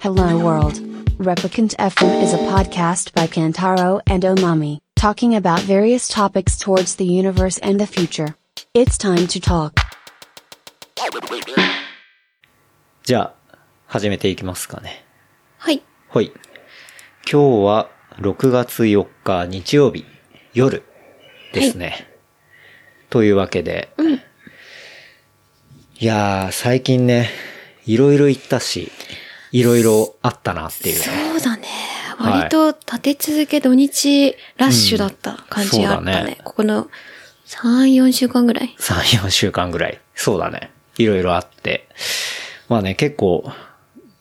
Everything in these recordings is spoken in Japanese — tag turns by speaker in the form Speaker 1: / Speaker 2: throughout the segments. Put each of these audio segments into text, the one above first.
Speaker 1: Hello World. Replicant FM is a podcast by Kantaro and Omami, talking about various topics towards the universe and the future. It's time to talk.
Speaker 2: じゃあ、始めていきますかね。
Speaker 3: はい。
Speaker 2: ほい。今日は6月4日日曜日夜ですね。というわけで。いやー、最近ね、いろいろ行ったし、いろいろあったなっていう。
Speaker 3: そうだね。
Speaker 2: はい
Speaker 3: 割と立て続け土日ラッシュだった感じあったね。
Speaker 2: うんそうだね
Speaker 3: ここの3、4週間ぐらい。
Speaker 2: 3、4週間ぐらい。そうだね。いろいろあって。まあね、結構、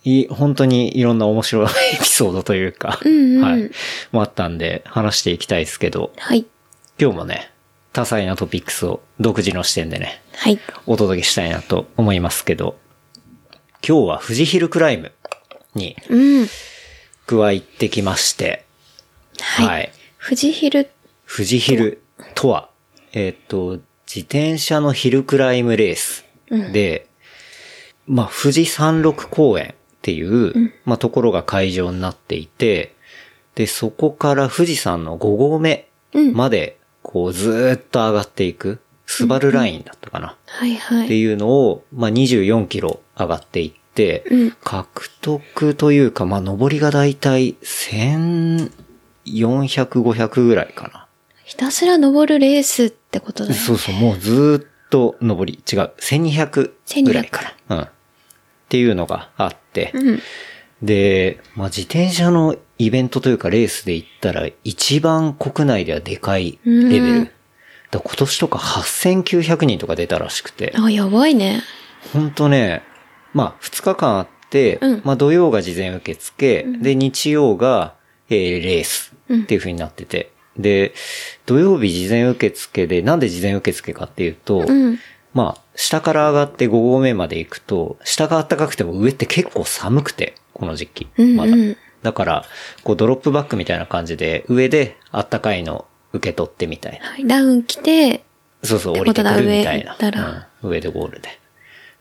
Speaker 2: い、本当にいろんな面白いエピソードというか、
Speaker 3: んうん
Speaker 2: はい。もあったんで、話していきたいですけど、
Speaker 3: はい。
Speaker 2: 今日もね、多彩なトピックスを独自の視点でね、
Speaker 3: はい。
Speaker 2: お届けしたいなと思いますけど、今日は富士ヒルクライムに
Speaker 3: うん。
Speaker 2: 加えてきまして、
Speaker 3: はい。
Speaker 2: はい
Speaker 3: 富士ヒル、
Speaker 2: 富士ヒルとは、えーっ、と、自転車のヒルクライムレースで、まあ、富士山麓公園っていう、まあ、ところが会場になっていて、で、そこから富士山の5合目まで、こう、ずーっと上がっていく、スバルラインだったかな。
Speaker 3: はいは
Speaker 2: って
Speaker 3: い。
Speaker 2: いうのを、まあ、24キロ上がっていって、
Speaker 3: うん
Speaker 2: 獲得というか、まあ、上りがだいたい1400、500ぐらいかな。
Speaker 3: ひたすら登るレースってことだね。
Speaker 2: そうそう、もうずーっと上り、違う、1200ぐらいから。うん。っていうのがあって、
Speaker 3: うん。
Speaker 2: で、まあ、自転車のイベントというかレースで言ったら、一番国内ではでかいレベル。
Speaker 3: うん
Speaker 2: だから今年とか8900人とか出たらしくて。
Speaker 3: あ、やばいね。
Speaker 2: ほんとね、まあ、2日間あって、
Speaker 3: うん
Speaker 2: まあ、土曜が事前受付、で、日曜が、えーレース
Speaker 3: うん
Speaker 2: っていう風になってて、で、土曜日事前受付で、なんで事前受付かっていうと、
Speaker 3: うん。
Speaker 2: まあ、下から上がって5合目まで行くと、下が暖かくても上って結構寒くて、この時期。
Speaker 3: うん
Speaker 2: まだ。
Speaker 3: うん
Speaker 2: だから、こうドロップバックみたいな感じで、上で暖かいの受け取ってみたいな。
Speaker 3: はい。ダウン来て、
Speaker 2: そうそう、降
Speaker 3: って
Speaker 2: り
Speaker 3: こ
Speaker 2: て
Speaker 3: と
Speaker 2: く
Speaker 3: だ
Speaker 2: るみたい
Speaker 3: 上行っ
Speaker 2: な
Speaker 3: たら。
Speaker 2: うん上でゴールで。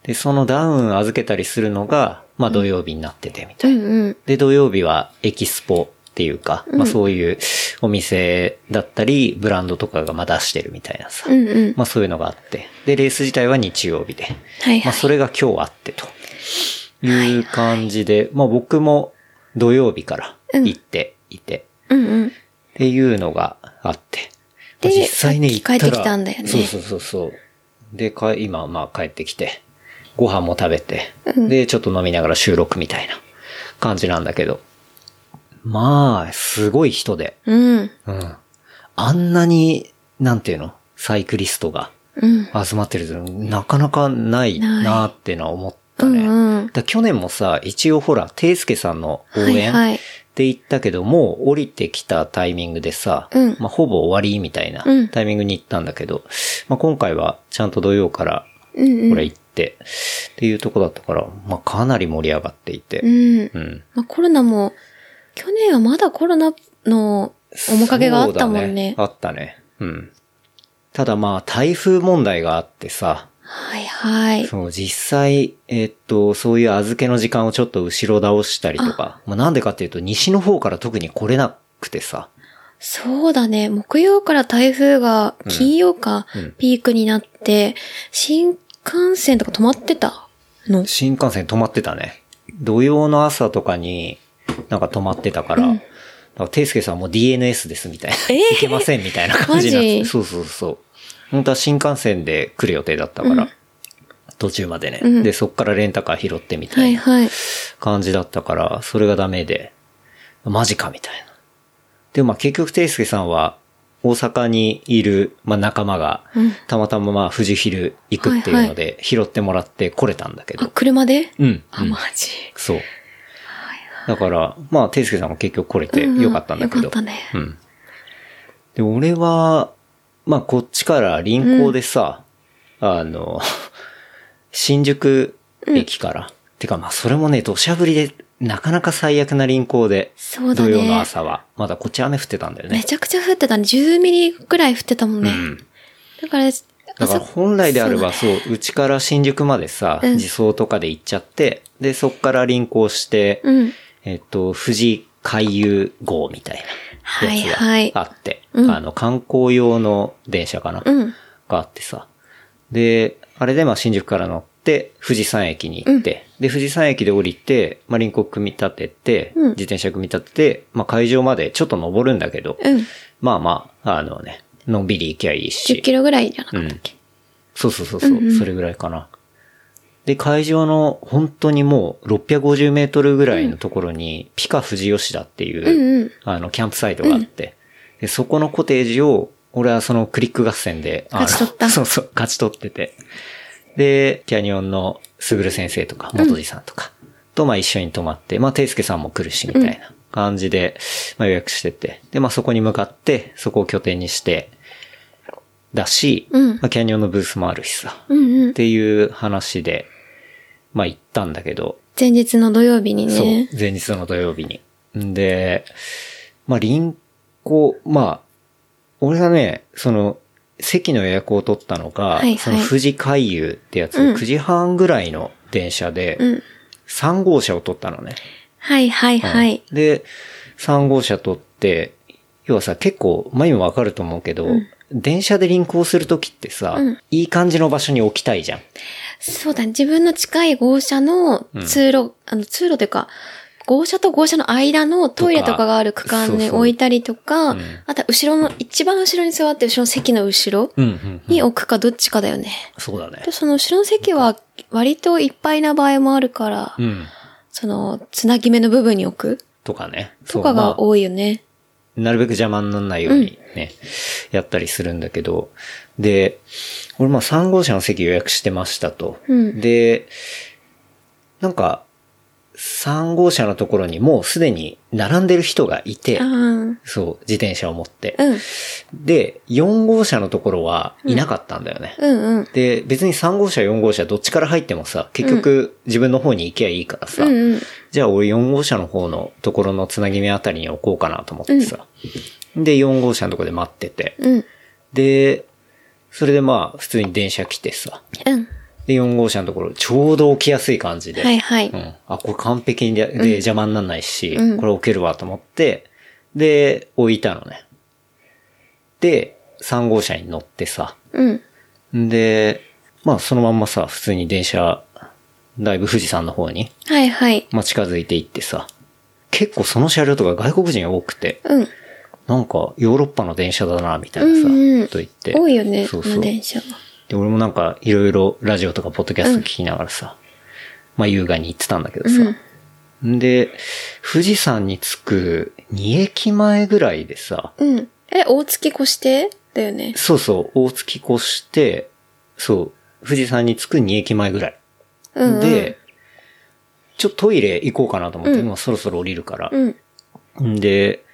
Speaker 2: で、そのダウン預けたりするのが、まあ土曜日になっててみた
Speaker 3: う
Speaker 2: いな。
Speaker 3: んうん。
Speaker 2: で、土曜日はエキスポっていうか、まあそういうお店だったり、ブランドとかがまあ出してるみたいなさ。
Speaker 3: うんうん。
Speaker 2: まあそういうのがあって。で、レース自体は日曜日で。
Speaker 3: はい
Speaker 2: ま
Speaker 3: は
Speaker 2: あ
Speaker 3: い。
Speaker 2: それが今日あってと。いう感じで、まあ僕も土曜日から行っていて。
Speaker 3: うんうん。
Speaker 2: っていうのがあって。まあ
Speaker 3: で
Speaker 2: 実際ね、
Speaker 3: さっ
Speaker 2: 行っ
Speaker 3: き
Speaker 2: たら。
Speaker 3: 帰ってきたんだよね
Speaker 2: そうそうそうそう。で、か今、まあ帰ってきて、ご飯も食べて、で、ちょっと飲みながら収録みたいな感じなんだけど。まあ、すごい人で。
Speaker 3: うん。
Speaker 2: うん。あんなに、なんていうのサイクリストが
Speaker 3: うん。
Speaker 2: 集まってるのなかなかない
Speaker 3: ない
Speaker 2: なーってのは思っ
Speaker 3: う
Speaker 2: たね。
Speaker 3: んうん。
Speaker 2: だ去年もさ、一応ほら、ていすけさんの応
Speaker 3: はい
Speaker 2: 援
Speaker 3: はい。
Speaker 2: って言ったけど、もう降りてきたタイミングでさ、
Speaker 3: うん
Speaker 2: まあ、ほぼ終わりみたいな
Speaker 3: うん
Speaker 2: タイミングに行ったんだけど、まあ、今回はちゃんと土曜から
Speaker 3: うん
Speaker 2: こ
Speaker 3: う
Speaker 2: れ
Speaker 3: ん。
Speaker 2: 行って、っていうとこだったから、まあ、かなり盛り上がっていて、
Speaker 3: うん。
Speaker 2: うん。
Speaker 3: まあ、コロナも、去年はまだコロナの面影があったも
Speaker 2: そうんだ
Speaker 3: ね。
Speaker 2: あったね。うん。ただまあ、台風問題があってさ、
Speaker 3: はいはい。
Speaker 2: そう、実際、えっと、そういう預けの時間をちょっと後ろ倒したりとか、まあ、なんでかっていうと、西の方から特に来れなくてさ、
Speaker 3: そうだね。木曜から台風が金曜か
Speaker 2: うん
Speaker 3: ピークになって、新幹線とか止まってたの
Speaker 2: 新幹線止まってたね。土曜の朝とかに、なんか止まってたから、なんか、ていすけさんもう DNS ですみたいな。
Speaker 3: え
Speaker 2: いけませんみたいな感じになって。
Speaker 3: マジ
Speaker 2: そうそうそう。本当は新幹線で来る予定だったから、途中までね。
Speaker 3: うん
Speaker 2: で、そっからレンタカー拾ってみた
Speaker 3: はいい
Speaker 2: な
Speaker 3: はい。
Speaker 2: 感じだったから、それがダメで、マジかみたいな。でもまあ結局ていすけさんは、大阪にいる、まあ、仲間が、
Speaker 3: うん。
Speaker 2: たまたままあ富士ヒル行くっていうので、拾ってもらって来れたんだけど。
Speaker 3: あ、車で
Speaker 2: うん。
Speaker 3: あ、
Speaker 2: うん
Speaker 3: マジ。
Speaker 2: そう。だから、まあ、ていすけさんも結局来れて
Speaker 3: うんうん
Speaker 2: よかったんだけど。
Speaker 3: よかったね
Speaker 2: うん。で、俺は、まあ、こっちから輪行でさ、あの、 新宿駅から。てか、まあ、それもね、土砂降りで、なかなか最悪な輪行で、
Speaker 3: そうだ
Speaker 2: 土曜
Speaker 3: ね
Speaker 2: の朝は。まだこっち雨降ってたんだよ
Speaker 3: め
Speaker 2: ね。
Speaker 3: ちゃくちゃ降ってたね。10ミリぐらい降ってたもん
Speaker 2: う
Speaker 3: ね。
Speaker 2: ん。
Speaker 3: だか
Speaker 2: だ
Speaker 3: ら、
Speaker 2: から
Speaker 3: あそ
Speaker 2: 本来であればそう、うちから新宿までさ、
Speaker 3: うん
Speaker 2: 自走とかで行っちゃって、で、そっから輪行して、
Speaker 3: うん。
Speaker 2: えっと、富士海遊号みたいな
Speaker 3: はいは
Speaker 2: や
Speaker 3: い
Speaker 2: つ。があって、
Speaker 3: うん
Speaker 2: あの、観光用の電車かな、
Speaker 3: うん。
Speaker 2: があってさ。で、あれでまあ新宿から乗って、富士山駅に行って、で、富士山駅で降りて、まあ、輪行組み立てて、
Speaker 3: うん
Speaker 2: 自転車組み立てて、まあ、会場までちょっと登るんだけど、
Speaker 3: うん。
Speaker 2: まあまあ、あのね、のんびり行きゃいいし。
Speaker 3: 10キロぐらいじゃなかったっけ、
Speaker 2: そうそうそうそう、それぐらいかな。で、会場の本当にもう650メートルぐらいのところに、ピカ富士吉田っていう、
Speaker 3: うんうん
Speaker 2: あの、キャンプサイトがあって、で、そこのコテージを、俺はそのクリック合戦で、あの
Speaker 3: 勝ち取っ た
Speaker 2: そうそう、勝ち取ってて。で、キャニオンのすぐる先生とか、元次さんとか、と、まあ一緒に泊まって、まあ、ていすけさんも来るし、みたいな感じで、まあ予約してて、で、まあそこに向かって、そこを拠点にして、だし、
Speaker 3: うん
Speaker 2: まあ、キャニオンのブースもあるしさ、
Speaker 3: うん、うんう
Speaker 2: っ
Speaker 3: ん
Speaker 2: ていう話で、まあ行ったんだけど、
Speaker 3: 前日の土曜日に
Speaker 2: そう
Speaker 3: ね。。
Speaker 2: 前日の土曜日に。んで、まあ、輪行、まあ、俺がね、その、席の予約を取ったのが、
Speaker 3: はいはい
Speaker 2: その富士海遊ってやつ、
Speaker 3: うん
Speaker 2: 9時半ぐらいの電車で、
Speaker 3: うん。
Speaker 2: 3号車を取ったのね。
Speaker 3: はいはいはい。
Speaker 2: うんで、3号車取って、要はさ、結構、まあ、今わかると思うけど、電車で輪行するときってさ、
Speaker 3: うん
Speaker 2: いい感じの場所に置きたいじゃん。
Speaker 3: そうだね。自分の近い号車の通路、あの通路というか、号車と号車の間のトイレとかがある区間
Speaker 2: そう
Speaker 3: に
Speaker 2: そう
Speaker 3: 置いたりとか、
Speaker 2: ん
Speaker 3: あとは後ろの、一番後ろに座って後ろの席の後ろ
Speaker 2: うん、うん。
Speaker 3: に置くかどっちかだよね。
Speaker 2: そうだね
Speaker 3: で、。その後ろの席は割といっぱいな場合もあるから、
Speaker 2: うん。
Speaker 3: その、つなぎ目の部分に置く
Speaker 2: とかね。
Speaker 3: とか
Speaker 2: そうまあ
Speaker 3: が多いよね。
Speaker 2: なるべく邪魔にならないようにね、やったりするんだけど、で、俺まあ3号車の席予約してましたと。
Speaker 3: うん
Speaker 2: で、なんか、3号車のところにもうすでに並んでる人がいて
Speaker 3: あ、ー
Speaker 2: そう、自転車を持って。
Speaker 3: うん。
Speaker 2: で、4号車のところはいなかったんだよね。
Speaker 3: うんうん。
Speaker 2: で、別に3号車、4号車どっちから入ってもさ、結局自分の方に行けばいいからさ、
Speaker 3: うんうん。
Speaker 2: じゃあ俺4号車の方のところのつなぎ目あたりに置こうかなと思ってさ。で、4号車のとこで待ってて。
Speaker 3: うん。
Speaker 2: で、それでまあ、普通に電車来てさ。
Speaker 3: うん。
Speaker 2: で、4号車のところ、ちょうど置きやすい感じで。
Speaker 3: はいはい。
Speaker 2: うん。あ、これ完璧でで邪魔にならないし、
Speaker 3: うん
Speaker 2: これ置けるわと思って、で、置いたのね。で、3号車に乗ってさ。
Speaker 3: うん。
Speaker 2: で、まあ、そのまんまさ、普通に電車、だいぶ富士山の方に
Speaker 3: はいはい。
Speaker 2: まあ、近づいていってさ、結構その車両とか外国人が多くて、
Speaker 3: うん。
Speaker 2: なんかヨーロッパの電車だな、みたいなさ、
Speaker 3: うんうん
Speaker 2: と言って。
Speaker 3: 多いよね、
Speaker 2: そう
Speaker 3: こ
Speaker 2: そう。
Speaker 3: の
Speaker 2: で、
Speaker 3: 電車は。
Speaker 2: 俺もなんかいろいろラジオとかポッドキャスト聞きながらさ、まあ優雅に行ってたんだけどさ。ん、で、富士山に着く2駅前ぐらいでさ、
Speaker 3: うん。え、大月越してだよね。
Speaker 2: そうそう、大月越して、そう、富士山に着く2駅前ぐらい。
Speaker 3: うん、うん。
Speaker 2: で、ちょっとトイレ行こうかなと思って、
Speaker 3: うん
Speaker 2: もうそろそろ降りるから、
Speaker 3: うん。
Speaker 2: んで、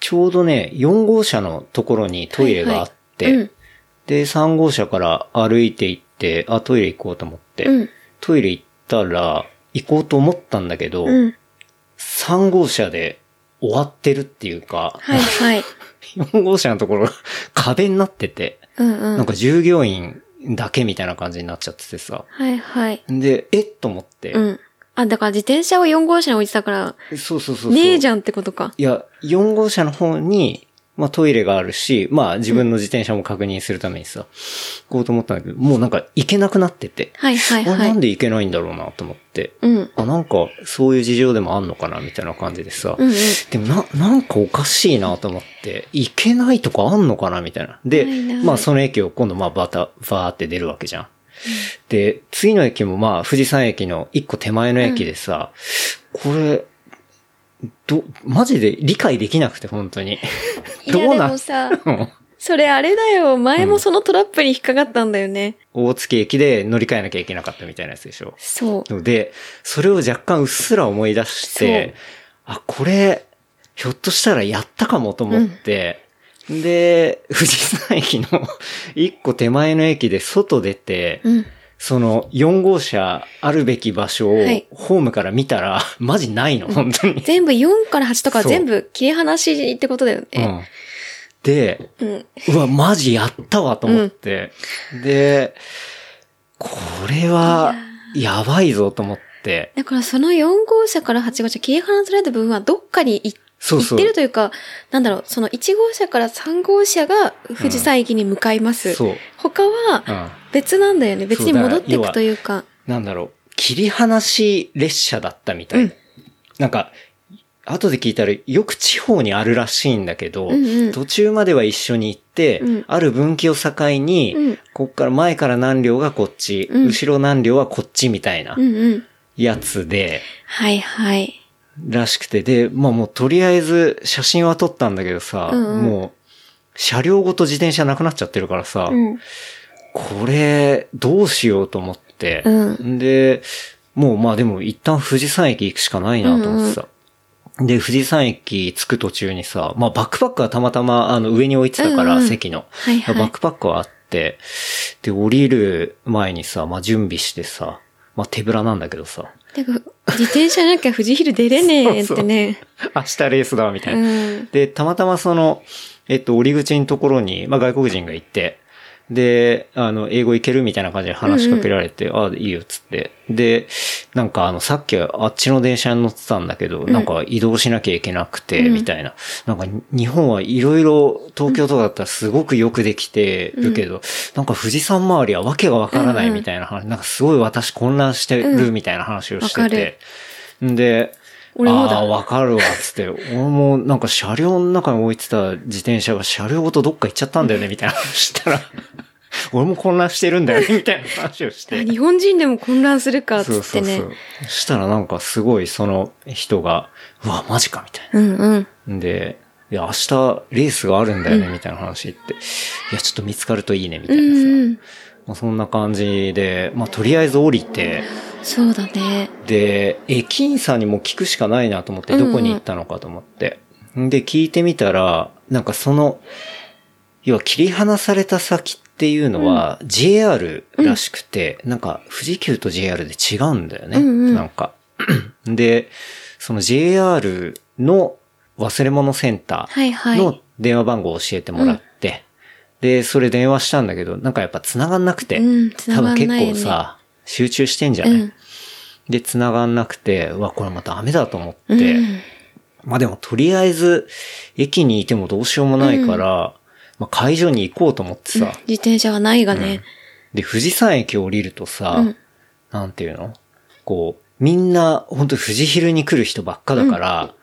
Speaker 2: ちょうどね、4号車のところにトイレがあって、
Speaker 3: はいはいうん
Speaker 2: で、3号車から歩いて行って、あ、トイレ行こうと思って、
Speaker 3: うん。
Speaker 2: トイレ行ったら、行こうと思ったんだけど、
Speaker 3: うん。
Speaker 2: 3号車で終わってるっていうか、
Speaker 3: は いはい。
Speaker 2: 4号車のところが壁になってて、
Speaker 3: うんう
Speaker 2: なん
Speaker 3: ん。
Speaker 2: か従業員だけみたいな感じになっちゃっててさ、
Speaker 3: はいはい。
Speaker 2: で、えっと思って、
Speaker 3: うん。あ、だから自転車を4号車に置いてたから、
Speaker 2: そうそうそうそう。
Speaker 3: ねえじゃんってことか。
Speaker 2: いや、4号車の方に、まあトイレがあるし、まあ自分の自転車も確認するためにさ、行こうと思ったんだけど、もうなんか行けなくなってて。
Speaker 3: はいはい
Speaker 2: あ
Speaker 3: は
Speaker 2: なん
Speaker 3: い。
Speaker 2: で行けないんだろうなと思って。
Speaker 3: うん。
Speaker 2: あ、なんか、そういう事情でもあんのかなみたいな感じでさ。
Speaker 3: うんうん
Speaker 2: でもな、なんかおかしいなと思って、行けないとかあんのかなみたいな。で、
Speaker 3: ないない
Speaker 2: まあその駅を今度まあバタ、バーって出るわけじゃん。で、次の駅もまあ富士山駅の一個手前の駅でさ、これ、ど、マジで理解できなくて本当に。
Speaker 3: い
Speaker 2: ど
Speaker 3: や
Speaker 2: う
Speaker 3: で
Speaker 2: な
Speaker 3: もさ、
Speaker 2: うん
Speaker 3: それあれだよ。前もそのトラップに引っかかったんだよね。
Speaker 2: 大月駅で乗り換えなきゃいけなかったみたいなやつでしょ。
Speaker 3: そう。
Speaker 2: ので、それを若干うっすら思い出して、あ、これ、ひょっとしたらやったかもと思って、で、富士山駅の 一個手前の駅で外出て、
Speaker 3: うん。
Speaker 2: その4号車あるべき場所を
Speaker 3: はい
Speaker 2: ホームから見たら、 マジないの、本当に。
Speaker 3: 全部4から8とか
Speaker 2: そう
Speaker 3: 全部切り離しってことだよ
Speaker 2: う
Speaker 3: ね。
Speaker 2: ん。って、
Speaker 3: うん。
Speaker 2: うわ、マジやったわと思って。で、これは、やばいぞと思って。
Speaker 3: だからその4号車から8号車、切り離された部分はどっかに行っ
Speaker 2: そうそ
Speaker 3: 行って
Speaker 2: う
Speaker 3: る。というか、なんだろう、その1号車から3号車が富士山駅に向かいます。
Speaker 2: そう。
Speaker 3: 他
Speaker 2: う
Speaker 3: は
Speaker 2: ん。
Speaker 3: 別なんだよね。別に戻ってい
Speaker 2: そうだ
Speaker 3: くというか。
Speaker 2: なんだろう。切り離し列車だったみたい。
Speaker 3: うん
Speaker 2: なんか、後で聞いたらよく地方にあるらしいんだけど、
Speaker 3: うんうん
Speaker 2: 途中までは一緒に行って、
Speaker 3: うん
Speaker 2: ある分岐を境に、
Speaker 3: うん
Speaker 2: こっから前から何両がこっち、
Speaker 3: うん
Speaker 2: 後ろ何両はこっちみたいな
Speaker 3: うんうん。
Speaker 2: やつで、
Speaker 3: はいはい。
Speaker 2: らしくて、で、まあもうとりあえず写真は撮ったんだけどさ、
Speaker 3: うんうん
Speaker 2: もう車両ごと自転車なくなっちゃってるからさ、
Speaker 3: うん。
Speaker 2: これ、どうしようと思って、
Speaker 3: う
Speaker 2: で、もうまあでも一旦富士山駅行くしかないなと思ってさ、で、富士山駅着く途中にさ、まあバックパックはたまたまあの上に置いてたから、
Speaker 3: うんうん
Speaker 2: 席の。
Speaker 3: はいはい。
Speaker 2: バックパックはあって、で、降りる前にさ、まあ準備してさ、まあ手ぶらなんだけどさ、
Speaker 3: てか、自転車なきゃ富士ヒル出れねえってね。
Speaker 2: 明日レースだ、みたいな。
Speaker 3: うん。
Speaker 2: で、たまたまその、えっと、折り口のところに、まあ、外国人が行って、で、あの、英語いけるみたいな感じで話しかけられて、ああ、いいよ、つって。で、なんかあの、さっきあっちの電車に乗ってたんだけど、なんか移動しなきゃいけなくて、
Speaker 3: うん
Speaker 2: みたいな。なんか、日本はいろいろ東京とかだったらすごくよくできてるけど、なんか富士山周りはわけがわからないみたいな話、なんかすごい私混乱してるみたいな話をしてて。で、
Speaker 3: 俺もだ
Speaker 2: ああ、わかるわ、つって。俺もなんか車両の中に置いてた自転車が車両ごとどっか行っちゃったんだよね、みたいな話したら、 俺も混乱してるんだよね、みたいな話を して。
Speaker 3: 日本人でも混乱するか、つ
Speaker 2: そう
Speaker 3: って
Speaker 2: そう
Speaker 3: ね。
Speaker 2: そう。したらなんかすごいその人が、うわ、マジか、みたいな。
Speaker 3: うんうん。
Speaker 2: で、いや、明日レースがあるんだよね、みたいな話って、いや、ちょっと見つかるといいね、みたいなさ。
Speaker 3: うんうん
Speaker 2: まあ、そんな感じで、まあ、とりあえず降りて、
Speaker 3: そうだね。
Speaker 2: で、駅員さんにも聞くしかないなと思って、
Speaker 3: うんうん
Speaker 2: どこに行ったのかと思って。で、聞いてみたら、なんかその、要は切り離された先っていうのは JR らしくて、なんか富士急と JR で違うんだよね。
Speaker 3: うんうん
Speaker 2: なんか。 で、その JR の忘れ物センタ
Speaker 3: はいは
Speaker 2: ー
Speaker 3: い。
Speaker 2: の電話番号を教えてもらって、で、それ電話したんだけど、なんかやっぱ繋がんなくて、
Speaker 3: うん繋
Speaker 2: 多
Speaker 3: が
Speaker 2: 分
Speaker 3: んない
Speaker 2: 結
Speaker 3: ね
Speaker 2: 構さ、集中してんじゃ
Speaker 3: う
Speaker 2: ない、
Speaker 3: ん。
Speaker 2: で、繋がんなくて、うわ、これまたダメだと思って、
Speaker 3: うん。
Speaker 2: まあでもとりあえず、駅にいてもどうしようもないから、まあ会場に行こうと思ってさ、
Speaker 3: 自転車はないがね。
Speaker 2: で、富士山駅降りるとさ、
Speaker 3: うん
Speaker 2: なんていうのこう、みんな、本当富士ヒルに来る人ばっかだから、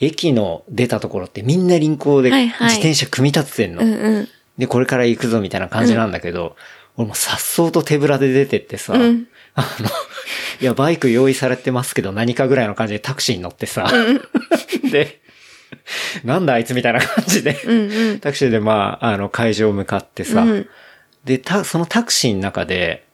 Speaker 2: 駅の出たところってみんな輪行で
Speaker 3: はい
Speaker 2: 自
Speaker 3: はい
Speaker 2: 転車組み立ててんの。
Speaker 3: うんうん。
Speaker 2: で、これから行くぞみたいな感じなんだけど、俺もさっそうと手ぶらで出てってさ、
Speaker 3: うん
Speaker 2: あの、いや、バイク用意されてますけど何かぐらいの感じでタクシーに乗ってさ、 で、なんだあいつみたいな感じで、
Speaker 3: うんうん。
Speaker 2: タクシーでまあ、あの、会場向かってさ、
Speaker 3: うん
Speaker 2: で、た、そのタクシーの中で、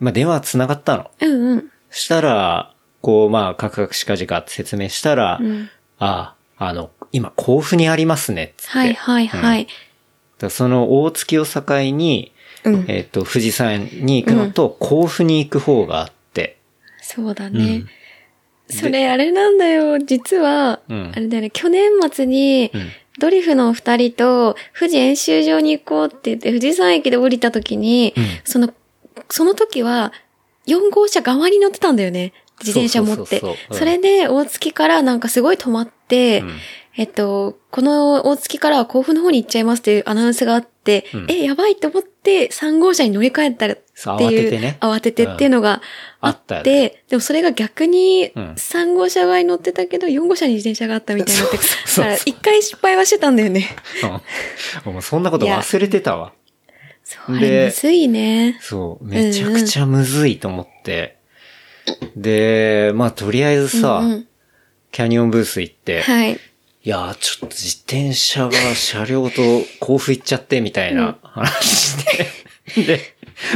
Speaker 2: まあ、電話繋がったの。
Speaker 3: うんうん。
Speaker 2: したら、こう、まあ、カクカクしかじかって説明したら、
Speaker 3: うん
Speaker 2: ああ、あの、今、甲府にありますね、つって。
Speaker 3: はいはいはい。
Speaker 2: だからその大月を境に、
Speaker 3: うん
Speaker 2: えっ、と、富士山に行くのと、甲府に行く方があって、
Speaker 3: そうだ
Speaker 2: う
Speaker 3: ね
Speaker 2: ん。
Speaker 3: それあれなんだよ。実は、
Speaker 2: うん
Speaker 3: あれだよね。去年末に
Speaker 2: ん、
Speaker 3: ドリフのお二人と富士演習場に行こうって言って、富士山駅で降りた時に、
Speaker 2: ん
Speaker 3: その、その時は、4号車側に乗ってたんだよね。自転車持って。
Speaker 2: そうそうそうそううん
Speaker 3: それで、大月からなんかすごい止まって、
Speaker 2: うん
Speaker 3: えっと、この大月からは甲府の方に行っちゃいますっていうアナウンスがあって、
Speaker 2: うん
Speaker 3: え、やばいって思って3号車に乗り換えたらって
Speaker 2: そう慌
Speaker 3: いう、
Speaker 2: ててね
Speaker 3: 慌ててっていうのが
Speaker 2: うん
Speaker 3: あ
Speaker 2: あ
Speaker 3: っ、
Speaker 2: ってたよね
Speaker 3: でもそれが逆に
Speaker 2: うん
Speaker 3: 3号車側に乗ってたけど4号車に自転車があったみたいになって、
Speaker 2: そうそうそう
Speaker 3: だから一回失敗はしてたん だよね。
Speaker 2: うんもうそんなこと忘れてたわ。
Speaker 3: そう、あ
Speaker 2: で
Speaker 3: れむずいね。
Speaker 2: そう、めちゃくちゃむずいと思って。で、まあ、とりあえずさ、
Speaker 3: うんうん
Speaker 2: キャニオンブース行って、い、
Speaker 3: はい。
Speaker 2: やー、ちょっと自転車が車両と甲府行っちゃって、みたいな話 して、で、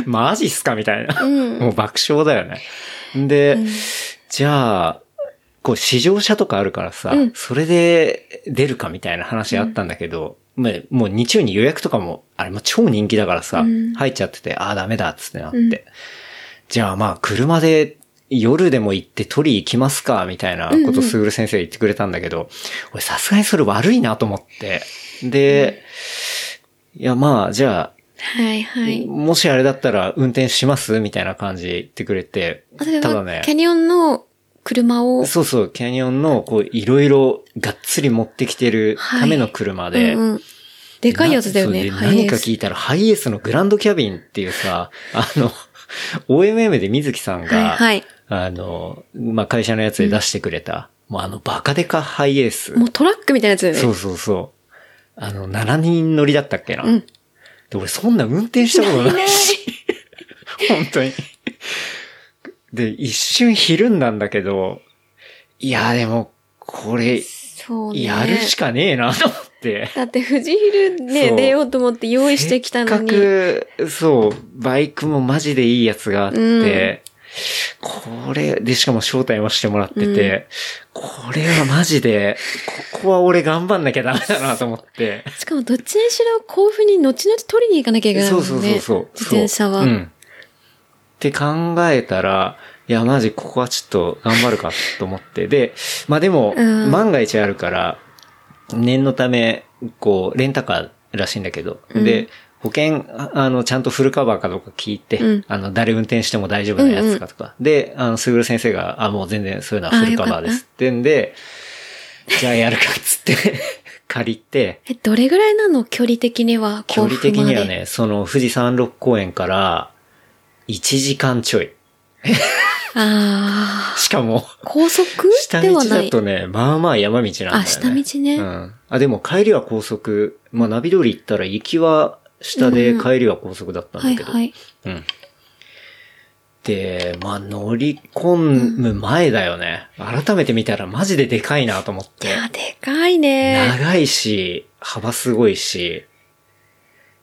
Speaker 2: マジっすかみたいな。
Speaker 3: うん
Speaker 2: もう爆笑だよね。で、じゃあ、こう、試乗車とかあるからさ、
Speaker 3: うん
Speaker 2: それで出るかみたいな話あったんだけど、まあもう日曜に予約とかも、あれも超人気だからさ、
Speaker 3: うん
Speaker 2: 入っちゃってて、ああ、ダメだっつってなって。
Speaker 3: うん
Speaker 2: じゃあまあ、車で夜でも行って取り行きますか、みたいなことすぐる先生言ってくれたんだけど、俺さすがにそれ悪いなと思って。で、いや、まあ、じゃ
Speaker 3: はい
Speaker 2: あ、
Speaker 3: はい。
Speaker 2: もしあれだったら運転しますみたいな感じで言ってくれて
Speaker 3: あ、それ、
Speaker 2: ただ
Speaker 3: は、
Speaker 2: ね
Speaker 3: キ、ャニオンの車を、
Speaker 2: そうそう、キャニオンの、こう、いろいろがっつり持ってきてるための車で、
Speaker 3: うんうん、でかいやつだよね、
Speaker 2: な
Speaker 3: ハ
Speaker 2: そうで
Speaker 3: イエ
Speaker 2: 何
Speaker 3: ー
Speaker 2: か
Speaker 3: ス
Speaker 2: 聞いたら、ハイエースのグランドキャビンっていうさ、 あの、OMM で水木さんが、
Speaker 3: はいはい
Speaker 2: あの、まあ、会社のやつで出してくれた、もうあの、バカデカハイエース。
Speaker 3: もうトラックみたいなやつだよね。
Speaker 2: そうそうそう。あの、7人乗りだったっけな。
Speaker 3: うん
Speaker 2: で、俺そんな運転したことないし。本当に。で、一瞬ひるんだんだけど、いや、でも、これ、
Speaker 3: そうね。
Speaker 2: やるしかねえな、と思って。
Speaker 3: だって、富士ヒルね、
Speaker 2: そう
Speaker 3: 出ようと思って用意してきたのに。
Speaker 2: せっかく、そう、バイクもマジでいいやつがあって、これ、で、しかも招待もしてもらってて、これはマジで、ここは俺頑張んなきゃダメだなと思って。
Speaker 3: しかも、どっちにしろ、甲府に後々取りに行かなきゃいけない
Speaker 2: そ
Speaker 3: もん
Speaker 2: うそうそ
Speaker 3: ね。
Speaker 2: うそう。
Speaker 3: 自転車は。
Speaker 2: そううん。って考えたら、いや、マジここはちょっと頑張るかと思って。で、まあでも、
Speaker 3: うん
Speaker 2: 万が一あるから、念のため、こう、レンタカーらしいんだけど、で、保険、ああの、ちゃんとフルカバーかどうか聞いて、
Speaker 3: うん
Speaker 2: あの、誰運転しても大丈夫なやつかとか。で、あの、すぐる先生が、あ、もう全然そういうのはフルカバーですってんで、じゃあやるかっつって、 借りて、
Speaker 3: え、どれぐらいなの距離的には、
Speaker 2: 距離的
Speaker 3: 甲府ま
Speaker 2: に
Speaker 3: で
Speaker 2: は。ね、その富士山六公園から1時間ちょい。
Speaker 3: ああ。
Speaker 2: しかも、
Speaker 3: 高速
Speaker 2: 下
Speaker 3: で
Speaker 2: 道
Speaker 3: はな
Speaker 2: だ
Speaker 3: い。
Speaker 2: とね、まあまあ山道なんだよね。
Speaker 3: あ下道ね
Speaker 2: うん。あ、でも帰りは高速。まあナビ通り行ったら行きは下で
Speaker 3: うん
Speaker 2: 帰りは高速だったんだ
Speaker 3: はい
Speaker 2: けど。
Speaker 3: はい。
Speaker 2: うん。で、まあ乗り込む前だよね。改めて見たらマジででかいなと思っ
Speaker 3: い
Speaker 2: て。
Speaker 3: や、でかいね。
Speaker 2: 長いし、幅すごいし、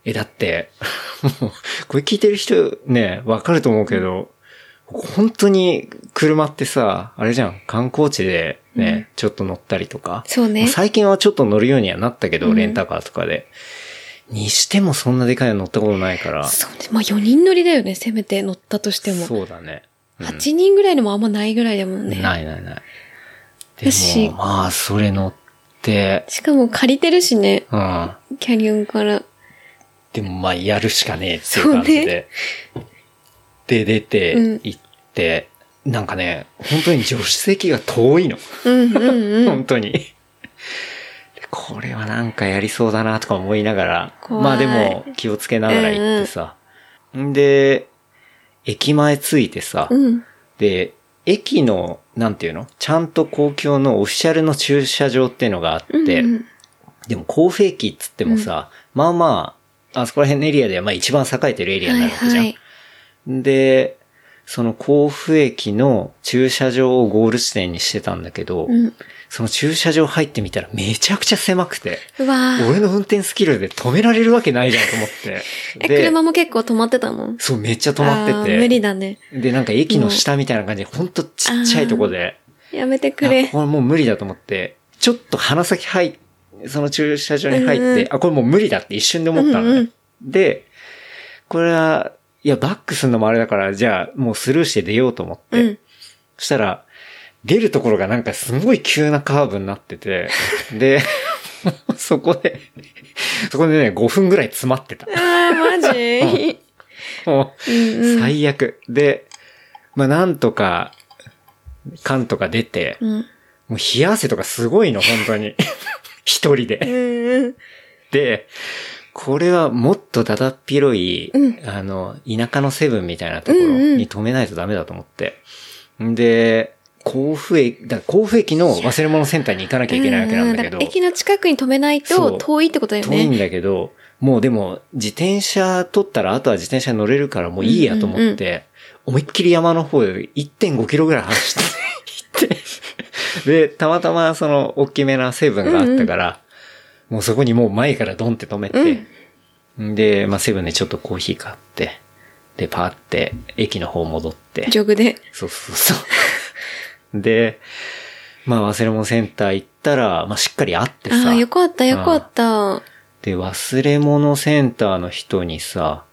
Speaker 2: え、だって、 もう、これ聞いてる人ね、わかると思うけど、本当に車ってさ、あれじゃん、観光地でね、ちょっと乗ったりとか、
Speaker 3: そうね。
Speaker 2: 最近はちょっと乗るようにはなったけど、
Speaker 3: うん
Speaker 2: レンタカーとかで。にしてもそんなでかいの乗ったことないから、
Speaker 3: そうね。まあ、4人乗りだよね、せめて乗ったとしても。
Speaker 2: そうだね。うん
Speaker 3: 8人ぐらいのもあんまないぐらいだもんね。
Speaker 2: ないないない。
Speaker 3: だし
Speaker 2: でも、まあ、それ乗って、
Speaker 3: しかも借りてるしね、
Speaker 2: うん。
Speaker 3: キャニオンから。
Speaker 2: でもまあやるしかねえっていう感じ
Speaker 3: そう
Speaker 2: で。で、出て
Speaker 3: うん
Speaker 2: 行って、なんかね、本当に助手席が遠いの。
Speaker 3: うんうんうん。
Speaker 2: 本当に。でこれはなんかやりそうだなとか思いながら、
Speaker 3: 怖い
Speaker 2: まあでも気をつけながら行ってさ。んで、駅前着いてさ、
Speaker 3: うん。
Speaker 2: で、駅の、なんていうのちゃんと公共のオフィシャルの駐車場っていうのがあって、
Speaker 3: うん
Speaker 2: でも、甲府駅っつってもさ、まあまあ、あそこら辺のエリアではまあ一番栄えてるエリアになるわけじゃん。
Speaker 3: はい
Speaker 2: で、その甲府駅の駐車場をゴール地点にしてたんだけど、
Speaker 3: うん。
Speaker 2: その駐車場入ってみたらめちゃくちゃ狭くて、
Speaker 3: うわぁ。
Speaker 2: 俺の運転スキルで止められるわけないじゃんと思って。
Speaker 3: え、
Speaker 2: で
Speaker 3: 車も結構止まってたの
Speaker 2: そう、めっちゃ止まって
Speaker 3: あー無理
Speaker 2: て。
Speaker 3: だね。
Speaker 2: で、なんか駅の下みたいな感じで、ほんとちっちゃいとこで、
Speaker 3: やめてく
Speaker 2: あ
Speaker 3: れ。
Speaker 2: これもう無理だと思って、ちょっと鼻先入っ、その駐車場に入って、
Speaker 3: うんうん
Speaker 2: あ、これもう無理だって一瞬で思ったのね。
Speaker 3: うんうん
Speaker 2: で、これは、いや、バックするのもあれだから、じゃあ、もうスルーして出ようと思って。
Speaker 3: うん。
Speaker 2: そしたら、出るところがなんかすごい急なカーブになってて、で、 そこで、そこでね、5分ぐらい詰まってた。
Speaker 3: あー、マジ
Speaker 2: もう
Speaker 3: うんうん。
Speaker 2: 最悪。で、まあ、なんとか、かんとか出て、
Speaker 3: うん。
Speaker 2: もう冷や汗とかすごい の、本当に。一人
Speaker 3: う
Speaker 2: で。
Speaker 3: んうん。
Speaker 2: で、これはもっとだだっ広い、
Speaker 3: うん
Speaker 2: あの、田舎のセブンみたいなところ
Speaker 3: うんうん
Speaker 2: に止めないとダメだと思って。で、甲府駅、だ甲府駅の忘れ物センターに行かなきゃいけないわけなんだけど、
Speaker 3: うう駅の近くに止めない
Speaker 2: そ
Speaker 3: と
Speaker 2: う
Speaker 3: 遠いってことだよ
Speaker 2: 遠い
Speaker 3: ね。
Speaker 2: んだけど、もうでも、自転車取ったら、あとは自転車乗れるからもういいやと思って、思いっきり山の方で1.5キロぐらい走って、行って、で、たまたまその、大きめな成分があったから、もうそこにもう前からドンって止めて、で、まあセブンでちょっとコーヒー買って、で、パーって、駅の方戻って、
Speaker 3: ジョグで。
Speaker 2: そうそうそう。で、まあ忘れ物センター行ったら、まあしっかり会って
Speaker 3: あ
Speaker 2: さ、
Speaker 3: あ、よかった、よかった。
Speaker 2: で、忘れ物センターの人にさ、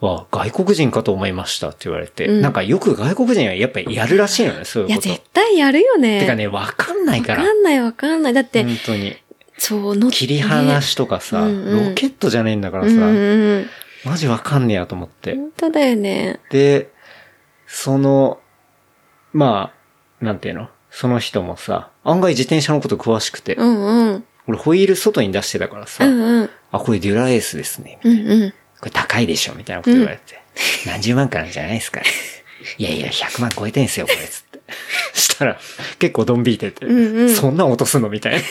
Speaker 2: わ、外国人かと思いましたって言われて、
Speaker 3: うん
Speaker 2: なんかよく外国人はやっぱりやるらしいのね、そう
Speaker 3: い
Speaker 2: いう
Speaker 3: や、
Speaker 2: こと。
Speaker 3: 絶対やるよね。
Speaker 2: てかね、わかんない
Speaker 3: わ
Speaker 2: から
Speaker 3: か。んないわかんない。だって、
Speaker 2: 本当に。
Speaker 3: そう、の
Speaker 2: 切り離しとかさ、
Speaker 3: ねうんうん
Speaker 2: ロケットじゃねえんだから
Speaker 3: う
Speaker 2: さ、
Speaker 3: んうんうん。
Speaker 2: マジわかんねえやと思って。
Speaker 3: 本当だよね。
Speaker 2: で、その、まあ、なんていうのその人もさ、案外自転車のこと詳しくて、
Speaker 3: うんうん。
Speaker 2: 俺ホイール外に出してたからさ、
Speaker 3: うんうん。
Speaker 2: あ、これデュラエースですね。
Speaker 3: うんうん。
Speaker 2: これ高いでしょみたいなこと言われて。何十万からじゃないですか。 いやいや、100万超えてんすよ、これ。つって。 したら、結構ドン引いてて。
Speaker 3: うんうん
Speaker 2: そんなん落とすのみたい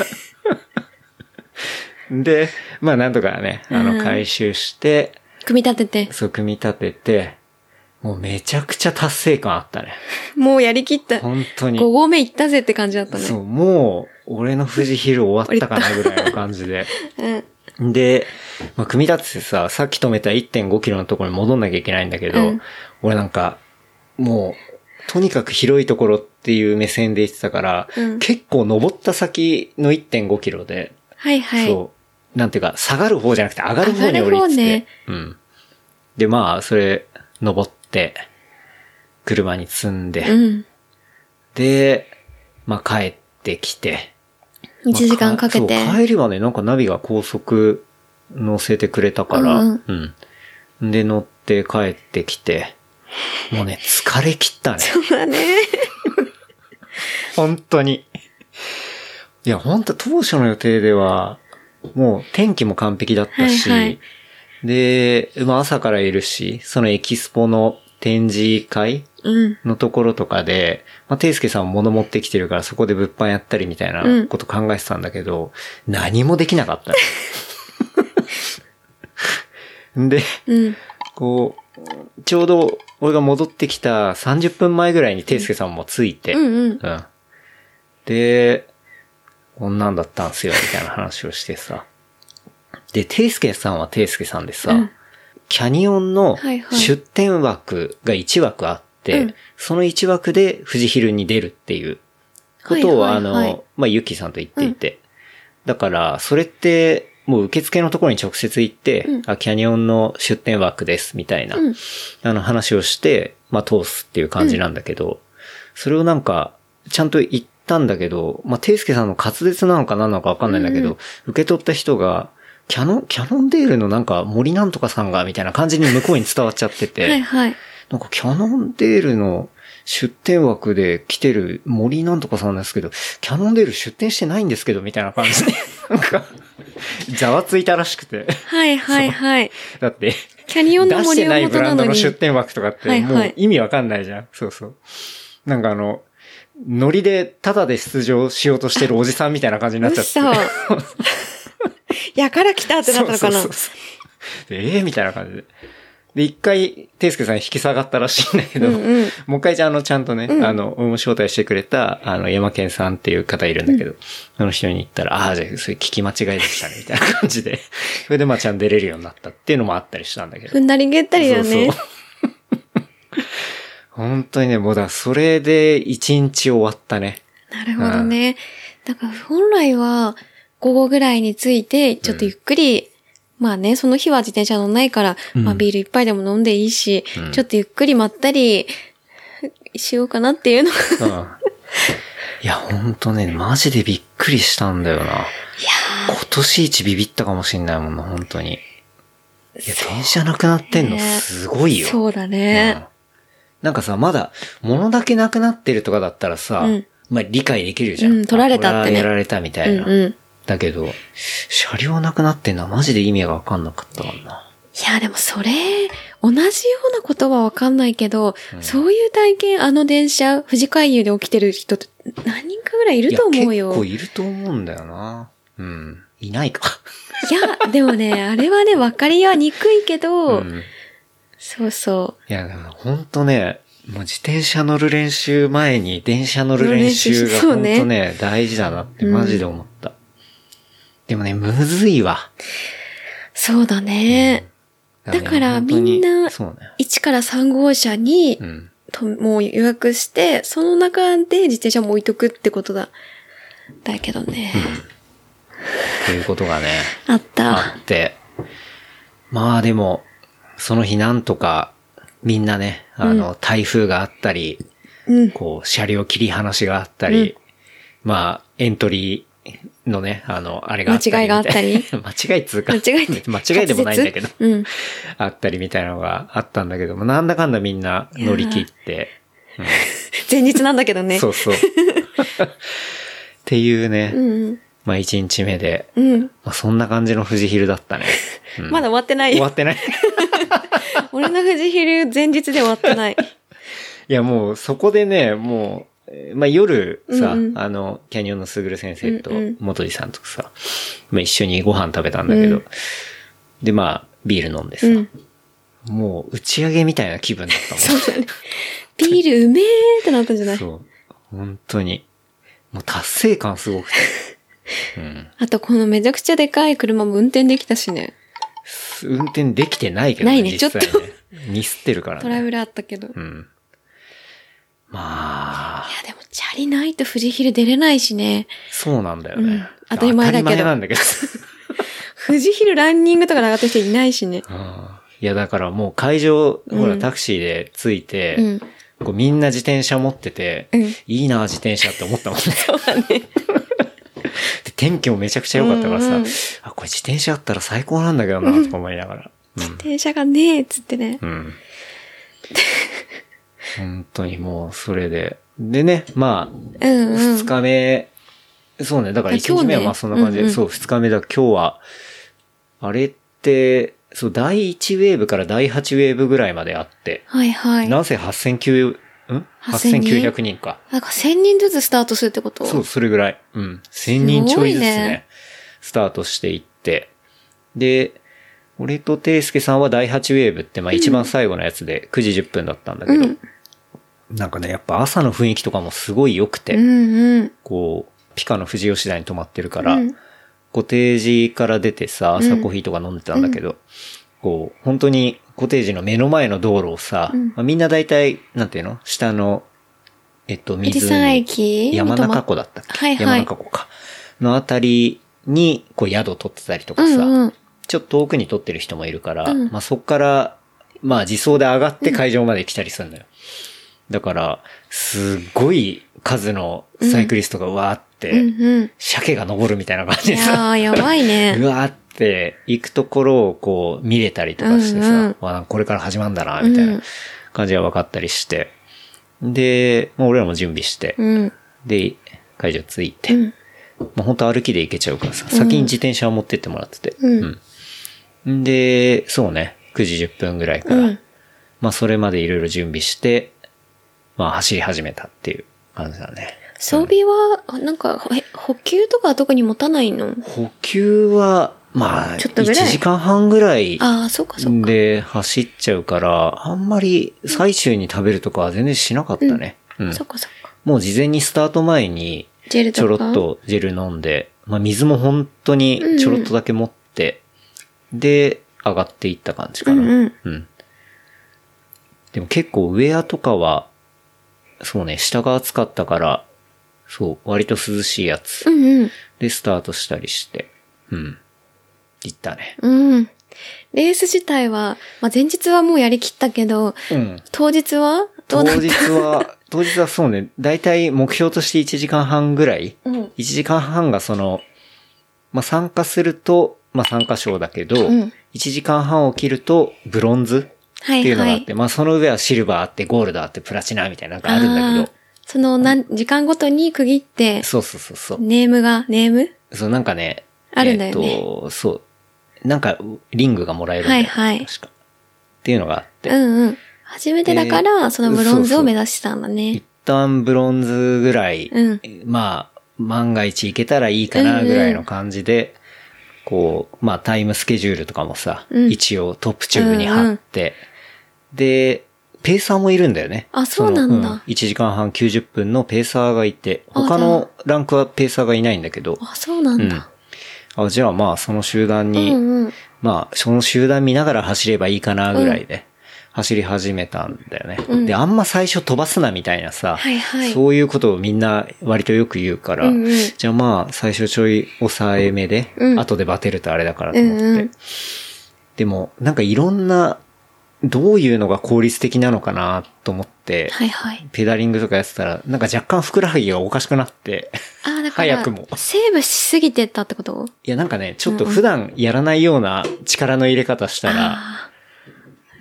Speaker 2: な。 で、まあなんとかね、あ
Speaker 3: うん
Speaker 2: の、回収して、
Speaker 3: 組み立てて。
Speaker 2: そう、組み立てて、もうめちゃくちゃ達成感あったね。
Speaker 3: もうやりきった。5
Speaker 2: 本当に。
Speaker 3: 合目行ったぜって感じだったね。
Speaker 2: そう、もう、俺の富士ヒル終わったかなぐらいの感じで。
Speaker 3: うん。
Speaker 2: で、まあ、組み立ててさ、さっき止めた1.5キロのところに戻んなきゃいけないんだけど、
Speaker 3: うん
Speaker 2: 俺なんか、もう、とにかく広いところっていう目線で言ってたから、
Speaker 3: うん
Speaker 2: 結構登った先の1.5キロで、
Speaker 3: はいはい。
Speaker 2: そう、なんていうか、下がる方じゃなくて上がる方に降りてて、
Speaker 3: 上がる
Speaker 2: うん。で、まあ、それ、登って、車に積んで、
Speaker 3: うん。
Speaker 2: で、まあ、帰ってきて、
Speaker 3: 1時間かけて。
Speaker 2: まあかそう帰りはね、なんかナビが高速乗せてくれたから、
Speaker 3: う
Speaker 2: うんん、で、乗って帰ってきて、もう ね、疲れ切ったね。そうだね。 本当に。いや、本当当初の予定では、もう天気も完璧だったし、
Speaker 3: はいはい
Speaker 2: で、まあ朝からいるし、そのエキスポの展示会
Speaker 3: うん。
Speaker 2: のところとかで、まあ、ていすけさんも物持ってきてるからそこで物販やったりみたいなこと考えてたんだけど、何もできなか ったの。で、
Speaker 3: うん。
Speaker 2: こう、ちょうど俺が戻ってきた30分前ぐらいにていすけさんもついて、
Speaker 3: うんうん。
Speaker 2: うん。で、こんなんだったんすよ、みたいな話をしてさ。で、ていすけさんはていすけさんでさ、
Speaker 3: うん
Speaker 2: キャニオンの
Speaker 3: はいはい
Speaker 2: 出店枠が1枠あって、
Speaker 3: うん
Speaker 2: その1枠で富士ヒルに出るっていうことを、
Speaker 3: はいはいはい
Speaker 2: あの、まあ、ゆきさんと言っていて。だから、それって、もう受付のところに直接行って、
Speaker 3: うん
Speaker 2: あ、キャニオンの出店枠です、みたいな、
Speaker 3: うん
Speaker 2: あの話をして、まあ、通すっていう感じなんだけど、それをなんか、ちゃんと言ったんだけど、まあ、ていすけさんの滑舌なのか何なのかわかんないんだけど、
Speaker 3: うん
Speaker 2: 受け取った人が、キャノン、キャノンデールのなんか森なんとかさんが、みたいな感じに向こうに伝わっちゃってて、
Speaker 3: はいはい。
Speaker 2: なんかキャノンデールの出店枠で来てる森なんとかさんなんですけど、キャノンデール出店してないんですけど、みたいな感じ で、なんか、ざわついたらしくて。
Speaker 3: はいはいはい。
Speaker 2: だって、
Speaker 3: キャニオン
Speaker 2: 出
Speaker 3: の
Speaker 2: して
Speaker 3: 森を
Speaker 2: ない
Speaker 3: 元
Speaker 2: ブラ
Speaker 3: な
Speaker 2: ンド
Speaker 3: の
Speaker 2: の
Speaker 3: に。
Speaker 2: 出店枠とかっ
Speaker 3: は
Speaker 2: て、
Speaker 3: い
Speaker 2: も
Speaker 3: はいう
Speaker 2: 意味わかんないじゃん。そうそう。なんかあの、ノリでタダで出場しようとしてるおじさんみたいな感じになっちゃって。
Speaker 3: 嘘 やから来たってなったのかな
Speaker 2: そうそうそうそうでええみたいな感じで。で、一回、ていすけさん引き下がったらしいんだけど、
Speaker 3: うんうん
Speaker 2: もう一回じゃあ、あの、ちゃんとね、あの、俺も招待してくれた、あの、山健さんっていう方いるんだけど、その人に行ったら、ああ、じゃあ、それ聞き間違いでしたね、みたいな感じ で。それで、まあ、ちゃんと出れるようになったっていうのもあったりしたんだけど。
Speaker 3: 踏んだり蹴ったりだよ
Speaker 2: そ
Speaker 3: ね。
Speaker 2: うそう本当にね、もうだ、それで一日終わったね。
Speaker 3: なるほどね。だから本来は午後ぐらいに着いて、ちょっとゆっくり、まあね、その日は自転車乗んないから、
Speaker 2: うん
Speaker 3: まあビール一杯でも飲んでいいし、
Speaker 2: うん
Speaker 3: ちょっとゆっくりまったりしようかなっていうのが、
Speaker 2: うん。いや、本当ね、マジでびっくりしたんだよな。今年一ビビったかもしんないもんな、本当に。いや、電車なくなってんの
Speaker 3: ね
Speaker 2: すごいよ。
Speaker 3: そうだ
Speaker 2: うん
Speaker 3: ね。
Speaker 2: なんかさ、まだ、物だけなくなってるとかだったらさ、
Speaker 3: うん
Speaker 2: まあ理解できるじゃん。
Speaker 3: うん取られたってね
Speaker 2: あこはやられたみた
Speaker 3: うん
Speaker 2: い
Speaker 3: うん。
Speaker 2: な。
Speaker 3: い
Speaker 2: だけど、車両なくなってんのはマジで意味がわかんなかったからな。
Speaker 3: や、でもそれ、同じようなことはわかんないけど、そういう体験、あの電車、富士海遊で起きてる人って何人かぐらいいると思う
Speaker 2: いや
Speaker 3: よ。
Speaker 2: 結構いると思うんだよな。うん。いないか。
Speaker 3: いや、で もね、あれはね、わかりはにくいけど、
Speaker 2: ん。
Speaker 3: そうそ
Speaker 2: いや、でもほんとね、もう自転車乗る練習前に電車乗る練習が
Speaker 3: 乗
Speaker 2: ほ
Speaker 3: る
Speaker 2: んと
Speaker 3: 練習
Speaker 2: ね、
Speaker 3: そう
Speaker 2: 大事だなってマジで思った。でもね、むずいわ。
Speaker 3: う。そうだね。だから
Speaker 2: ね本当に
Speaker 3: みんな
Speaker 2: そうね。
Speaker 3: 1から3号車に
Speaker 2: う、ん。
Speaker 3: ともう予約して、その中で自転車も置いとくってことだ。だけどね。
Speaker 2: ということがね、
Speaker 3: あった。
Speaker 2: あって。まあでも、その日なんとか、みんなね、あの、台風があったり、
Speaker 3: うん。
Speaker 2: こう、車両切り離しがあったり、まあ、エントリーのね、あの、あれがあったりみたい。
Speaker 3: 間違いがあったり
Speaker 2: 間違いっつうか。
Speaker 3: 間違えて。
Speaker 2: 間違いでもないんだけど。
Speaker 3: 滑舌うん。
Speaker 2: あったりみたいなのがあったんだけども、なんだかんだみんな乗り切って、
Speaker 3: 前日なんだけどね。
Speaker 2: そう そう。っていうね、
Speaker 3: うん
Speaker 2: まあ一日目で、
Speaker 3: うん。うん。
Speaker 2: まあそんな感じの富士ヒルだったね。うん
Speaker 3: まだ終わってない
Speaker 2: 終わ
Speaker 3: よ。
Speaker 2: ってない
Speaker 3: 俺の富士ヒル前日で終わってな
Speaker 2: い
Speaker 3: い。
Speaker 2: やもうそこでね、もう、えーまあ夜さ、
Speaker 3: うんうん
Speaker 2: あの、キャニオンのすぐる先生と
Speaker 3: うんうん、
Speaker 2: 元井さんとさ、まあ一緒にご飯食べたんだけど、
Speaker 3: うん
Speaker 2: でまあビール飲んでさ、
Speaker 3: うん。
Speaker 2: もう打ち上げみたいな気分だったもん。
Speaker 3: ビールうめーってなったんじゃない
Speaker 2: そう。本当に。もう達成感すごくて。うん。
Speaker 3: あとこのめちゃくちゃでかい車も運転できたしね。
Speaker 2: 運転できてないけど
Speaker 3: ないね
Speaker 2: 実際
Speaker 3: ちょっと
Speaker 2: ミスってるからね。
Speaker 3: トラブルあったけど。い
Speaker 2: うん。まあ、
Speaker 3: やでもチャリないと富士ヒル出れないしね。
Speaker 2: そうなんだよね。
Speaker 3: うん当たり前だけど
Speaker 2: 当たり前なんだけど。
Speaker 3: 富士ヒルランニングとか上がった人いないしね。
Speaker 2: うんいや、だからもう会場、ほ
Speaker 3: う
Speaker 2: ら、
Speaker 3: ん
Speaker 2: タクシーで着いて、
Speaker 3: うん。
Speaker 2: こうみんな自転車持ってて、
Speaker 3: うん
Speaker 2: いいな、自転車って思ったもんね。そうだ ね。で、天気もめちゃくちゃ良かったからさ、
Speaker 3: うんうん
Speaker 2: あ、これ自転車あったら最高なんだけどな、とか思いながら。うん
Speaker 3: 電車がねえっつってね。
Speaker 2: うん。本当にもう、それで。でね、まあ、
Speaker 3: うんうん。
Speaker 2: 二日目、そうね、だから
Speaker 3: あ
Speaker 2: 一日目
Speaker 3: 今日
Speaker 2: は
Speaker 3: ね
Speaker 2: まあそんな感じで、
Speaker 3: うんうん
Speaker 2: そう、二日目だ、今日は、あれって、そう、第一ウェーブから第八ウェーブぐらいまであって、
Speaker 3: はいはい。な
Speaker 2: なんせ8900、ん
Speaker 3: 8000人
Speaker 2: ?8900 人か。
Speaker 3: んか1000人ずつスタートするってこと
Speaker 2: そう、それぐらい。うん。1000人ちょいずつね、
Speaker 3: すごいね
Speaker 2: スタートしていって。で、俺とていすけさんは第8ウェーブって、まあ一番最後のやつで9時10分だったんだけど、
Speaker 3: うん
Speaker 2: なんかね、やっぱ朝の雰囲気とかもすごい良くて、
Speaker 3: うんうん。
Speaker 2: こう、ピカの富士吉田に泊まってるから、
Speaker 3: うん
Speaker 2: コテージから出てさ、朝コーヒーとか飲んでたんだけど、こう、本当にコテージの目の前の道路をさ、
Speaker 3: うん
Speaker 2: まあみんな大体、なんていうの下の、えっと、
Speaker 3: 富
Speaker 2: 水
Speaker 3: 士山駅
Speaker 2: 山中湖だったっけ、
Speaker 3: はいはい
Speaker 2: 山中湖か。のあたりに、こう宿取ってたりと
Speaker 3: う
Speaker 2: かさ、
Speaker 3: んうん。
Speaker 2: ちょっと遠くに撮ってる人もいるから、
Speaker 3: うん
Speaker 2: まあそっから、まあ自走で上がって会場まで来たりするのよ。だから、すっごい数のサイクリストがわーっ
Speaker 3: うん
Speaker 2: て、
Speaker 3: うん。
Speaker 2: 鮭が登るみたいな感じ
Speaker 3: い
Speaker 2: でさ、
Speaker 3: やー、やばいうね。
Speaker 2: わーって行くところをこう見れたりとかしてさ、
Speaker 3: うんうん
Speaker 2: わあこれから始まるんだな、みたいな感じが分かったりして。で、もう俺らも準備して、
Speaker 3: うん。
Speaker 2: で、会場着いて、
Speaker 3: うん。
Speaker 2: まあ、本当歩きで行けちゃうからさ、先に自転車を持ってってもらってて。
Speaker 3: うん
Speaker 2: うんで、そうね、9時10分ぐらいから、
Speaker 3: うん
Speaker 2: まあそれまでいろいろ準備して、まあ走り始めたっていう感じだね。
Speaker 3: 装備は、なんか、え補給とかは特に持たないの
Speaker 2: 補給は、まあ、
Speaker 3: ちょっとぐ
Speaker 2: 1
Speaker 3: らい
Speaker 2: 時間半ぐらい
Speaker 3: ああ、そうかそうか。
Speaker 2: で走っちゃうから、あんまり最終に食べるとかは全然しなかったね。うん
Speaker 3: そうかそうか。
Speaker 2: もう事前にスタート前に、
Speaker 3: ジェル
Speaker 2: ち
Speaker 3: と
Speaker 2: ょ
Speaker 3: か。
Speaker 2: ろっとジェル飲んで、まあ水も本当にちょろっとだけ持って、で、上がっていった感じか
Speaker 3: うん
Speaker 2: な。
Speaker 3: うん。
Speaker 2: うん。でも結構ウェアとかは、そうね、下が暑かったから、そう、割と涼しいやつ
Speaker 3: うん
Speaker 2: でスタートしたりして、うん。行ったね。
Speaker 3: うん。うん。レース自体は、まあ、前日はもうやりきったけど、
Speaker 2: うん。
Speaker 3: 当日は
Speaker 2: 当
Speaker 3: どうなった
Speaker 2: 日は、当日はそうね、だいたい目標として1時間半ぐらい、
Speaker 3: うん。
Speaker 2: 1時間半がその、まあ、参加すると、まあ、参加賞だけど、
Speaker 3: うん
Speaker 2: 1時間半を切るとブロンズ
Speaker 3: は
Speaker 2: ってい
Speaker 3: いう
Speaker 2: のが
Speaker 3: は
Speaker 2: あって、
Speaker 3: い。
Speaker 2: まあ、その上はシルバーあって、ゴールドあって、プラチナみたいなのがあるんだ
Speaker 3: あー
Speaker 2: け
Speaker 3: その、なん、時間ごとに区切って
Speaker 2: ど、、そうそうそうそう。
Speaker 3: ネームが、ネーム
Speaker 2: そう、なんかね、
Speaker 3: あるんだよね
Speaker 2: えっ、と、そう。なんか、リングがもらえるんだよ、
Speaker 3: はいはい
Speaker 2: 確か。っていうのがあって、
Speaker 3: うんうん。初めてだか
Speaker 2: で
Speaker 3: ら、そのブロンズ
Speaker 2: そうそう
Speaker 3: を目指してたんだね
Speaker 2: 一。旦ブロンズぐらい、
Speaker 3: うん
Speaker 2: まあ、万が一いけたらいいかなぐらいの感じで、こう、まあタイムスケジュールとかもさ、
Speaker 3: うん
Speaker 2: 一応トップチューブに貼って、で、ペーサーもいるんだよね。
Speaker 3: あそうなんだ
Speaker 2: 1時間半90分のペーサーがいて、
Speaker 3: あ
Speaker 2: 他のランクはペーサーがいないんだけど、
Speaker 3: あ、そうなんだ。
Speaker 2: あじゃあまあその集団
Speaker 3: う
Speaker 2: に、
Speaker 3: んうん。
Speaker 2: まあ、その集団見ながら走ればいいかなぐらいで、走り始めたんだよね、
Speaker 3: うん
Speaker 2: で、あんま最初飛ばすなみたいなさ、
Speaker 3: はいはい
Speaker 2: そういうことをみんな割とよく言うから、
Speaker 3: うんうん
Speaker 2: じゃあまあ、最初ちょい抑えめで、
Speaker 3: うん
Speaker 2: 後でバテるとあれだからと思って。
Speaker 3: うんうん
Speaker 2: でも、なんかいろんなどういうのが効率的なのかなと思って、
Speaker 3: はいはい。
Speaker 2: ペダリングとかやってたら、なんか若干ふくらはぎがおかしくなって、
Speaker 3: ああ、だから、
Speaker 2: 早くも
Speaker 3: セーブしすぎてたってこと
Speaker 2: いやなんかね、ちょっと普段やらないような力の入れ方したら、
Speaker 3: あ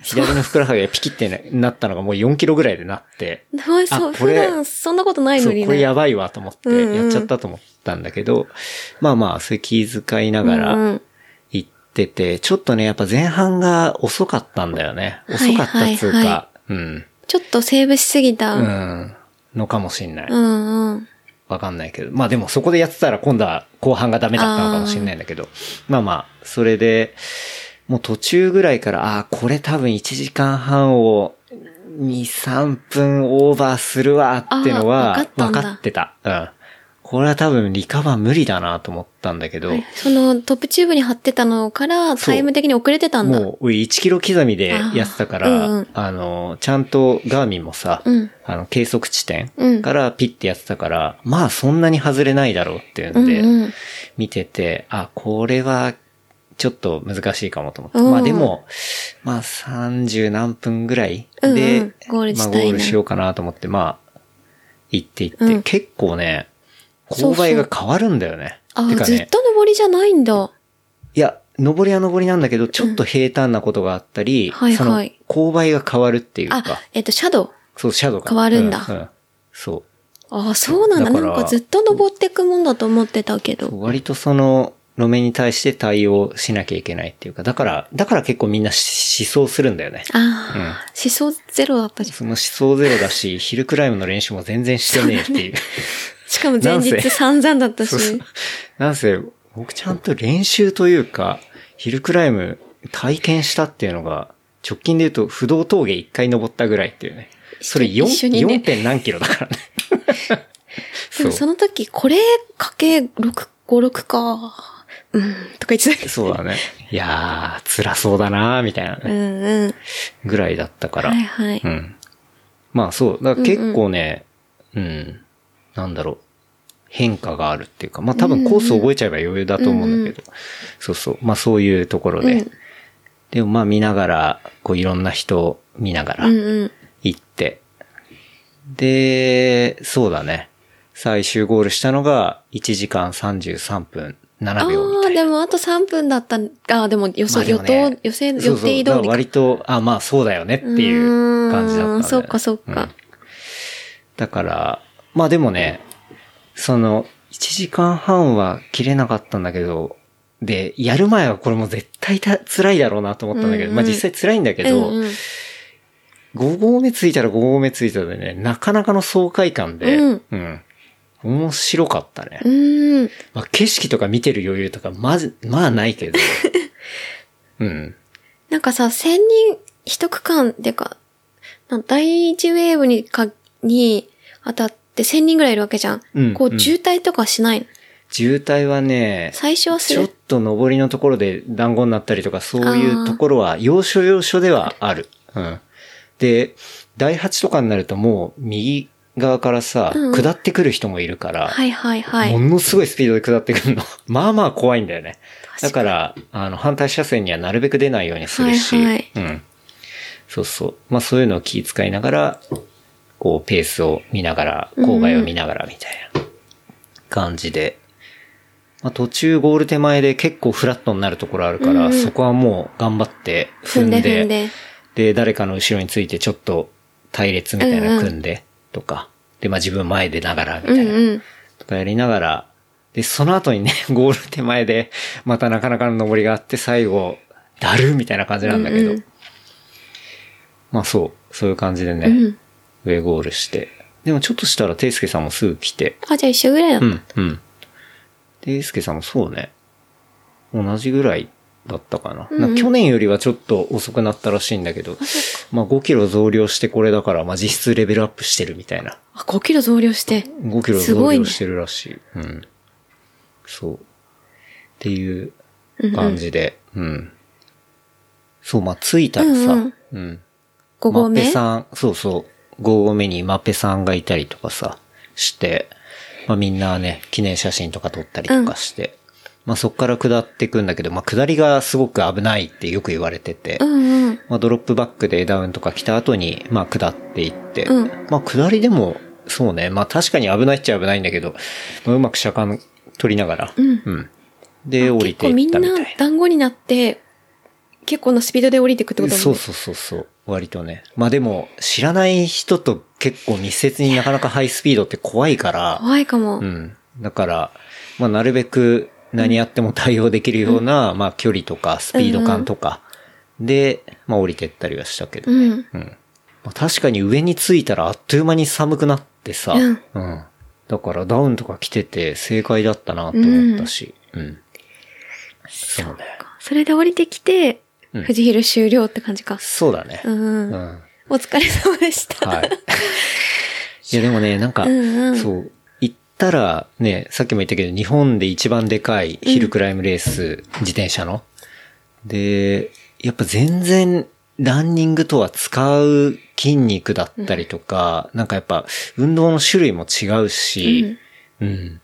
Speaker 2: 左のふくらはぎがピキってななったのがもう4キロぐらいでなって、
Speaker 3: あ。そうそう、
Speaker 2: あ
Speaker 3: 普
Speaker 2: これ
Speaker 3: 段そんなことない
Speaker 2: そ
Speaker 3: の
Speaker 2: う、
Speaker 3: にね。
Speaker 2: これやばいわと思って、
Speaker 3: うんうん
Speaker 2: やっちゃったと思ったんだけど、まあまあ、そういう気遣いなが
Speaker 3: うんう
Speaker 2: ら
Speaker 3: ん
Speaker 2: 行ってて、ちょっとね、やっぱ前半が遅かったんだよね。
Speaker 3: い
Speaker 2: 遅かったっつう
Speaker 3: はい
Speaker 2: か
Speaker 3: は、
Speaker 2: うん、
Speaker 3: ちょっとセーブしすぎた。
Speaker 2: う
Speaker 3: うん、
Speaker 2: ん、のかもしんな
Speaker 3: う
Speaker 2: い。
Speaker 3: んうん。
Speaker 2: わかんないけど。まあでもそこでやってたら今度は後半がダメだったのかもしんないんだけど。まあまあ、それで、もう途中ぐらいから、ああー、これ多分1時間半を2、3分オーバーするわってのは
Speaker 3: あーわかった
Speaker 2: 分
Speaker 3: んだ
Speaker 2: かってた。うん。これは多分リカバー無理だなと思ったんだけど、
Speaker 3: そのトップチューブに貼ってたのから
Speaker 2: そう
Speaker 3: タイム的に遅れてたんだ。
Speaker 2: もう俺1キロ刻みでやってたから、
Speaker 3: あ
Speaker 2: あ,、
Speaker 3: ーうんうん
Speaker 2: の、ちゃんとガーミンもさ、
Speaker 3: うん
Speaker 2: あの、計測地点
Speaker 3: うん
Speaker 2: からピッてやってたから、まあそんなに外れないだろうっていう
Speaker 3: うんん
Speaker 2: で、
Speaker 3: うん。
Speaker 2: 見てて、あ、これは、ちょっと難しいかもと思って。
Speaker 3: うん
Speaker 2: まあでも、まあ30何分ぐらい
Speaker 3: うんうん
Speaker 2: で、
Speaker 3: ゴール地
Speaker 2: まあ
Speaker 3: 帯
Speaker 2: ゴ
Speaker 3: ね
Speaker 2: ールしようかなと思って、まあ、行って行って、
Speaker 3: うん
Speaker 2: 結構ね、
Speaker 3: そう
Speaker 2: 勾配が変わるんだよね。
Speaker 3: あ、
Speaker 2: てか
Speaker 3: ずっ
Speaker 2: ね、
Speaker 3: と登りじゃないんだ。
Speaker 2: いや、登りは登りなんだけど、ちょっと平坦なことがあったり、
Speaker 3: はいはい
Speaker 2: その、勾配が変わるっていう
Speaker 3: あ
Speaker 2: か、、
Speaker 3: えっ、と、シャドウ。
Speaker 2: そう、シャドウが。
Speaker 3: 変わるんだ
Speaker 2: ううそう。
Speaker 3: ああ、そうなんだ。
Speaker 2: だか
Speaker 3: な
Speaker 2: ら
Speaker 3: んかずっと登ってくもんだと思ってたけど。
Speaker 2: 割とその、路面に対して対応しなきゃいけないっていうか、だから、だから結構みんなし思想するんだよね。
Speaker 3: ああ、
Speaker 2: うん
Speaker 3: 思想ゼロだったじゃん。
Speaker 2: その思想ゼロだ し、ヒルクライムの練習も全然してねえっていう。
Speaker 3: しかも前
Speaker 2: なんせ
Speaker 3: 日散々だったし。
Speaker 2: そうそうなんせ、僕ちゃんと練習というか、ヒルクライム体験したっていうのが、直近で言うと不動峠1回登ったぐらいっていうね。それ
Speaker 3: 一緒
Speaker 2: 4、
Speaker 3: にね
Speaker 2: 4. 点何キロだからね。
Speaker 3: で
Speaker 2: そ。
Speaker 3: もそうの時、これかけ6、5、6か。うん、とか言ってたけど。
Speaker 2: そうだね。いやー、辛そうだなーみたいな
Speaker 3: う
Speaker 2: ね、
Speaker 3: んうん。
Speaker 2: ぐらいだったから。。
Speaker 3: はいはいう
Speaker 2: ん。まあそう、だから結構ね、うん、なんだろう、変化があるっていうか、まあ多分コース覚えちゃえば余裕だと思うんだけど、そうそう、まあそういうところで、
Speaker 3: うん
Speaker 2: でもまあ見ながら、こういろんな人を見ながら
Speaker 3: うんうん。
Speaker 2: 行って、で、そうだね、最終ゴールしたのが1時間33分7秒み
Speaker 3: あ
Speaker 2: た
Speaker 3: あ、
Speaker 2: いな。
Speaker 3: でもあと3分だった。ああ、でも予想、
Speaker 2: まあで
Speaker 3: 予
Speaker 2: もね
Speaker 3: 定、予定、
Speaker 2: そ
Speaker 3: 予
Speaker 2: うそう
Speaker 3: 定移
Speaker 2: だ
Speaker 3: 動
Speaker 2: から
Speaker 3: に。
Speaker 2: 割と、あ、まあそうだよねっていう感じだったんだよ
Speaker 3: う
Speaker 2: ね
Speaker 3: ーんそっかそっか。
Speaker 2: だから、まあでもね、その、1時間半は切れなかったんだけど、で、やる前はこれもう絶対た辛いだろうなと思ったんだけど、
Speaker 3: うんうん
Speaker 2: まあ実際辛いんだけど、
Speaker 3: うんうん
Speaker 2: 5合目ついたら5合目ついたでね、なかなかの爽快感で、
Speaker 3: うん
Speaker 2: うん面白かったね。
Speaker 3: うん。
Speaker 2: まあ景色とか見てる余裕とか、まず、まあない けど、うん。
Speaker 3: なんかさ、千人一区間ってか、なん第一ウェーブにか、に当たって千人ぐらいいるわけじゃん。
Speaker 2: うん
Speaker 3: こ
Speaker 2: うん
Speaker 3: う、渋滞とかしないの、
Speaker 2: 渋滞はね、
Speaker 3: 最初はす
Speaker 2: ちょっ
Speaker 3: る。
Speaker 2: と上りのところで団子になったりとか、そういうところは、要所要所ではある。うん。で、第8とかになるともう、右側からさ、
Speaker 3: うん
Speaker 2: 下ってくる人もいるから、
Speaker 3: はいはいはい。
Speaker 2: ものすごいスピードで下ってくるの。 まあまあ怖いんだよね。
Speaker 3: 確か
Speaker 2: だ
Speaker 3: に
Speaker 2: から、あの、反対車線にはなるべく出ないようにするし、
Speaker 3: はいはい
Speaker 2: うん。そうそう。まあそういうのを気遣いながら、こう、ペースを見ながら、
Speaker 3: うんうん
Speaker 2: 勾配を見ながらみたいな感じで。まあ途中ゴール手前で結構フラットになるところあるから、
Speaker 3: うんうん
Speaker 2: そこはもう頑張って
Speaker 3: 踏
Speaker 2: 踏
Speaker 3: ん
Speaker 2: ん
Speaker 3: で
Speaker 2: で、
Speaker 3: 踏んで。
Speaker 2: で、誰かの後ろについてちょっと隊列みたいなの組んで、とか、で、まあ自分前でながらみた
Speaker 3: う
Speaker 2: い
Speaker 3: ん
Speaker 2: な。
Speaker 3: うん。
Speaker 2: とかやりながら、で、その後にね、 ゴール手前で、またなかなかの登りがあって、最後、だるみたいな感じなんだけど、
Speaker 3: うんうん
Speaker 2: まあそう、そういう感じでね、
Speaker 3: うん
Speaker 2: 上ゴールして。でもちょっとしたら、ていすけさんもすぐ来て、
Speaker 3: あ、じゃあ一緒ぐらいだった。
Speaker 2: うん、うん。ていすけさんもそうね、同じぐらいだったかな。
Speaker 3: うんうん
Speaker 2: なんか去年よりはちょっと遅くなったらしいんだけど、まあ5キロ増量してこれだから、まあ実質レベルアップしてるみたいな。
Speaker 3: あ、5キロ増量して。
Speaker 2: 5キロ
Speaker 3: す
Speaker 2: 増
Speaker 3: ごい
Speaker 2: 量
Speaker 3: ね
Speaker 2: してるらしい。うん。そう。っていう感じで、うん、そう、まあ、着いたらさ、
Speaker 3: う
Speaker 2: うんん、
Speaker 3: 5合
Speaker 2: マッ
Speaker 3: 目
Speaker 2: ペ。さん、そうそう、5合目にマッペさんがいたりとかさ、して、まあみんなね、記念写真とか撮ったりとかして、まあそこから下ってくんだけど、まあ下りがすごく危ないってよく言われてて、
Speaker 3: うんうん。
Speaker 2: まあドロップバックでダウンとか来た後に、まあ下っていって、
Speaker 3: うん
Speaker 2: まあ下りでも、そうね、まあ確かに危ないっちゃ危ないんだけど、まあうまく車間取りながら、
Speaker 3: うん
Speaker 2: で、降り
Speaker 3: 結
Speaker 2: て
Speaker 3: 構
Speaker 2: い
Speaker 3: み
Speaker 2: っ
Speaker 3: ん
Speaker 2: たみ
Speaker 3: な
Speaker 2: たいな。
Speaker 3: 団子になって、結構なスピードで降りていくってことだもんね
Speaker 2: そうそうそうそう。割とね。まあでも、知らない人と結構密接になかなかハイスピードって怖いから、
Speaker 3: 怖いかも。
Speaker 2: うん。だから、まあ、なるべく何やっても対応できるような、まあ、距離とかスピード感とかで、まあ、降りてったりはしたけど。
Speaker 3: うん。
Speaker 2: まあ、確かに上に着いたらあっという間に寒くなってさ、
Speaker 3: うん
Speaker 2: うんだからダウンとか着てて正解だったなと思ったし、うん。そうね。
Speaker 3: それで降りてきて、
Speaker 2: うん
Speaker 3: 富士ヒル終了って感じか。
Speaker 2: そうだね。
Speaker 3: うん
Speaker 2: う
Speaker 3: うん。
Speaker 2: ん
Speaker 3: お疲れ様でした。
Speaker 2: はい。いや、でもね、なんか、
Speaker 3: うんうん
Speaker 2: そう、行ったら、ね、さっきも言ったけど、日本で一番でかいヒルクライムレース、自転車の。で、やっぱ全然、ランニングとは使う筋肉だったりとか、なんかやっぱ、運動の種類も違うし、うん、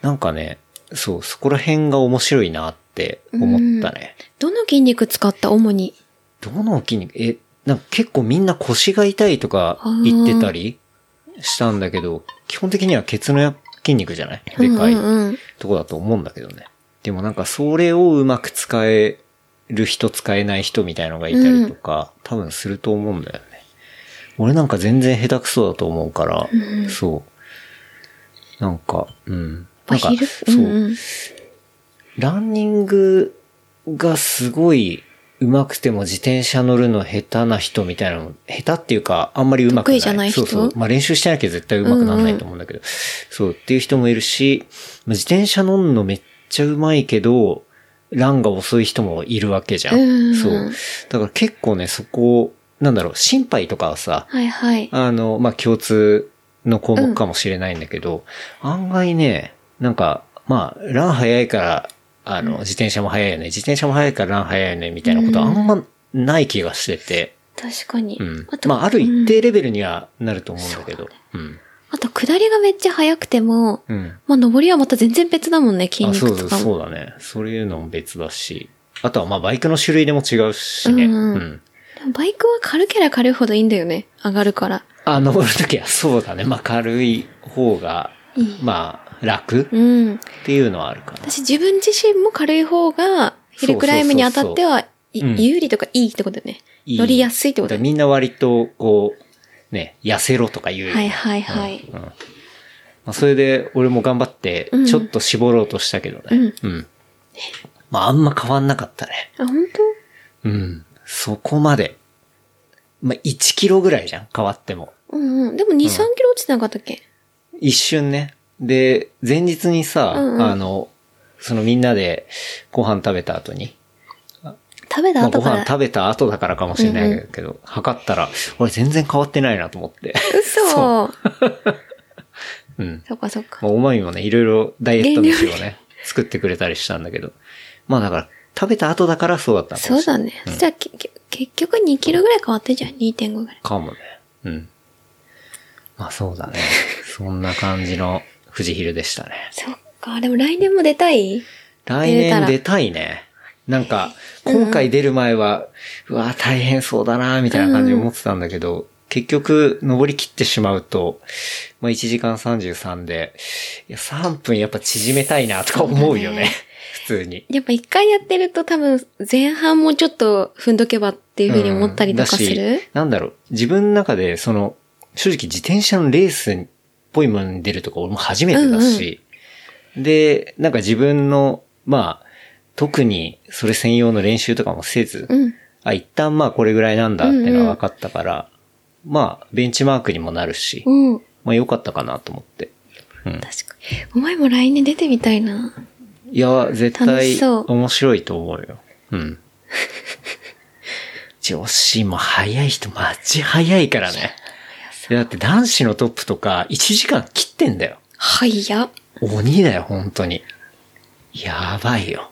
Speaker 2: なんかね、そう、そこら辺が面白いなって思ったね。
Speaker 3: どの筋肉使った主に。
Speaker 2: どの筋肉、え、なんか結構みんな腰が痛いとか言ってたりしたんだけど、基本的にはケツの筋肉じゃないでかい
Speaker 3: うんうんうん
Speaker 2: とこだと思うんだけどね。でもなんかそれをうまく使える人使えない人みたいのがいたりとか、多分すると思うんだよね。俺なんか全然下手くそだと思うから、そう。なんか、うん。なんか
Speaker 3: バヒル、
Speaker 2: そう、
Speaker 3: うんうん
Speaker 2: ランニングがすごい上手くても自転車乗るの下手な人みたいなの、下手っていうか、あんまり上手くない。
Speaker 3: 得意じゃない人
Speaker 2: そうそう。まあ練習してなきゃ絶対上手くならないと思うんだけど、そうっていう人もいるし、まあ自転車乗るのめっちゃ上手いけど、ランが遅い人もいるわけじゃん。
Speaker 3: うんうんうん
Speaker 2: そう。だから結構ね、そこ、なんだろう、心配とかはさ、
Speaker 3: はいはい。
Speaker 2: あの、まあ、共通の項目かもしれないんだけど、案外ね、なんか、まあ、ラン早いから、あの、自転車も早いよね、自転車も早いからラン早いよね、みたいなことあんまない気がしてて、
Speaker 3: 確かに。
Speaker 2: うん
Speaker 3: あ。と、
Speaker 2: まあ、ある
Speaker 3: うん
Speaker 2: 一定レベルにはなると思うんだけど、うん。
Speaker 3: あと、下りがめっちゃ速くても、
Speaker 2: うん。
Speaker 3: まあ、上りはまた全然別だもんね、筋
Speaker 2: あそうそ
Speaker 3: 肉と
Speaker 2: う
Speaker 3: かも。
Speaker 2: そうだね。そういうのも別だし、あとはまあ、バイクの種類でも違うしね、
Speaker 3: う
Speaker 2: うんん。
Speaker 3: うんでもバイクは軽けりゃ軽いほどいいんだよね。上がるから。
Speaker 2: あ、登るときはそうだね。まあ、軽い方が、まあ、楽
Speaker 3: うん。
Speaker 2: っていうのはあるかな。
Speaker 3: 私自分自身も軽い方が、ヒルクライムに当たっては、い
Speaker 2: そうそうそううん
Speaker 3: 有利とかいいってことだよね。
Speaker 2: いい
Speaker 3: 乗りやすいってこと
Speaker 2: だ
Speaker 3: だ
Speaker 2: から
Speaker 3: よね。
Speaker 2: みんな割と、こう、ね、痩せろとか言うよね。
Speaker 3: はいはいはい。
Speaker 2: まあ、それで、俺も頑張って
Speaker 3: うん、
Speaker 2: ちょっと絞ろうとしたけどね。うん。まあ、あんま変わんなかったね。
Speaker 3: あ、本
Speaker 2: うん。そこまで。まあ、1キロぐらいじゃん変わっても。
Speaker 3: 当うんうん。でも2、3キロ落ちてなかったっけ
Speaker 2: 一瞬ね。で、前日にさ、
Speaker 3: うんうん
Speaker 2: あの、そのみんなでご飯食べた後に、
Speaker 3: 食べた
Speaker 2: まあ、ご
Speaker 3: 後から。
Speaker 2: 飯食べた後だからかもしれないけど、測ったら、俺全然変わってないなと思って。
Speaker 3: 嘘
Speaker 2: うん。
Speaker 3: そっかそっか。
Speaker 2: まあ、おまみもね、いろいろダイエット飯をね、作ってくれたりしたんだけど。まあだから、食べた後だからそうだったのか
Speaker 3: そ
Speaker 2: も
Speaker 3: う
Speaker 2: しれ
Speaker 3: だ
Speaker 2: ない。
Speaker 3: ね。じゃあ、けけ結局2キロぐらい変わってんじゃん。2.5ぐらい。
Speaker 2: かもね。うん。まあそう だね。そんな感じの富士ヒルでしたね。
Speaker 3: そっか。でも来年も出たい
Speaker 2: 来
Speaker 3: 出れた
Speaker 2: 年
Speaker 3: ら
Speaker 2: 出たいね。なんか、今回出る前は、うわ、大変そうだな、みたいな感じで思ってたんだけど、結局、登り切ってしまうと、まあ1時間33で、いや、3分やっぱ縮めたいな、とか思うよ
Speaker 3: そうだね
Speaker 2: ね普通に。
Speaker 3: やっぱ一回やってると多分前半もちょっと踏んどけばっていうふうに思ったりとかす
Speaker 2: うんだ
Speaker 3: る
Speaker 2: し、なんだろう、自分の中で、その、正直自転車のレースっぽいものに出るとか俺も初めてだし、で、なんか自分の、まあ、特にそれ専用の練習とかもせず、
Speaker 3: うん。
Speaker 2: あ、一旦まあこれぐらいなんだってのは分かったから、まあ、ベンチマークにもなるし、
Speaker 3: うん。
Speaker 2: まあ良かったかなと思って。うん。
Speaker 3: 確かに。お前も来年出てみたいな。
Speaker 2: いや、絶
Speaker 3: 楽
Speaker 2: 対
Speaker 3: しそう
Speaker 2: 面白いと思うよ。 うん。女子も早い人、マジ早いからね。だって男子のトップとか1時間切ってんだよ。
Speaker 3: はいや。
Speaker 2: 鬼だよ、本当に。やばいよ。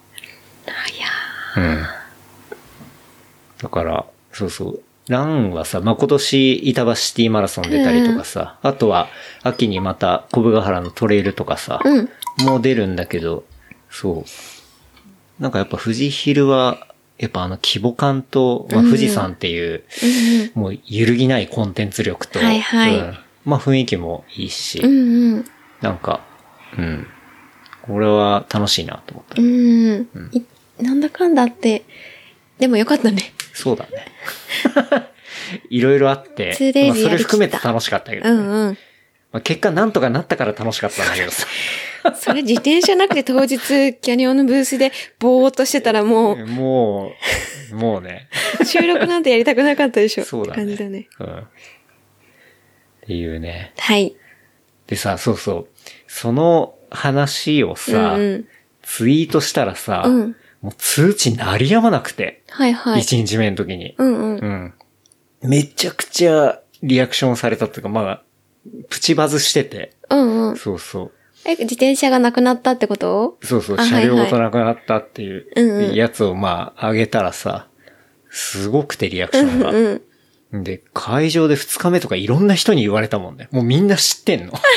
Speaker 3: はいや。
Speaker 2: うん。だから、そうそう。ランはさ、まあ、今年、板橋シティマラソン出たりとかさ、あとは、秋にまた、小部ヶ原のトレイルとかさ、
Speaker 3: うん。
Speaker 2: もう出るんだけど、そう。なんかやっぱ富士ヒルは、やっぱあの規模感と、まあ、富士山っていう、もう揺るぎないコンテンツ力と、
Speaker 3: はいはい
Speaker 2: うんまあ雰囲気もいいし、
Speaker 3: うんうん。
Speaker 2: なんか、うん。これは楽しいなと思った。
Speaker 3: うん。いなんだかんだあって、でもよかったね。
Speaker 2: そう だね。いろいろあって、
Speaker 3: 2days
Speaker 2: まあ、そ
Speaker 3: や
Speaker 2: れ
Speaker 3: りきった
Speaker 2: 含めて楽しかったけど、
Speaker 3: う
Speaker 2: ね
Speaker 3: んうん。
Speaker 2: まあ、結果なんとかなったから楽しかったんだけどさ。
Speaker 3: それ自転車なくて当日、キャニオンのブースでぼーっとしてたらもう、
Speaker 2: もう、もうね。
Speaker 3: 収録なんてやりたくなかったでしょ。
Speaker 2: そうだね
Speaker 3: って感じだね。
Speaker 2: うん。っていうね。
Speaker 3: はい。
Speaker 2: でさ、そうそう。その話をさ、
Speaker 3: うんうん
Speaker 2: ツイートしたらさ、
Speaker 3: うん
Speaker 2: もう通知鳴りやまなくて。
Speaker 3: はいはい。
Speaker 2: 一1日目の時に。
Speaker 3: うんうん。
Speaker 2: うん。めちゃくちゃリアクションされたっていうか、まあ、プチバズしてて。
Speaker 3: うんうん。
Speaker 2: そうそう。
Speaker 3: え、自転車がなくなったってこと
Speaker 2: そうそう、
Speaker 3: あ
Speaker 2: 車両
Speaker 3: はい
Speaker 2: ご
Speaker 3: はい
Speaker 2: となくなったってい
Speaker 3: うんう
Speaker 2: うんやつをまあ、上げたらさ、すごくてリアクションが。
Speaker 3: うん。
Speaker 2: で、会場で2日目とかいろんな人に言われたもんね。もうみんな知ってんの。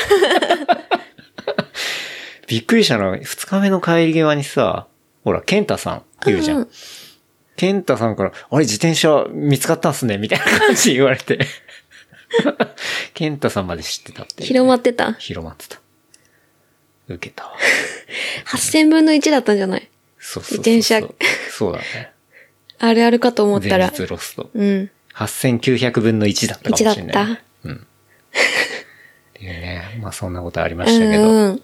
Speaker 2: びっくりしたのは、2日目の帰り際にさ、ほら、ケンタさん、いるじゃん。
Speaker 3: うんうん
Speaker 2: ケンタさんから、あれ、自転車見つかったんすねみたいな感じで言われて。 ケンタさんまで知ってたっていうね、
Speaker 3: 広まってた。
Speaker 2: 広まってた。受けたわ。
Speaker 3: 8000分の1だったんじゃない
Speaker 2: そうそうそうそう。
Speaker 3: 自転車
Speaker 2: そうだね。
Speaker 3: あるあるかと思った
Speaker 2: 前
Speaker 3: ら。
Speaker 2: 日ロスト。
Speaker 3: うん。
Speaker 2: 8900分の1だったかもしれない。
Speaker 3: 1だった
Speaker 2: うん。っていうね。まあそんなことありま
Speaker 3: う
Speaker 2: したけど。
Speaker 3: んうん。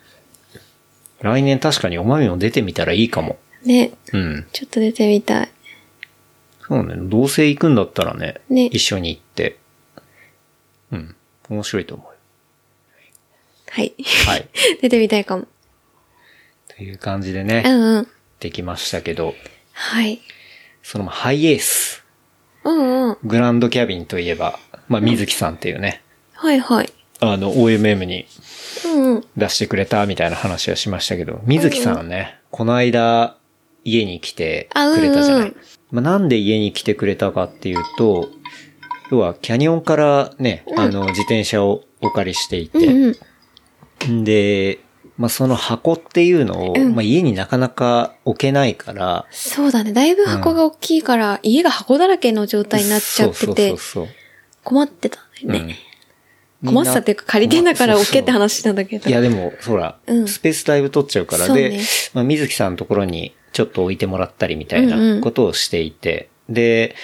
Speaker 2: 来年確かにおまみも出てみたらいいかも。
Speaker 3: ね。
Speaker 2: うん。
Speaker 3: ちょっと出てみたい。
Speaker 2: そうね。どうせ行くんだったらね。
Speaker 3: ね
Speaker 2: 一緒に行って。うん。面白いと思う よ。
Speaker 3: はい。
Speaker 2: はい。
Speaker 3: 出てみたいかも。
Speaker 2: という感じで
Speaker 3: う
Speaker 2: ね。
Speaker 3: んうん。
Speaker 2: できましたけど。
Speaker 3: はい。
Speaker 2: そのハイエース。
Speaker 3: うんうん。
Speaker 2: グランドキャビンといえば、まあ水木さんっていうね。
Speaker 3: はいはい。
Speaker 2: あの、OMM に
Speaker 3: うんうん。
Speaker 2: 出してくれたみたいな話はしましたけど、水木さんはね、この間家に来てくれたじゃない。
Speaker 3: あうんうん
Speaker 2: まあ、なんで家に来てくれたかっていうと、要はキャニオンからね、あの自転車をお借りしてい
Speaker 3: うん
Speaker 2: て、
Speaker 3: うん。
Speaker 2: で、まあ、その箱っていうのを、
Speaker 3: うん
Speaker 2: まあ、家になかなか置けないから、
Speaker 3: そうだね。だいぶ箱が大きいから、家が箱だらけの状態になっちゃってて
Speaker 2: そう、そうそう
Speaker 3: 困ってたんだ
Speaker 2: そう。
Speaker 3: よね。困ってたっていうか、借りてんだから
Speaker 2: まあ
Speaker 3: 置けって話なんだけど。
Speaker 2: いやでも、ほら、
Speaker 3: うん
Speaker 2: スペースだいぶ取っちゃうから、
Speaker 3: そう
Speaker 2: で、
Speaker 3: ね
Speaker 2: まあ、水木さんのところにちょっと置いてもらったりみたい
Speaker 3: うんう
Speaker 2: なんことをしていて、で、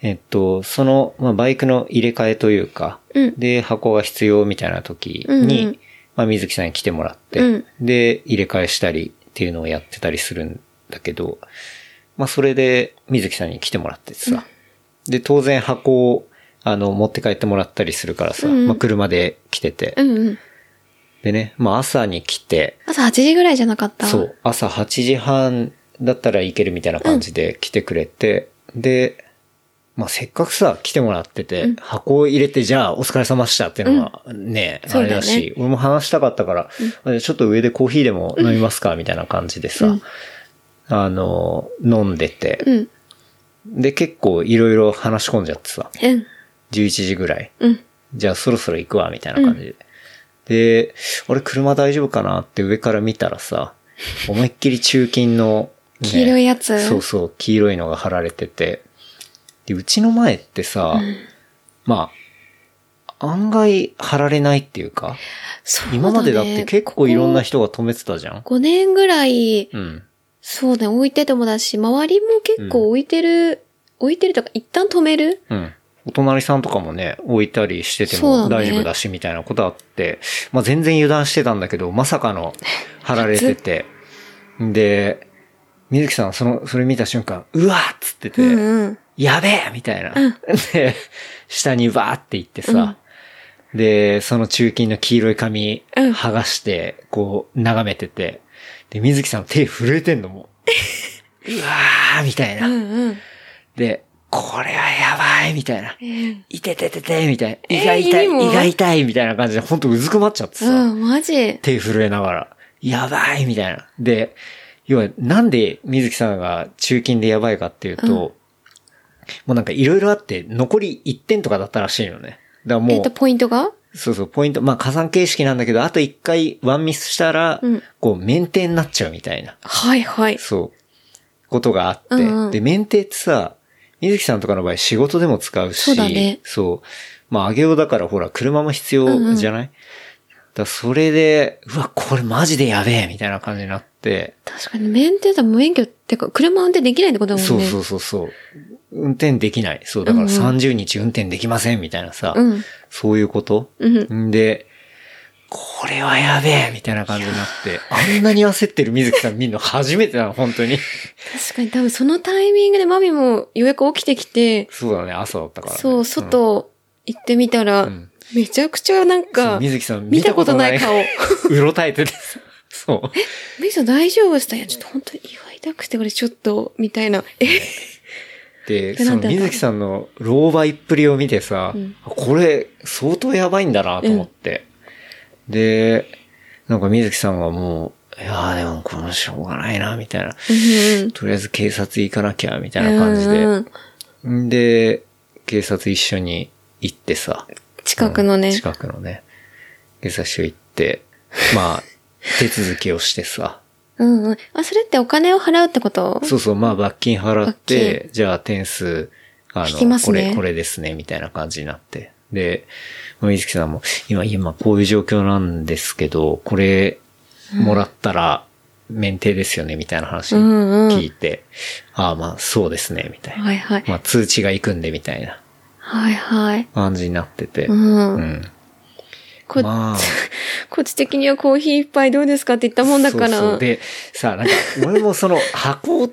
Speaker 2: えっと、その、まあ、バイクの入れ替えというか、
Speaker 3: うん
Speaker 2: で、箱が必要みたいな時に、
Speaker 3: うんうん
Speaker 2: まあ、水木さんに来てもらって、
Speaker 3: うん
Speaker 2: で、入れ替えしたりっていうのをやってたりするんだけど、まあ、それで水木さんに来てもらってさ、で、当然箱を、あの、持って帰ってもらったりするからさ、
Speaker 3: うんうん
Speaker 2: まあ、車で来てて、
Speaker 3: うんうん。
Speaker 2: でね、まあ朝に来て、
Speaker 3: 朝8時ぐらいじゃなかった
Speaker 2: そう。、朝8時半だったらいけるみたいな感じで来てくれて、で、まあせっかくさ、来てもらってて、
Speaker 3: うん
Speaker 2: 箱を入れて、じゃあお疲れ様でしたっていうのはね、
Speaker 3: そ
Speaker 2: あ
Speaker 3: う
Speaker 2: れ
Speaker 3: だよね
Speaker 2: だし、俺も話したかったから、あちょっと上でコーヒーでも飲みますか、みたいな感じでさ、
Speaker 3: うん
Speaker 2: あの、飲んでて、
Speaker 3: うん。
Speaker 2: で結構いろいろ話し込んじゃってさ、
Speaker 3: うん。
Speaker 2: 11時ぐらい。
Speaker 3: うん。
Speaker 2: じゃあそろそろ行くわ、みたいな感じで。で、俺車大丈夫かなって上から見たら さ、思いっきり中金の、ね
Speaker 3: 黄色いやつ
Speaker 2: そうそう、黄色いのが貼られてて。で、うちの前ってさ、まあ、案外貼られないっていうか、
Speaker 3: そうだね。
Speaker 2: 今までだって結構いろんな人が止めてたじゃん。
Speaker 3: 5年ぐらい、
Speaker 2: うん。
Speaker 3: そうね、置いててもだし、周りも結構置いてる、置いてるとか、一旦止める
Speaker 2: うん。お隣さんとかもね、置いたりしてて
Speaker 3: そ
Speaker 2: も
Speaker 3: うだね
Speaker 2: 大丈夫だし、みたいなことあって、まあ全然油断してたんだけど、まさか の貼られてて。で、水木さん、その、それ見た瞬間、うわっつってて、
Speaker 3: うんうん。
Speaker 2: やべえみたいな。で、下にわーって行ってさ、で、その中金の黄色い髪、
Speaker 3: うん
Speaker 2: 剥がして、こう、眺めてて、で、水木さん手震えてんの もう。うわーみたいうな。
Speaker 3: んうん。
Speaker 2: で、これはやばいみたいな。
Speaker 3: うん
Speaker 2: いてててて、みたいな。胃
Speaker 3: え
Speaker 2: が痛い、
Speaker 3: 胃にも
Speaker 2: 胃が痛い、みたいな感じで、ほんとうずくまっちゃってさ、
Speaker 3: うん、マジ。
Speaker 2: 手震えながら、やばい、みたいな。で、要は、なんで水木さんが中金でやばいかっていうと、
Speaker 3: うん
Speaker 2: もうなんかいろいろあって、残り1点とかだったらしいのね。だからもう、
Speaker 3: えっと、ポイントが
Speaker 2: そうそう、ポイント、まあ加算形式なんだけど、あと一回ワンミスしたら、
Speaker 3: うん
Speaker 2: こう、免停になっちゃうみたいな、
Speaker 3: はいはい。
Speaker 2: そう、ことがあって、
Speaker 3: うんうん
Speaker 2: で、免停ってさ、水木さんとかの場合仕事でも使うし、
Speaker 3: そうだね
Speaker 2: そうまあ、あげおだからほら、車も必
Speaker 3: うんう
Speaker 2: 要
Speaker 3: ん
Speaker 2: じゃない、だそれで、うわ、これマジでやべえみたいな感じになって、
Speaker 3: 確かに、免停だ、無免許ってか、車運転できないってことだもん
Speaker 2: そ
Speaker 3: ね。
Speaker 2: うそうそうそう。運転できない。そう、だから
Speaker 3: うんうん
Speaker 2: 30日運転できませんみたいなさ、
Speaker 3: うん。
Speaker 2: そういうこと、
Speaker 3: うん。
Speaker 2: で、これはやべえみたいな感じになって、あんなに焦ってる水木さん見るの初めてなの、本当に。
Speaker 3: 確かに、多分そのタイミングでマミもようやく起きてきて、
Speaker 2: そうだね、朝だったからね、
Speaker 3: そう、外行ってみたら、
Speaker 2: うん
Speaker 3: めちゃくちゃなん
Speaker 2: うんそ
Speaker 3: か
Speaker 2: う、水木さん
Speaker 3: 見たことない顔。。
Speaker 2: うろたえてて。そう。
Speaker 3: ミさん大丈夫でしたいや、ちょっと本当に胃が痛くて、これちょっと、みたいな。え
Speaker 2: で、
Speaker 3: で
Speaker 2: その
Speaker 3: なんだろう
Speaker 2: 水木さんの老媒っぷりを見てさ、
Speaker 3: うん
Speaker 2: これ相当やばいんだなと思って。で、なんか水木さんはもう、いやーでもこのしょうがないな、みたいな。
Speaker 3: うんうん
Speaker 2: とりあえず警察行かなきゃ、みたいな感じで。
Speaker 3: うん
Speaker 2: んで、警察一緒に行ってさ。
Speaker 3: 近くの
Speaker 2: う
Speaker 3: ね。
Speaker 2: ん近くのね。警察署行って、まあ、手続きをしてさ。
Speaker 3: うんうん。あ、それってお金を払うってこと
Speaker 2: そうそう、まあ罰金払って
Speaker 3: 罰、
Speaker 2: じゃあ点数、あ
Speaker 3: 引き
Speaker 2: の、
Speaker 3: ま
Speaker 2: こ
Speaker 3: すね
Speaker 2: れ、これですね、みたいな感じになって。で、水木さんも、今、今こういう状況なんですけど、これ、もらったら、免停ですよね、みたいな話
Speaker 3: うんうん
Speaker 2: 聞いて、ああ、まあ、そうですね、みたいな。
Speaker 3: はいはい。
Speaker 2: まあ、通知が行くんで、みたいな
Speaker 3: はいはい。
Speaker 2: 感じになってて。
Speaker 3: う。
Speaker 2: うんん。
Speaker 3: こ
Speaker 2: まあ、
Speaker 3: こっち的にはコーヒー一杯どうですかって言ったもんだから。
Speaker 2: そうそうで、さ、なんか、俺もその箱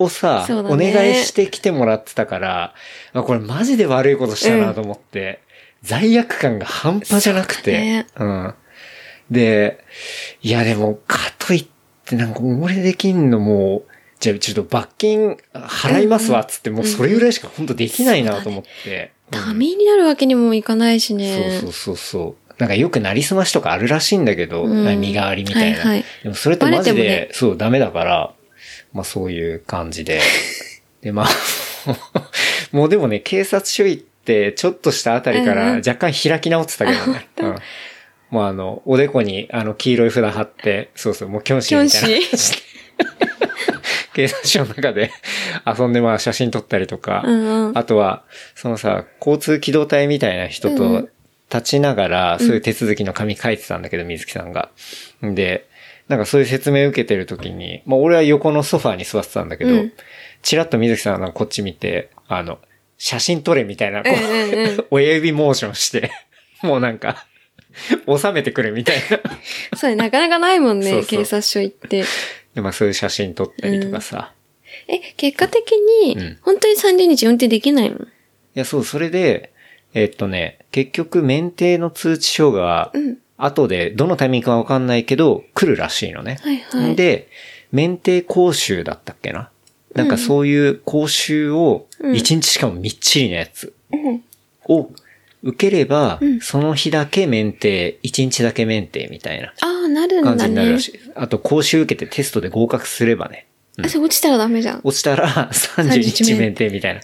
Speaker 2: をさ、
Speaker 3: そう
Speaker 2: お
Speaker 3: だ
Speaker 2: 願
Speaker 3: ね
Speaker 2: いしてきてもらってたから、あこれマジで悪いことしたなと思って、罪悪感が半端じゃなくて、うん。で、いやでも、かといって、なんか、俺できんのもう、じゃあちょっと罰金払いますわ、っつって、もうそれぐらいしか本当できないなと思って。
Speaker 3: ダミーになるわけにもいかないしね。
Speaker 2: そうそうそうそう。なんかよくなりすましとかあるらしいんだけど、
Speaker 3: うん
Speaker 2: なんか身代わりみたいな。
Speaker 3: はいはい
Speaker 2: でもそれってマジで、
Speaker 3: バレてもね
Speaker 2: そう、ダメだから、まあそういう感じ で。で、まあ、 もうでもね、警察署行って、ちょっとしたあたりか
Speaker 3: うん
Speaker 2: ら
Speaker 3: うん
Speaker 2: 若干開き直ってたけどね。うんもうあの、おでこにあの黄色い札貼って、そうそう、もうキョンシーみたいな。
Speaker 3: キョン
Speaker 2: 警察署の中で遊んでまあ写真撮ったりとか、
Speaker 3: うんうん。
Speaker 2: あとは、そのさ、交通機動隊みたいな人
Speaker 3: う
Speaker 2: と
Speaker 3: ん
Speaker 2: 立ちながら、そういう手続きの紙書いてたんだけど、水木さんが。で、なんかそういう説明受けてる時に、まあ俺は横のソファーに座ってたんだけど、
Speaker 3: うん
Speaker 2: チラッと水木さんがなんかこっち見て、あの、写真撮れみたいな、こう
Speaker 3: うんうんうん
Speaker 2: 親指モーションして、もうなんか、収めてくれみたいな。
Speaker 3: そうね、なかなかないもんね、
Speaker 2: そうそう
Speaker 3: 警察署行って。
Speaker 2: で、まあそういう写真撮ったりとかさ。
Speaker 3: え、結果的に、
Speaker 2: うん
Speaker 3: 本当に30日運転できないの
Speaker 2: いや、そう、それで、えっとね、結局、免停の通知書が
Speaker 3: うん、
Speaker 2: 後で、どのタイミングかわかんないけど、来るらしいのね。
Speaker 3: はいはい
Speaker 2: で、免停講習だったっけな。なんかそういう講習を、
Speaker 3: うん
Speaker 2: 一日しかもみっちりなやつ
Speaker 3: うん。
Speaker 2: を受ければ、
Speaker 3: ん
Speaker 2: その日だけ免停、一日だけ免停みたいな
Speaker 3: ああ、なるん
Speaker 2: 感
Speaker 3: だね。
Speaker 2: じになるらしい。あと、講習受けてテストで合格すればね。うん
Speaker 3: あ、それ落ちたらダメじゃん。
Speaker 2: 落ちたら30
Speaker 3: 30
Speaker 2: 日
Speaker 3: 日
Speaker 2: 免
Speaker 3: 免
Speaker 2: 停みたいな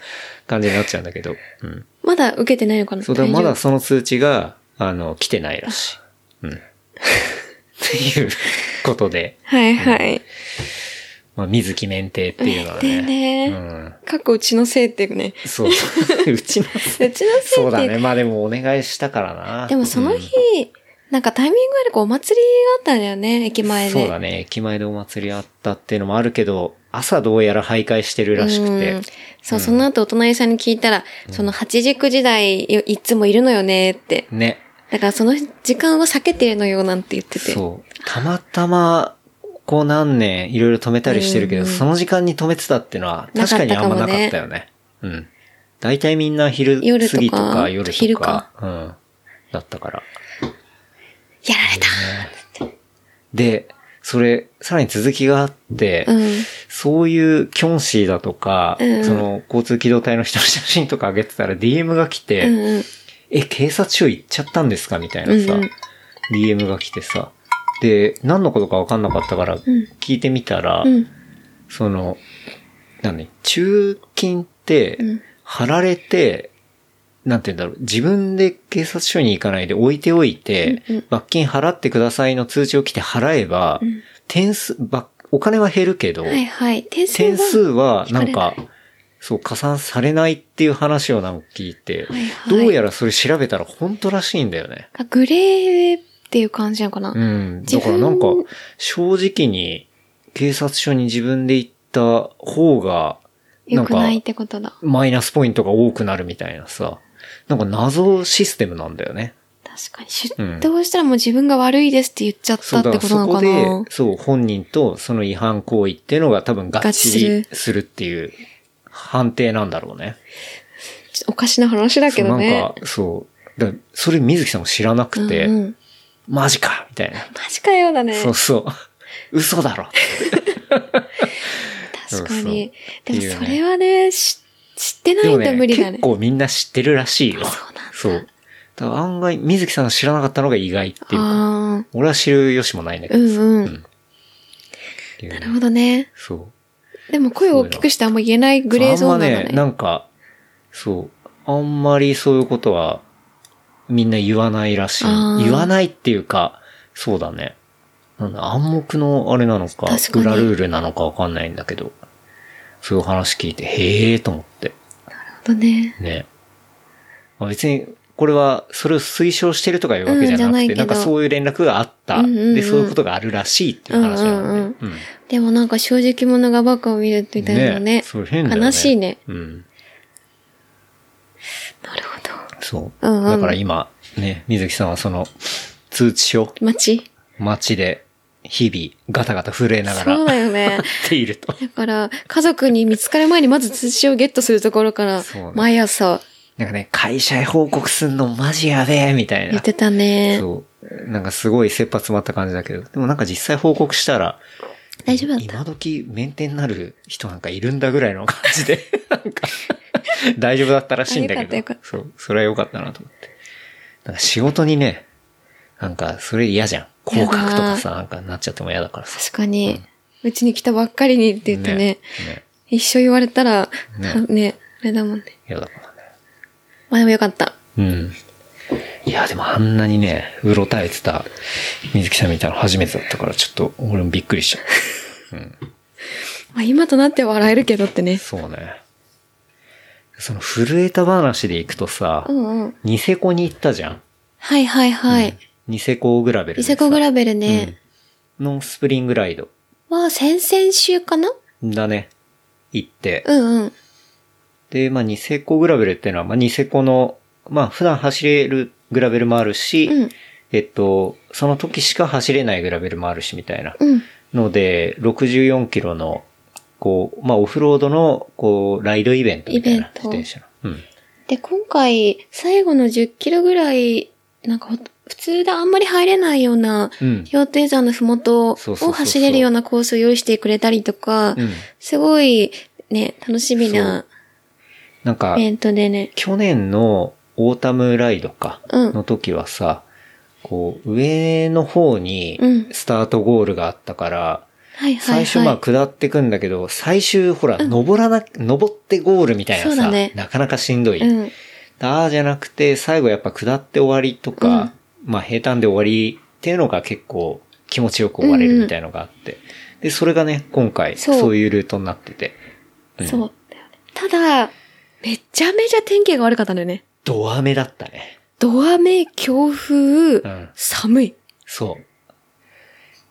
Speaker 2: 感じになっちゃうんだけど。うん
Speaker 3: まだ受けてないのかな
Speaker 2: そうだ、
Speaker 3: 大丈
Speaker 2: ま
Speaker 3: 夫
Speaker 2: だその通知が、あの、来てないらしい。うん。っていうことで、
Speaker 3: はいはい。
Speaker 2: まあ、水木免停っていうのはね。
Speaker 3: 免停ね
Speaker 2: うん。
Speaker 3: 過去うちのせいっていうね。
Speaker 2: そう。うちの
Speaker 3: うちのせい
Speaker 2: そう
Speaker 3: っ
Speaker 2: だ
Speaker 3: ていう
Speaker 2: ね。まあでもお願いしたからな。
Speaker 3: でもその日、なんかタイミング悪くお祭りがあったんだよね、駅前で。
Speaker 2: そうだね。駅前でお祭りあったっていうのもあるけど、朝どうやら徘徊してるらしく
Speaker 3: う
Speaker 2: て
Speaker 3: ん。そう、その後お隣さんに聞いたら、その8時9時台よいつもいるのよねって。
Speaker 2: ね。
Speaker 3: だからその時間は避けてるのよなんて言ってて。
Speaker 2: そう。たまたま、こう何年いろいろ止めたりしてるけど、
Speaker 3: うんうん
Speaker 2: その時間に止めてたってのは確かにあんまなかったよね。うん。大体みんな昼
Speaker 3: 夜と
Speaker 2: 過
Speaker 3: か
Speaker 2: ぎとか夜とか。
Speaker 3: 昼か
Speaker 2: うん。だったから。
Speaker 3: やられた
Speaker 2: で、それ、さらに続きがあって、
Speaker 3: うん。
Speaker 2: そういうキョンシーだとか、
Speaker 3: うん
Speaker 2: その交通機動隊の人の写真とか上げてたら DM が来て、
Speaker 3: うんうん。
Speaker 2: え、警察署行っちゃったんですかみたいなさ、
Speaker 3: うんうん
Speaker 2: DM が来てさ。で、何のことか分かんなかったから
Speaker 3: ん
Speaker 2: 聞いてみたら、
Speaker 3: うん。
Speaker 2: その、なんだね、中金って
Speaker 3: うん、
Speaker 2: 貼られて、なんて言うんだろう、自分で警察署に行かないで置いておいて、
Speaker 3: うんうん
Speaker 2: 罰金払ってくださいの通知を来て払えば、点数、ばお金は減るけど、
Speaker 3: はいはい。点数は。
Speaker 2: 点数はなん
Speaker 3: 引か
Speaker 2: か、そう、加算されないっていう話をなんか聞いて、
Speaker 3: はいはい
Speaker 2: どうやらそれ調べたら本当らしいんだよね。
Speaker 3: あグレーっていう感じなのかな、
Speaker 2: うん。
Speaker 3: 自
Speaker 2: だから
Speaker 3: 分
Speaker 2: なんか、正直に警察署に自分で行った方が、な
Speaker 3: よ
Speaker 2: ん
Speaker 3: く
Speaker 2: か、
Speaker 3: ないってことだ。
Speaker 2: マイナスポイントが多くなるみたいなさ、なんか謎システムなんだよね。
Speaker 3: 確かに。出頭したらもう自分が悪いですって言っちゃっ
Speaker 2: そ
Speaker 3: た
Speaker 2: う、
Speaker 3: っ
Speaker 2: だか
Speaker 3: て
Speaker 2: らそ
Speaker 3: ことなの
Speaker 2: こ
Speaker 3: か
Speaker 2: で
Speaker 3: な、
Speaker 2: そう、本人とその違反行為っていうのが多分合
Speaker 3: 合致する
Speaker 2: 致するっていう判定なんだろうね。
Speaker 3: ちょっとおかしな話だけ
Speaker 2: そう
Speaker 3: ど
Speaker 2: なん
Speaker 3: ね。
Speaker 2: か、そう。だからそれ水木さんも知らなくて、
Speaker 3: うんうん
Speaker 2: マジかみたいな。
Speaker 3: マジかよだね。
Speaker 2: そうそう。嘘だろ。
Speaker 3: 確かに。
Speaker 2: そうそう
Speaker 3: でもそれはね、し知ってな
Speaker 2: で
Speaker 3: い
Speaker 2: も
Speaker 3: んだ
Speaker 2: ね、
Speaker 3: 無理だね
Speaker 2: 結。構みんな知ってるらしいよ。
Speaker 3: そうなんだ
Speaker 2: そう。だから案外、水木さんが知らなかったのが意外っていうか。
Speaker 3: ああ、
Speaker 2: 俺は知る由もないんだけ
Speaker 3: う
Speaker 2: ど。
Speaker 3: んうん。
Speaker 2: んっていう
Speaker 3: な
Speaker 2: ね
Speaker 3: るほどね。
Speaker 2: そう。
Speaker 3: でも声を大きくしてあんま言えないグレーゾーンな
Speaker 2: あ
Speaker 3: んだ
Speaker 2: んま
Speaker 3: ね。
Speaker 2: ね、なんか、そう。あんまりそういうことは、みんな言わないらしい
Speaker 3: あ。ー
Speaker 2: 言わないっていうか、そうだね。なんだ、暗黙のあれなのか、
Speaker 3: 確かに
Speaker 2: 裏ルールなのかわかんないんだけど、そういう話聞いて、へえーと思って。
Speaker 3: なるほどね。
Speaker 2: ね。まあ、別に、これは、それを推奨してるとかいうわけじゃなくて、
Speaker 3: うんじゃない
Speaker 2: な
Speaker 3: けど
Speaker 2: んかそういう連絡があった、
Speaker 3: うんうんうん
Speaker 2: で、そういうことがあるらしいっていう話なんで。うん
Speaker 3: でもなんか正直者がバカを見るみたいなのね。
Speaker 2: そう変だよね。
Speaker 3: 悲しいね。。
Speaker 2: うん。
Speaker 3: なるほど。
Speaker 2: そう。
Speaker 3: うんうん
Speaker 2: だから今、ね、水木さんはその、通知を
Speaker 3: 街
Speaker 2: 街で、日々、ガタガタ震えながら、
Speaker 3: そうだよ ね
Speaker 2: っていると。
Speaker 3: だから、家族に見つかる前にまず通知をゲットするところから
Speaker 2: そうね、
Speaker 3: 毎朝
Speaker 2: なんかね、会社へ報告すんのマジやべえ、みたい
Speaker 3: 言
Speaker 2: な
Speaker 3: っ。てたね。
Speaker 2: そう。なんかすごい切羽詰まった感じだけど、でもなんか実際報告したら、
Speaker 3: 大丈夫だった
Speaker 2: 今時メンテになる人なんかいるんだぐらいの感じで、 なんか、大丈夫だったらしいんだ
Speaker 3: あよかった
Speaker 2: け
Speaker 3: よか
Speaker 2: ど
Speaker 3: っ、た
Speaker 2: そう、それは良かったなと思って。なんか仕事にね、なんかそれ嫌じゃん。
Speaker 3: 嫌
Speaker 2: 口角
Speaker 3: だ
Speaker 2: とかさ、なんかなっちゃっても嫌だからさ。
Speaker 3: 確かに、うちに来たばっかりにって言ってね、
Speaker 2: ね
Speaker 3: 一生言われたら、
Speaker 2: ね
Speaker 3: ね、あれだもんね。
Speaker 2: 嫌だからね。
Speaker 3: まあでもよかった。
Speaker 2: うん。いや、でもあんなにね、うろたえてた水木さんみたいなの初めてだったから、ちょっと俺もびっくりしちゃう。
Speaker 3: まあ今となっては笑えるけどってね。
Speaker 2: そうね。その震えた話で行くとさ、
Speaker 3: うんうん。
Speaker 2: ニセコに行ったじゃん。
Speaker 3: はいはいはい。
Speaker 2: ニセコグラベルで
Speaker 3: ニ
Speaker 2: さ。
Speaker 3: セコグラベル
Speaker 2: ベ
Speaker 3: ね。
Speaker 2: のスプリングライド
Speaker 3: は、先々週かな
Speaker 2: だね。行って。
Speaker 3: うんうん。
Speaker 2: で、まあニセコグラベルっていうのは、まあニセコの、まあ普段走れるグラベルもあるし、
Speaker 3: うん
Speaker 2: えっと、その時しか走れないグラベルもあるしみたいな。
Speaker 3: うん。
Speaker 2: ので、64キロの、こう、まあオフロードの、こう、ライドイベントみたいな
Speaker 3: イ。ベン
Speaker 2: 自
Speaker 3: ト
Speaker 2: 転車の。うん。
Speaker 3: で、今回、最後の10キロぐらい、なんかほんと普通であんまり入れないような、
Speaker 2: うん。
Speaker 3: 氷定山のふもとを
Speaker 2: そうそうそうそう
Speaker 3: 走れるようなコースを用意してくれたりとか
Speaker 2: う、ん。
Speaker 3: すごい、ね、楽しみな
Speaker 2: なんか
Speaker 3: イ、ベントでね。
Speaker 2: 去年のオータムライドか、
Speaker 3: うん
Speaker 2: の時はさ、こう、上の方に
Speaker 3: うん
Speaker 2: スタートゴールがあったから、
Speaker 3: はいはいはい。
Speaker 2: 最初まあ下ってくんだけど、最終ほら、登らな、登ってゴールみたいな
Speaker 3: そう
Speaker 2: さ、
Speaker 3: だね
Speaker 2: なかなかしんどい。
Speaker 3: うん。
Speaker 2: ああじゃなくて、最後やっぱ下って終わりとか、まあ平坦で終わりっていうのが結構気持ちよく終われるみたいのがあって。で、それがね、今回、
Speaker 3: そう
Speaker 2: そういうルートになってて、うん
Speaker 3: そうだよね。ただ、めちゃめちゃ天気が悪かったんだよね。
Speaker 2: ドア目だったね。
Speaker 3: ドア目、強風、
Speaker 2: ん
Speaker 3: 寒い。
Speaker 2: そう。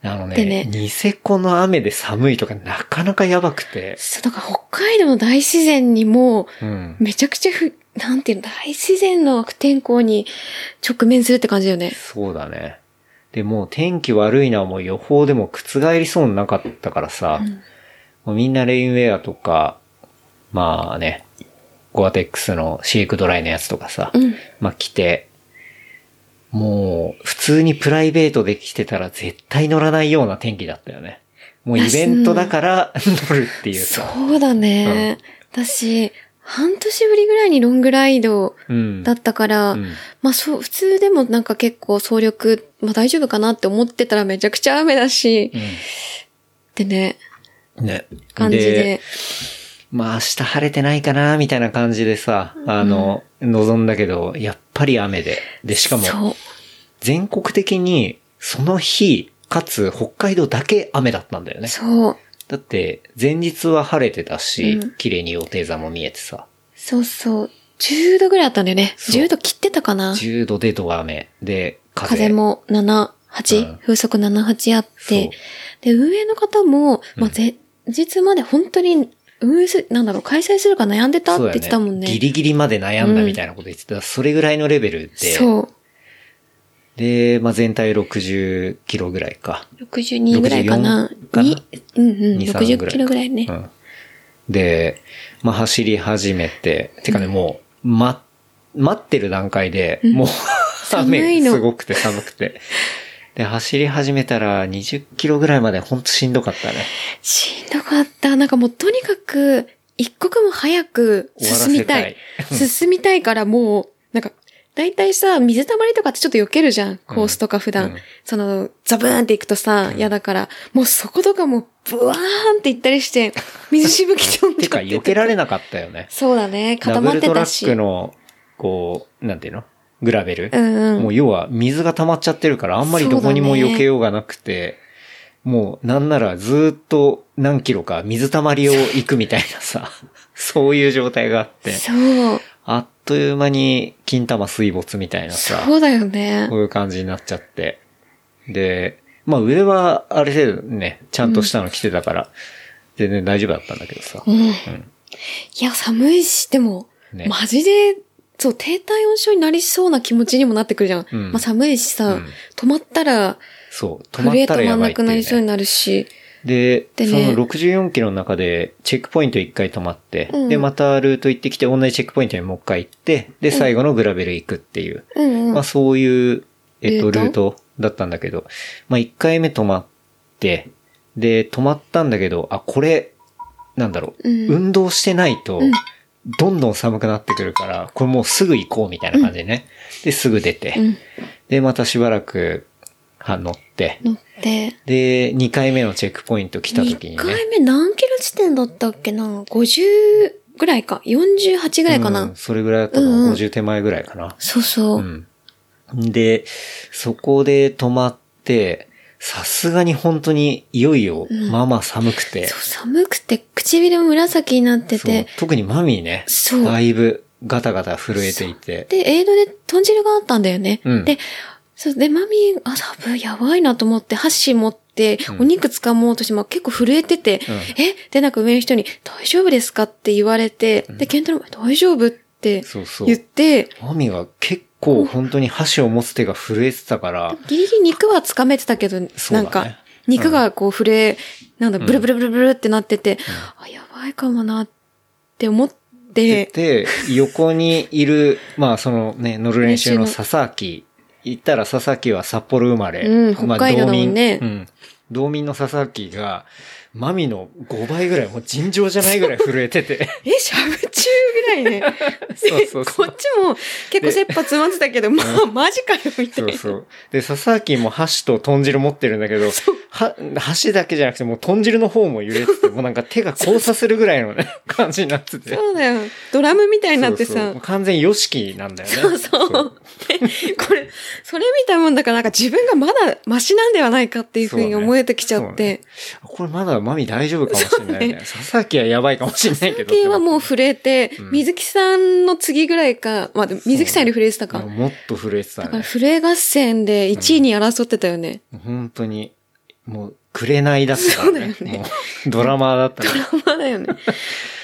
Speaker 2: あの
Speaker 3: で
Speaker 2: ね
Speaker 3: ね
Speaker 2: ニセコの雨で寒いとかなかなかやばくて。
Speaker 3: そう、だから北海道の大自然にも
Speaker 2: うん。
Speaker 3: う、めちゃくちゃふ、なんていうの、大自然の悪天候に直面するって感じだよね。
Speaker 2: そうだね。で、もう天気悪いのはもう予報でも覆りそうになかったからさ、もうみんなレインウェアとか、まあね、ゴアテックスのシェイクドライのやつとかさ、
Speaker 3: うん。
Speaker 2: まあ着て、もう普通にプライベートで来てたら絶対乗らないような天気だったよね。もうイベントだから乗るっていうさ。
Speaker 3: そうだね。私、半年ぶりぐらいにロングライド
Speaker 2: うん。
Speaker 3: だったから、
Speaker 2: うん
Speaker 3: まあそう、普通でもなんか結構総力、まあ大丈夫かなって思ってたらめちゃくちゃ雨だし、
Speaker 2: う
Speaker 3: ってね、
Speaker 2: んね。
Speaker 3: 感じで。
Speaker 2: まあ明日晴れてないかな、みたいな感じでさ、あの、望んだけど、やっぱり雨で。で、しかも、
Speaker 3: そう。
Speaker 2: 全国的に、その日、かつ北海道だけ雨だったんだよね。
Speaker 3: そう。
Speaker 2: だって、前日は晴れてたし、
Speaker 3: うん
Speaker 2: 綺麗に予定座も見えてさ、
Speaker 3: そうそう。10度ぐらいあったんだよね。
Speaker 2: そう
Speaker 3: 10度切ってたかな
Speaker 2: 10度でドア雨で、風。
Speaker 3: 風も7、
Speaker 2: うん
Speaker 3: 8、風速7、8あっ
Speaker 2: そう
Speaker 3: て。で、運営の方も、
Speaker 2: う
Speaker 3: まあ、
Speaker 2: ん
Speaker 3: 前日まで本当に運営する、なんだろう、開催するか悩んでたって
Speaker 2: そうだ
Speaker 3: 言ってたもんね。
Speaker 2: ギリギリまで悩んだみたいなこと言ってた。それぐらいのレベルで。
Speaker 3: そう。
Speaker 2: で、まあ、全体60キロぐらいか。
Speaker 3: 62ぐらいかな。
Speaker 2: 64かな
Speaker 3: にうんうん、
Speaker 2: 2 3
Speaker 3: 60キロぐらいね
Speaker 2: う。ん。で、まあ、走り始めて、てかね、もう、ま、待ってる段階で、もう、
Speaker 3: 寒
Speaker 2: 雨
Speaker 3: いの
Speaker 2: すごくて寒くて。で、走り始めたら20キロぐらいまでほんとしんどかったね。
Speaker 3: しんどかった。なんかもうとにかく、一刻も早く進みたい。進みたいからもう、なんか、だいたいさ、水たまりとかってちょっと避けるじゃん。コースとか普段。
Speaker 2: うん
Speaker 3: その、ザブーンって行くとさ、嫌だから、もうそことかもう、ブワーンって行った りして、水しぶき飛んで
Speaker 2: てか、避けられなかったよね。
Speaker 3: そうだね。
Speaker 2: ダ
Speaker 3: 固
Speaker 2: ブ
Speaker 3: まっ
Speaker 2: ル
Speaker 3: て
Speaker 2: トラ
Speaker 3: たし。
Speaker 2: ックの、こう、なんていうのグラベル。
Speaker 3: うんうん。
Speaker 2: もう要は水が溜まっちゃってるからあんまりどこにも避けようがなくて、もうなんならずーっと何キロか水溜まりを行くみたいなさ、 そういう状態があって、
Speaker 3: そう。
Speaker 2: あっという間に金玉水没みたいなさ、
Speaker 3: そうだよね
Speaker 2: こ。ういう感じになっちゃって。で、まあ上はある程度ね、ちゃんとしたの着てたから、全然大丈夫だったんだけどさ。
Speaker 3: うん。いや、寒いし、でも、
Speaker 2: ね
Speaker 3: マジで、そう、低体温症になりそうな気持ちにもなってくるじゃん。
Speaker 2: うん
Speaker 3: まあ寒いしさ、
Speaker 2: うん
Speaker 3: 止まったら、
Speaker 2: そう、止ま
Speaker 3: 震
Speaker 2: っ
Speaker 3: え
Speaker 2: たら
Speaker 3: 止ま
Speaker 2: や
Speaker 3: ん
Speaker 2: ばいっ
Speaker 3: な
Speaker 2: て
Speaker 3: く
Speaker 2: いう、
Speaker 3: な
Speaker 2: ね。
Speaker 3: りそうになるし、
Speaker 2: で、
Speaker 3: で
Speaker 2: そ
Speaker 3: ね
Speaker 2: の64キロの中で、チェックポイント1回止まって、
Speaker 3: うん
Speaker 2: で、またルート行ってきて、同じチェックポイントにもう一回行って、で、最後のグラベル行くっていう、
Speaker 3: うんうん。
Speaker 2: まあそういう、えっと、ルー
Speaker 3: ルー
Speaker 2: トだったんだけど、まあ1回目止まって、で、止まったんだけど、あ、これ、なんだろう、
Speaker 3: うん
Speaker 2: 運動してないと
Speaker 3: ん、
Speaker 2: どんどん寒くなってくるから、これもうすぐ行こうみたいな感じでね。で、すぐ出て、
Speaker 3: うん。
Speaker 2: で、またしばらく、は乗って、
Speaker 3: 乗って、
Speaker 2: で、2回目のチェックポイント来た
Speaker 3: 一
Speaker 2: 時にね。
Speaker 3: 回目何キロ地点だったっけな ?50 ぐらいか。48ぐらいかな。
Speaker 2: うん、それぐらいだったの、
Speaker 3: うんうん
Speaker 2: 50手前ぐらいかな。
Speaker 3: そうそう。
Speaker 2: うん。で、そこで止まって、さすがに本当にいよいよ、
Speaker 3: ん
Speaker 2: まあまあ寒くて
Speaker 3: そう、、寒くて、唇も紫になって
Speaker 2: そう
Speaker 3: て、
Speaker 2: 特にマミーね、
Speaker 3: そう
Speaker 2: だいぶガタガタ震えていて、
Speaker 3: で、エイドで豚汁があったんだよね。
Speaker 2: うん
Speaker 3: で、そう、で、マミー、あ、サブ、やばいなと思って、箸持って、
Speaker 2: ん
Speaker 3: お肉掴もうとして、まあ、結構震えてて、
Speaker 2: うん
Speaker 3: えで、なんか上の人に、大丈夫ですかって言われて、で、ケントロも、大丈夫って
Speaker 2: そうそう
Speaker 3: 言って、
Speaker 2: マミーが結構本当に箸を持つ手が震えてたから、
Speaker 3: ギリギリ肉は掴めてたけど、
Speaker 2: そうだ
Speaker 3: な
Speaker 2: ね
Speaker 3: んか、肉がこう震え、なんだ、
Speaker 2: うん
Speaker 3: ブルブルブルブルってなってて、あ、やばいかもなって思って、
Speaker 2: で、横にいる、まあそのね、乗る練習の佐々木、行ったら佐々木は札幌生まれ。
Speaker 3: うん
Speaker 2: まあ
Speaker 3: 北海道だもんね
Speaker 2: 同民うん。道民の佐々木が、マミの5倍ぐらい、もう尋常じゃないぐらい震えて て。
Speaker 3: え、しゃぶ中ぐらい ね。
Speaker 2: そうそうそう
Speaker 3: でこっちも結構切羽詰まってたけど、まあ、マジかよ、みたい
Speaker 2: そ
Speaker 3: な。
Speaker 2: うそう。で、佐々木も箸と豚汁持ってるんだけど、は、箸だけじゃなくてもう豚汁の方も揺れ てて、もうなんか手が交差するぐらいのね、感じになってて。
Speaker 3: そうだよ。ドラムみたいになって
Speaker 2: そうそう
Speaker 3: さ
Speaker 2: もう。完全にヨシキなんだよね。
Speaker 3: そうそう。で、 これ、それ見たもんだから、なんか自分がまだマシなんではないかっていうふうに思えてきちゃ
Speaker 2: そう
Speaker 3: っ
Speaker 2: ね
Speaker 3: て。
Speaker 2: これまだマミ大丈夫かもしれないね。佐々木はやばいかもしれないけど。
Speaker 3: 系はもう震えて、
Speaker 2: ん
Speaker 3: 水木さんの次ぐらいか、まあでも水木さんより震えてたか。
Speaker 2: もっと震えてた
Speaker 3: だから
Speaker 2: ね。
Speaker 3: 震え合戦で1位に争ってたよね。
Speaker 2: 本当に、もう、くれないだったからね。
Speaker 3: そうだよね
Speaker 2: もうドラマーだったから。
Speaker 3: まあだよね。で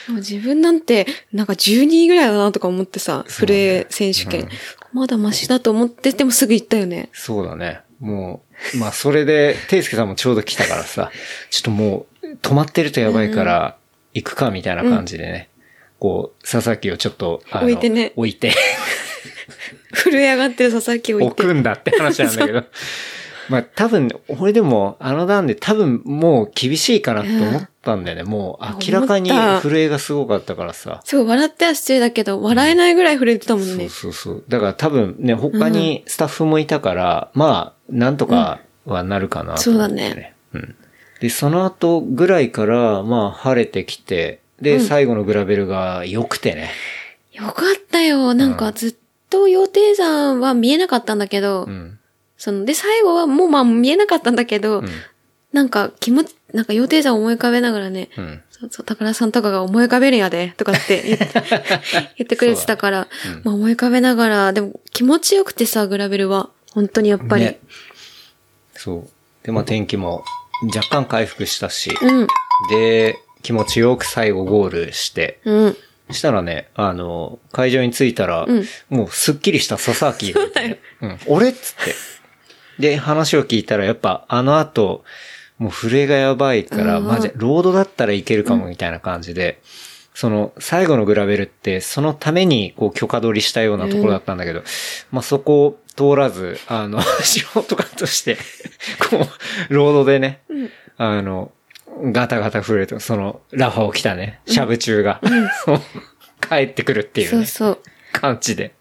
Speaker 3: も自分なんて、なんか12位ぐらいだなとか思ってさ、
Speaker 2: そう
Speaker 3: 震
Speaker 2: ね
Speaker 3: え選手
Speaker 2: う
Speaker 3: 権
Speaker 2: ん。
Speaker 3: まだマシだと思っててもすぐ行ったよね。
Speaker 2: そうだね。もう、まあそれで、ていすけさんもちょうど来たからさ、ちょっともう、止まってるとやばいから、行くかみたいな感じでね。こう、佐々木をちょっと、あの
Speaker 3: 置いてね
Speaker 2: 置いて。
Speaker 3: 震え上がってる佐々木を言っ
Speaker 2: 置
Speaker 3: て。
Speaker 2: くんだって話なんだけど。まあ多分、俺でも、あの段で多分もう厳しいかなって思ったんだよね。もう明らかに
Speaker 3: 思った
Speaker 2: 震えがすごかったからさ。
Speaker 3: そう、笑っては失礼だけど、笑えないぐらい震えてたもん
Speaker 2: そう
Speaker 3: ね。
Speaker 2: そうそう。だから多分ね、他にスタッフもいたから、まあ、なんとかはなるかなと思って、
Speaker 3: そうだ
Speaker 2: ね。うん。で、その後ぐらいから、まあ晴れてきて、で、最後のグラベルが良くてね。
Speaker 3: よかったよ。なんかずっと羊蹄山は見えなかったんだけど、
Speaker 2: うん。
Speaker 3: その、で、最後はもうまあ見えなかったんだけど、
Speaker 2: うん。
Speaker 3: なんか気持ち、なんか羊蹄山を思い浮かべながらね、
Speaker 2: うん。
Speaker 3: そうそう、宝さんとかが思い浮かべるんやで、とかっ て言って言ってくれてたから、
Speaker 2: そうだねうん
Speaker 3: まあ思い浮かべながら、でも気持ちよくてさ、グラベルは。本当にやっぱり。
Speaker 2: ねそう。で、まあ天気も若干回復したし、
Speaker 3: うん、
Speaker 2: で、気持ちよく最後ゴールして、
Speaker 3: うん。
Speaker 2: したらね、あの、会場に着いたら、
Speaker 3: うん
Speaker 2: もうすっきりした佐々木がいてね、うん、俺っつって。で、話を聞いたら、やっぱあの後、もう震えがやばいから、
Speaker 3: うん
Speaker 2: マジ、ロードだったらいけるかもみたいな感じで、その、最後のグラベルって、そのために、こう、許可取りしたようなところだったんだけど、まあ、そこを通らず、あの、 素人カットして、こう、ロードでね、
Speaker 3: ん
Speaker 2: あの、ガタガタ震えて、その、ラファを着たね、シャブ中が、そう 帰ってくるっていう
Speaker 3: そう
Speaker 2: ね、
Speaker 3: そう。
Speaker 2: 感じで。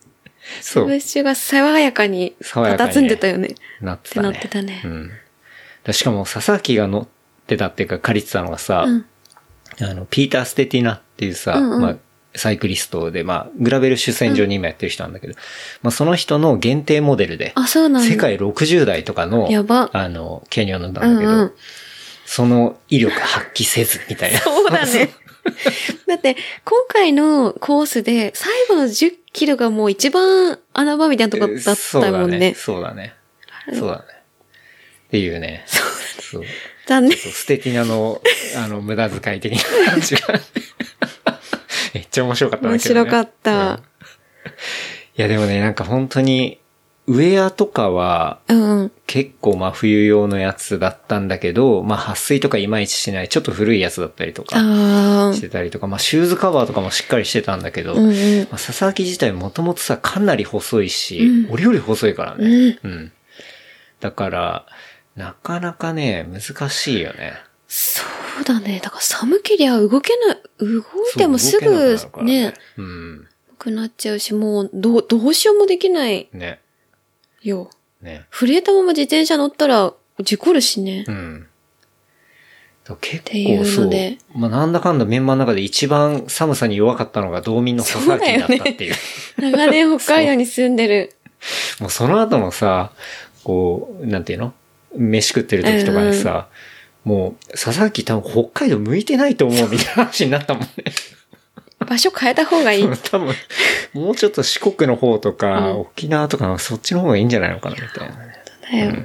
Speaker 2: そう
Speaker 3: ブ、ッシュが爽やかに、
Speaker 2: 爽やかにね
Speaker 3: 佇んでたよね。
Speaker 2: なって
Speaker 3: ったて
Speaker 2: ね。
Speaker 3: なってたね
Speaker 2: うん。でしかも、佐々木が乗ってたっていうか、借りてたのがさ、
Speaker 3: うん。
Speaker 2: あの、ピーター・ステティナっていうさ、
Speaker 3: うんうん
Speaker 2: まあ、サイクリストで、まあ、グラベル主戦場に今やってる人なんだけど、まあ、その人の限定モデルで、
Speaker 3: あ、そうなんだ。
Speaker 2: 世界60代とかの
Speaker 3: やば、
Speaker 2: あの、ケニオンなんだけど、
Speaker 3: うんうん
Speaker 2: その威力発揮せず、みたいな。
Speaker 3: そうだね。だって、今回のコースで、最後の10キロがもう一番穴場みたいなとこだったもんね。
Speaker 2: そうだね。そうだね。っていうね。そう
Speaker 3: 残念。
Speaker 2: そう素敵な の、あの、無駄遣い的な感じが。めっちゃ面白かったんだ
Speaker 3: 面
Speaker 2: けど、ね。
Speaker 3: 白かっ
Speaker 2: うん
Speaker 3: た
Speaker 2: い。や、でもね、なんか本当に、ウェアとかは、
Speaker 3: うん。うん
Speaker 2: 結構真冬用のやつだったんだけど、まあ、撥水とかいまいちしない、ちょっと古いやつだったりとか
Speaker 3: あ
Speaker 2: してたりとか、まあ、シューズカバーとかもしっかりしてたんだけど、
Speaker 3: あ。うんうん。
Speaker 2: まあ、佐々木自体もともとさ、かなり細いし、
Speaker 3: うん
Speaker 2: 俺より細いからね。うん。だから、なかなかね、難しいよね。
Speaker 3: そうだね。だから寒けりゃ動けない、動いてもす
Speaker 2: そう
Speaker 3: ぐ
Speaker 2: 動けなくなるから
Speaker 3: ね、
Speaker 2: うん。
Speaker 3: なくなっちゃうし、もうどう、どうしようもできない
Speaker 2: ね。
Speaker 3: よ。
Speaker 2: ね。
Speaker 3: 震えたまま自転車乗ったら事故るしね
Speaker 2: う。ん。だから結
Speaker 3: ていう
Speaker 2: 構そ
Speaker 3: の
Speaker 2: う
Speaker 3: で。
Speaker 2: まあ、なんだかんだメンバーの中で一番寒さに弱かったのが道民の佐々木だったっていう。
Speaker 3: 長年北海道に住んでる。
Speaker 2: もうその後のさ、こう、なんていうの飯食ってる時とかにさ、もう、佐々木多分北海道向いてないと思うみたいな話になったもんね。
Speaker 3: 場所変えた方がいい。
Speaker 2: 多分、もうちょっと四国の方とか、
Speaker 3: うん
Speaker 2: 沖縄とかのそっちの方がいいんじゃないのかなみたいなね。
Speaker 3: だよ。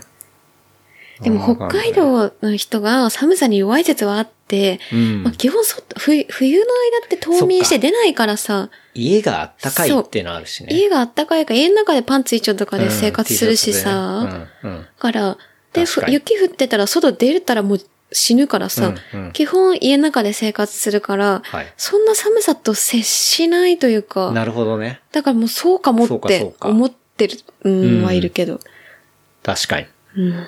Speaker 3: でも北海
Speaker 2: は、
Speaker 3: 道の人が寒さに弱い説はあって、
Speaker 2: うん
Speaker 3: まあ、基本そ冬冬の間って冬眠して出ないからさ、
Speaker 2: 家があったかいっていうのあるしね。
Speaker 3: 家があったかいから家の中でパンツ一丁とかで生活するし
Speaker 2: うん
Speaker 3: さ、だ、
Speaker 2: うんうん
Speaker 3: から、で、ふ
Speaker 2: 確かに
Speaker 3: 雪降ってたら外出れたらもう死ぬからさ、
Speaker 2: うんうん
Speaker 3: 基本家の中で生活するから、
Speaker 2: はい
Speaker 3: そんな寒さと接しないというか、
Speaker 2: なるほどね。
Speaker 3: だからもうそうかもっ
Speaker 2: そうかそう
Speaker 3: て
Speaker 2: か
Speaker 3: 思ってる、うん、はいるけど。
Speaker 2: 確かに。
Speaker 3: うん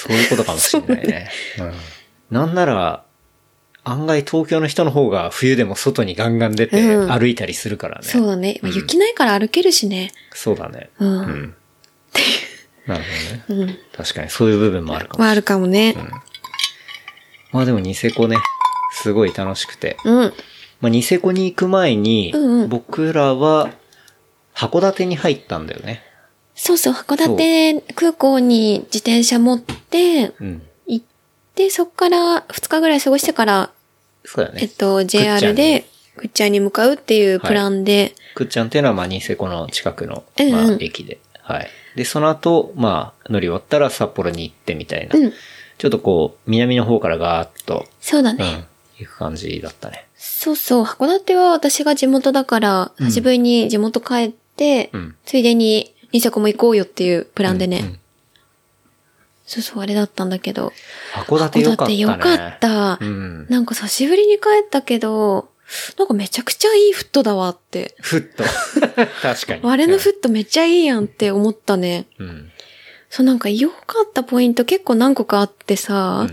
Speaker 2: そういうことかもしれないね。うん、なんなら、案外東京の人の方が冬でも外にガンガン出て
Speaker 3: うん
Speaker 2: 歩いたりするからね。
Speaker 3: そうだね。まあ雪ないから歩けるしね。
Speaker 2: そうだね。
Speaker 3: うん
Speaker 2: うん。なるほどね。
Speaker 3: うん。
Speaker 2: 確かにそういう部分もあるかも
Speaker 3: まああるかもね。
Speaker 2: まあでもニセコね、すごい楽しくて。
Speaker 3: うん。
Speaker 2: まあニセコに行く前に
Speaker 3: うんう、ん
Speaker 2: 僕らは函館に入ったんだよね。
Speaker 3: そうそう、函館空港に自転車持って、
Speaker 2: うん。
Speaker 3: 行って、そっから2日ぐらい過ごしてから、
Speaker 2: そうだよ
Speaker 3: えっ
Speaker 2: ね。
Speaker 3: と、JR で、ぐっちゃんに向かうっていうプランで、
Speaker 2: くっちゃんっていうのはまあニセコの近くの、
Speaker 3: うんうん
Speaker 2: まあ駅で。はい。で、その後、まあ乗り終わったら札幌に行ってみたいな。
Speaker 3: うん
Speaker 2: ちょっとこう、南の方からガーッと、
Speaker 3: そうだ
Speaker 2: う
Speaker 3: ね。
Speaker 2: ん、行く感じだったね。
Speaker 3: そうそう、函館は私が地元だから、
Speaker 2: うん
Speaker 3: 久しぶりに地元帰って、
Speaker 2: うん
Speaker 3: ついでに、ニセコも行こうよっていうプランでね。
Speaker 2: うんうん
Speaker 3: そうそう、あれだったんだけど。
Speaker 2: 函館よかったね。
Speaker 3: 函館よかった
Speaker 2: うん。
Speaker 3: なんか久しぶりに帰ったけど、なんかめちゃくちゃいいフットだわって。
Speaker 2: ふっと。 確かに。
Speaker 3: あれのフットめっちゃいいやんって思ったね。
Speaker 2: うん。
Speaker 3: そうなんか良かったポイント結構何個かあっ
Speaker 2: う
Speaker 3: て
Speaker 2: ん。う
Speaker 3: さ、
Speaker 2: ん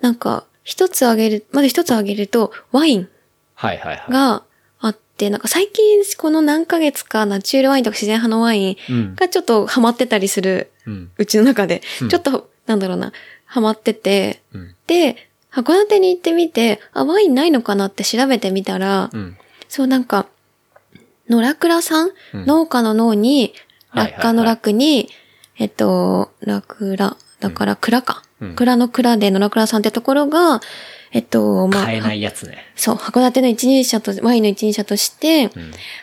Speaker 3: なんか一つあげる、まず一つあげるとワイン
Speaker 2: はいはいはい。
Speaker 3: があって、なんか最近この何ヶ月かナチュールワインとか自然派のワイン
Speaker 2: うん。
Speaker 3: がちょっとハマってたりする
Speaker 2: うん。
Speaker 3: うちの中で
Speaker 2: うん、
Speaker 3: ちょっとなんだろうな、ハマってて、
Speaker 2: うん。
Speaker 3: で、函館に行ってみて、あ、ワインないのかなって調べてみたら、
Speaker 2: うん。
Speaker 3: そうなんか、野良倉さん、
Speaker 2: うん
Speaker 3: 農家の農に、
Speaker 2: はいはいはい
Speaker 3: 落下の落に、えっと、落倉、だから蔵か。
Speaker 2: うん
Speaker 3: 蔵の蔵で野良倉さんってところが、えっと、まあ
Speaker 2: 買え、ないやつね。
Speaker 3: そう、函館の一人者と、ワインの一人者として、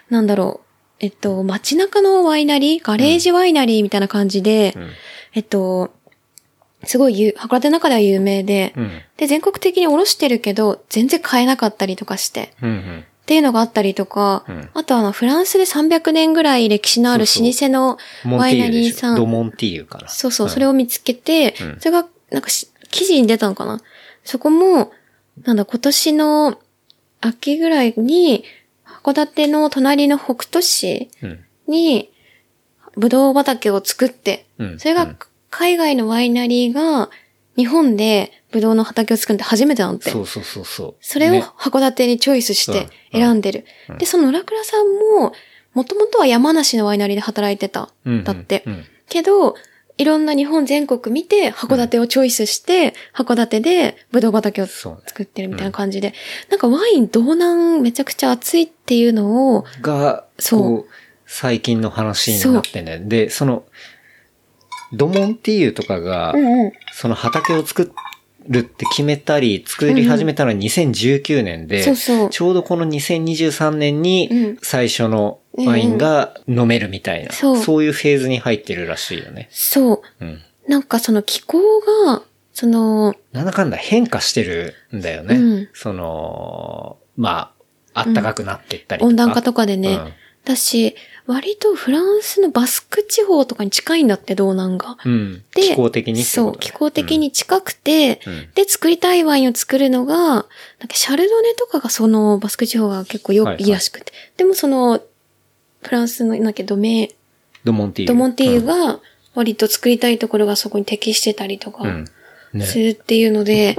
Speaker 3: なんだろう、えっと、街中のワイナリー、ガレージワイナリーみたいな感じで、
Speaker 2: うん。
Speaker 3: えっと、すごい有、函館の中では有名で、
Speaker 2: うん。
Speaker 3: で、全国的に卸してるけど、全然買えなかったりとかして、
Speaker 2: うん。うん。
Speaker 3: っていうのがあったりとか、
Speaker 2: うん
Speaker 3: あとはあの、フランスで300年ぐらい歴史のある
Speaker 2: そう
Speaker 3: 老舗
Speaker 2: そ
Speaker 3: の
Speaker 2: モン
Speaker 3: ワ
Speaker 2: テ
Speaker 3: イ
Speaker 2: ィ
Speaker 3: ナ
Speaker 2: ーユ
Speaker 3: リ
Speaker 2: で
Speaker 3: ー
Speaker 2: し
Speaker 3: さ
Speaker 2: ょ。
Speaker 3: ん、
Speaker 2: ドモンティーユかな。
Speaker 3: そうそう、それ
Speaker 2: を。
Speaker 3: を見つけて、
Speaker 2: うん
Speaker 3: それが、なんかし、記事に出たのかなそこも、なんだ、今年の秋ぐらいに、函館の隣の北斗市
Speaker 2: うん。
Speaker 3: に、ぶどう畑を作って、
Speaker 2: うん
Speaker 3: それ
Speaker 2: う
Speaker 3: が
Speaker 2: ん、
Speaker 3: 海外のワイナリーが、日本でぶどうの畑を作るって初めてなんて。
Speaker 2: そうそうそうそう。
Speaker 3: それを
Speaker 2: ね
Speaker 3: 函館にチョイスして選んでる。
Speaker 2: ん
Speaker 3: で、その浦倉さんも、もともとは山梨のワイナリーで働いてた。だって。
Speaker 2: うんうんうん
Speaker 3: けど、いろんな日本全国見て、函館をチョイスして、函館でブドウ畑を
Speaker 2: そうね
Speaker 3: 作ってるみたいな感じで、なんかワイン道南めちゃくちゃ熱いっていうのを、
Speaker 2: が、
Speaker 3: そう
Speaker 2: こう、最近の話になってね。で、その、ドモンティーユとかが、
Speaker 3: んうん。
Speaker 2: その畑を作るって決めたり、作り始めたのは2019年で、
Speaker 3: そうそう。
Speaker 2: ちょうどこの2023年
Speaker 3: うん
Speaker 2: に最初のワインが飲めるみたいな、
Speaker 3: そう
Speaker 2: そういうフェーズに入ってるらしいよね。
Speaker 3: そう。
Speaker 2: うん。
Speaker 3: なんかその気候が、その、
Speaker 2: なんだかんだ変化してるんだよね。
Speaker 3: うん
Speaker 2: その、まあ、暖かくなってったりとか。
Speaker 3: 温暖化と
Speaker 2: か
Speaker 3: かでね。だし、割とフランスのバスク地方とかに近いんだって、道南が。
Speaker 2: うん。うん
Speaker 3: で、
Speaker 2: 気候的にって
Speaker 3: そ
Speaker 2: ことだね
Speaker 3: う、気候的。に近くて、
Speaker 2: うんうん
Speaker 3: で、作りたいワインを作るのが、なんかシャルドネとかがそのバスク地方が結構よ、
Speaker 2: はい
Speaker 3: い
Speaker 2: はい
Speaker 3: い、らしくて。でもその、フランスの、なんだっけ、ドメ、
Speaker 2: ドモンティーユ。
Speaker 3: ドモンティーユ
Speaker 2: が、
Speaker 3: が、割と作りたいところがそこに適してたりとか
Speaker 2: う、ん。ね。
Speaker 3: するっていうので、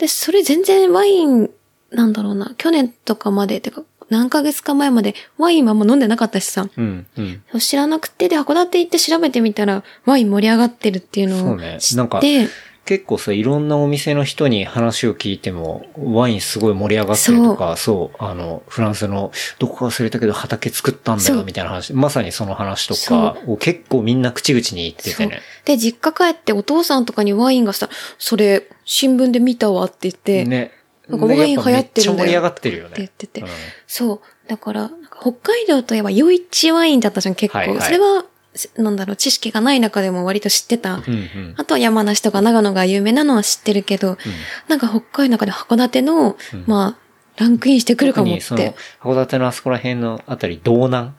Speaker 3: で、それ全然ワイン、なんだろうな、去年とかまで、てか、何ヶ月か前まで、ワインはあんま飲んでなかったしさ、
Speaker 2: うん。うん。
Speaker 3: そう知らなくて、で、函館行って調べてみたら、ワイン盛り上がってるっていうの
Speaker 2: そ
Speaker 3: を
Speaker 2: うね
Speaker 3: 知
Speaker 2: なん
Speaker 3: っ
Speaker 2: か
Speaker 3: て、
Speaker 2: 結構さ、いろんなお店の人に話を聞いても、ワインすごい盛り上がってるとか、そう、あの、フランスの、どこか忘れたけど畑作ったんだ
Speaker 3: そう
Speaker 2: よ、みたいな話、まさにその話と
Speaker 3: そ
Speaker 2: かを結構みんな口々に言っててね。
Speaker 3: で、実家帰ってお父さんとかにワインがさ、それ、新聞で見たわって言って、って
Speaker 2: ね。
Speaker 3: なんかワイン流行ってるんだ
Speaker 2: ね
Speaker 3: よ
Speaker 2: やぱめっちゃ盛り上がってるよね。
Speaker 3: 言ってて。
Speaker 2: うん
Speaker 3: そう。だから、なんか北海道といえば、余市ワインだったじゃん、結構。
Speaker 2: はいはい
Speaker 3: それは、すなんだろう、知識がない中でも割と知ってた。
Speaker 2: うんうん。
Speaker 3: あとは山梨とか長野が有名なのは知ってるけど、なんか北海道の中で函館の、
Speaker 2: うん
Speaker 3: まあ、ランクインしてくるかもっ
Speaker 2: 特にその
Speaker 3: て。、
Speaker 2: 函館のあそこら辺のあたり、道南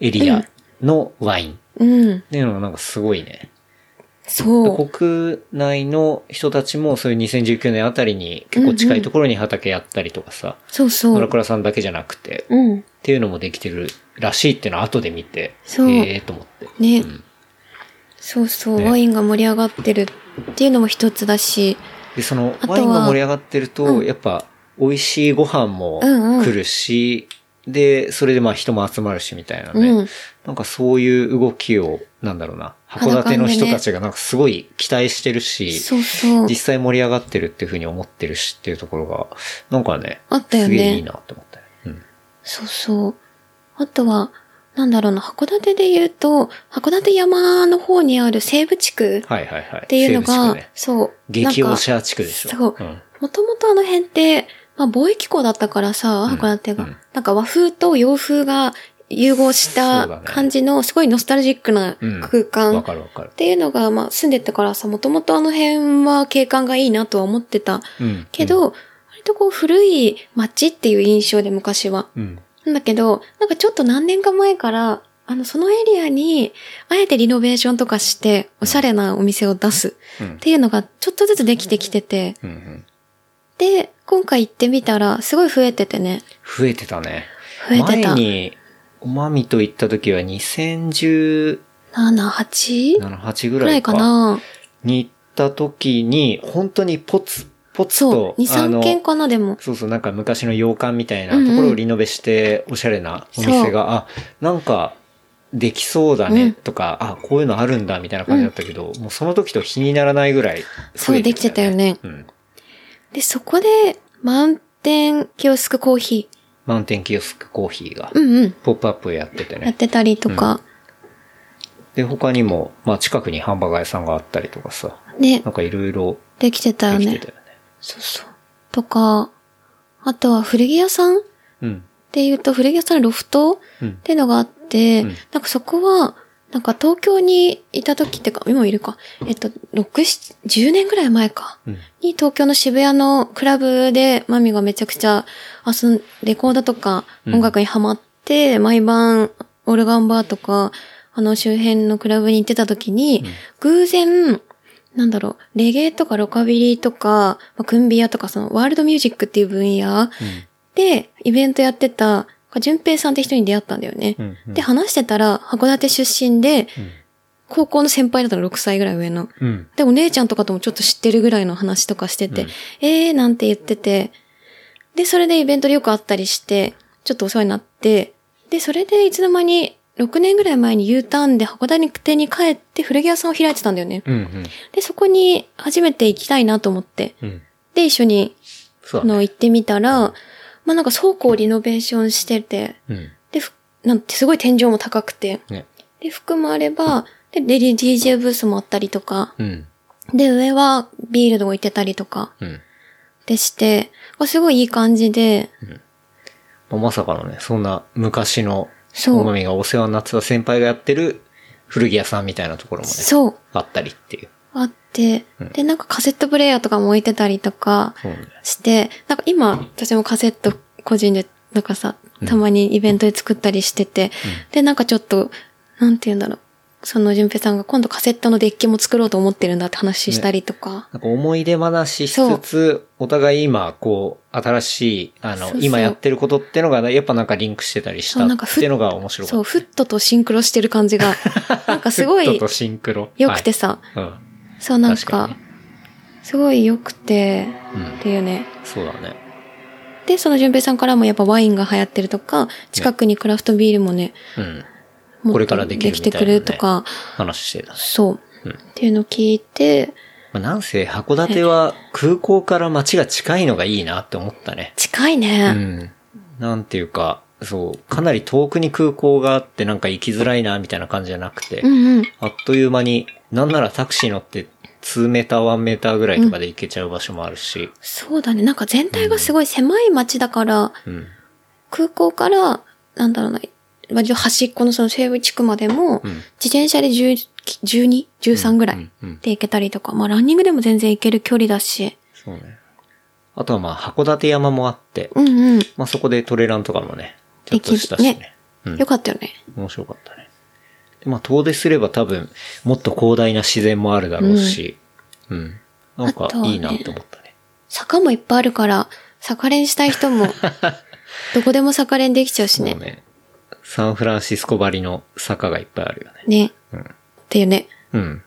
Speaker 2: エリアのワインっ
Speaker 3: うん。
Speaker 2: ていうのがなんかすごいね。
Speaker 3: そう。
Speaker 2: 国内の人たちもそういう2019年あたりに結構近いところに畑やったりとかさ、
Speaker 3: そうそ
Speaker 2: 村
Speaker 3: う。
Speaker 2: 倉さんだけじゃなくて、
Speaker 3: うん。
Speaker 2: っていうのもできてるらしいっていうのは後で見て、
Speaker 3: そう
Speaker 2: ええと思って。
Speaker 3: ね、
Speaker 2: ん
Speaker 3: そうそう、
Speaker 2: ね
Speaker 3: ワインが盛り上がってるっていうのも一つだし、
Speaker 2: で、その
Speaker 3: あとは
Speaker 2: ワインが盛り上がってると、
Speaker 3: うん
Speaker 2: やっぱ美味しいご飯も
Speaker 3: うんうん
Speaker 2: 来るし、で、それでまあ人も集まるしみたいなね。
Speaker 3: うん
Speaker 2: なんかそういう動きを、なんだろうな、函館の人たちがなんかすごい期待してるし、
Speaker 3: そうそう
Speaker 2: 実、際盛り上がってるっていうふうに思ってるしっていうところが、なんかね、
Speaker 3: あったよ
Speaker 2: すげえいい
Speaker 3: ね。
Speaker 2: なって思ったよ。うん。
Speaker 3: そうそう。あとは、なんだろうな、函館で言うと、函館山の方にある西部地区っ
Speaker 2: はいはいはい。
Speaker 3: ていうの
Speaker 2: 西
Speaker 3: が、
Speaker 2: 部地区ね
Speaker 3: そう、
Speaker 2: 激
Speaker 3: な
Speaker 2: オ
Speaker 3: んか
Speaker 2: シャ地区でしょ。
Speaker 3: そう
Speaker 2: うん。
Speaker 3: もともとあの辺って、まあ貿易港だったからさ、
Speaker 2: うん
Speaker 3: 函館が、
Speaker 2: うん
Speaker 3: なんか和風と洋風が融合し
Speaker 2: そうだ
Speaker 3: た
Speaker 2: ね
Speaker 3: 感じの、すごいノスタルジックな
Speaker 2: うん
Speaker 3: 空間
Speaker 2: わかるわかる
Speaker 3: っ。ていうのが、まあ、住んでたからさ、もともとあの辺は景観がいいなとは思ってた
Speaker 2: うん。
Speaker 3: けど、割とこう古い街っていう印象で昔は。
Speaker 2: うん、
Speaker 3: なんだけど、なんかちょっと何年か前から、あの、そのエリアに、あえてリノベーションとかして、おしゃれなお店を出す
Speaker 2: うん。うん
Speaker 3: っ。ていうのがちょっとずつできてきてて、
Speaker 2: うんうん。
Speaker 3: で、今回行ってみたら、すごい増えててね。
Speaker 2: 増えてたね。
Speaker 3: 増えて
Speaker 2: 前。
Speaker 3: た
Speaker 2: に、おまみと行った時は2017、
Speaker 3: 7、8?
Speaker 2: 8ぐ
Speaker 3: ぐ
Speaker 2: ら
Speaker 3: ら
Speaker 2: い
Speaker 3: い
Speaker 2: か
Speaker 3: かな。
Speaker 2: に行った時に、本当にポツ、ポツ
Speaker 3: そ
Speaker 2: と、
Speaker 3: う、2、
Speaker 2: あ
Speaker 3: 3
Speaker 2: の
Speaker 3: 軒かな、でも。
Speaker 2: そうそう、なんか昔の洋館みたいな
Speaker 3: うんう
Speaker 2: と
Speaker 3: ん
Speaker 2: ころをリノベして、おしゃれなお店が、あ、なんか、できそうだ
Speaker 3: うん
Speaker 2: ねとか、あ、こういうのあるんだみたいな感じだったけど、もうその時と比にならないぐらい、
Speaker 3: そう、できてたよ。ね。
Speaker 2: うん。
Speaker 3: で、そこで、マウンテンキオスクコーヒー。
Speaker 2: マウンテンキオスクコーヒーが
Speaker 3: う、んうん。
Speaker 2: ポップアップやってて
Speaker 3: やっ
Speaker 2: ね。
Speaker 3: てたりとか。
Speaker 2: で、他にも、まあ近くにハンバーガー屋さんがあったりとかさ、
Speaker 3: ね
Speaker 2: なん、かいろいろ
Speaker 3: できてたよ
Speaker 2: でき
Speaker 3: ね
Speaker 2: て。たよね。
Speaker 3: そうそう。とか、あとは古着屋さん
Speaker 2: うん。
Speaker 3: で言うと、古着屋さんロフトっ
Speaker 2: うん。
Speaker 3: ていうのがあって、
Speaker 2: うん
Speaker 3: なんかそこは、なんか東京にいた時ってか、今もいるか。えっと、6、7 10年ぐらい前か。
Speaker 2: うん。
Speaker 3: に東京の渋谷のクラブでマミがめちゃくちゃ遊ん、レコードとか
Speaker 2: うん
Speaker 3: 音楽にハマって、毎晩オルガンバーとか、あの周辺のクラブに行ってた時に、偶然、なんだろう、レゲエとかロカビリーとか、まあクンビアとかそのワールドミュージックっていう分野でイベントやってた、淳平さんって人に出会ったんだよね。
Speaker 2: うん。うん。
Speaker 3: で、話してたら、函館出身で、高校の先輩だったの6歳ぐらい上の。
Speaker 2: うん。うん。
Speaker 3: で、お姉ちゃんとかともちょっと知ってるぐらいの話とかしてて、
Speaker 2: うん
Speaker 3: えーなんて言ってて、で、それでイベントでよく会ったりして、ちょっとお世話になって、で、それでいつの間に、6年ぐらい前に U ターンで函館に帰って古着屋さんを開いてたんだよね。
Speaker 2: うん。うん。
Speaker 3: で、そこに初めて行きたいなと思って、
Speaker 2: うん。
Speaker 3: で、一緒に
Speaker 2: そうだ
Speaker 3: の
Speaker 2: ね。
Speaker 3: 行ってみたら、まあなんか倉庫をリノベーションしてて、
Speaker 2: うん。
Speaker 3: で、ふなんてすごい天井も高くて、
Speaker 2: ね。
Speaker 3: で、服もあれば、で、レディ DJ ブースもあったりとか、
Speaker 2: うん。
Speaker 3: で、上はビールで置いてたりとか
Speaker 2: うん。
Speaker 3: でして、あすごいいい感じで、
Speaker 2: まあまさかのね、そんな昔の、
Speaker 3: そう
Speaker 2: おまみがお世話になってた先輩がやってる古着屋さんみたいなところもね、
Speaker 3: そう、
Speaker 2: あったりっていう。
Speaker 3: あって、で、なんかカセットプレイヤーとかも置いてたりとか
Speaker 2: そうね。
Speaker 3: して、なんか今、私もカセット個人で、なんかさ、たまにイベントで作ったりしてて、で、なんかちょっと、なんて言うんだろう。その淳平さんが今度カセットのデッキも作ろうと思ってるんだって話したりとか。
Speaker 2: なんか思い出話しつつ、お互い今、こう、新しい、あの
Speaker 3: そうそう
Speaker 2: 今やってることってのが、やっぱなんかリンクしてたりした
Speaker 3: そうなんか
Speaker 2: っていうのが面白か
Speaker 3: そ
Speaker 2: っ
Speaker 3: う、フットとシンクロしてる感じが、なんか
Speaker 2: た。
Speaker 3: すご
Speaker 2: フッ
Speaker 3: い
Speaker 2: トとシンクロ。
Speaker 3: 良くてさ、
Speaker 2: はい。
Speaker 3: そう、なんか、
Speaker 2: 確かに
Speaker 3: すごい良くて、
Speaker 2: うん。う
Speaker 3: っ
Speaker 2: ん。
Speaker 3: ていうね。
Speaker 2: そうだね。
Speaker 3: で、その淳平さんからもやっぱワインが流行ってるとか、近くにクラフトビールもね、
Speaker 2: うん。
Speaker 3: もっと
Speaker 2: これからできるみたいなね
Speaker 3: できてくるとか、
Speaker 2: 話してたね。
Speaker 3: そう、
Speaker 2: うん
Speaker 3: っていうのを聞いて、
Speaker 2: まあ、なんせ、函館は空港から街が近いのがいいなって思ったね。
Speaker 3: 近いうね。
Speaker 2: ん。なんていうか、そう、かなり遠くに空港があってなんか行きづらいなみたいな感じじゃなくて、
Speaker 3: うん、うん、
Speaker 2: あっという間に、なんならタクシー乗って2メーター1メーターぐらいとかで行けちゃう場所もあるし、
Speaker 3: そうだね。なんか全体がすごい狭い街だから、
Speaker 2: うん。
Speaker 3: 空港から、なんだろうな、割と端っこのその西部地区までも、
Speaker 2: うん
Speaker 3: 自転車で10 12、13ぐらい
Speaker 2: うんうん
Speaker 3: で行けたりとか、まあランニングでも全然行ける距離だし、
Speaker 2: そうね。あとはまあ、函館山もあって、
Speaker 3: うんうん、
Speaker 2: まあそこでトレランとかもね、ちょっとしたし
Speaker 3: でき
Speaker 2: ね
Speaker 3: ね。
Speaker 2: うん
Speaker 3: よかったよね。
Speaker 2: 面白かったね。でまあ、遠出すれば多分、もっと広大な自然もあるだろうし、うん。なんか
Speaker 3: あとはね
Speaker 2: いいなって思ったね。
Speaker 3: 坂もいっぱいあるから、逆練したい 人も、どこでも逆練できちゃうし
Speaker 2: そう
Speaker 3: ね。
Speaker 2: ね。サンフランシスコばりの坂がいっぱいあるよね。
Speaker 3: ね。
Speaker 2: うん
Speaker 3: っていうね。
Speaker 2: うん。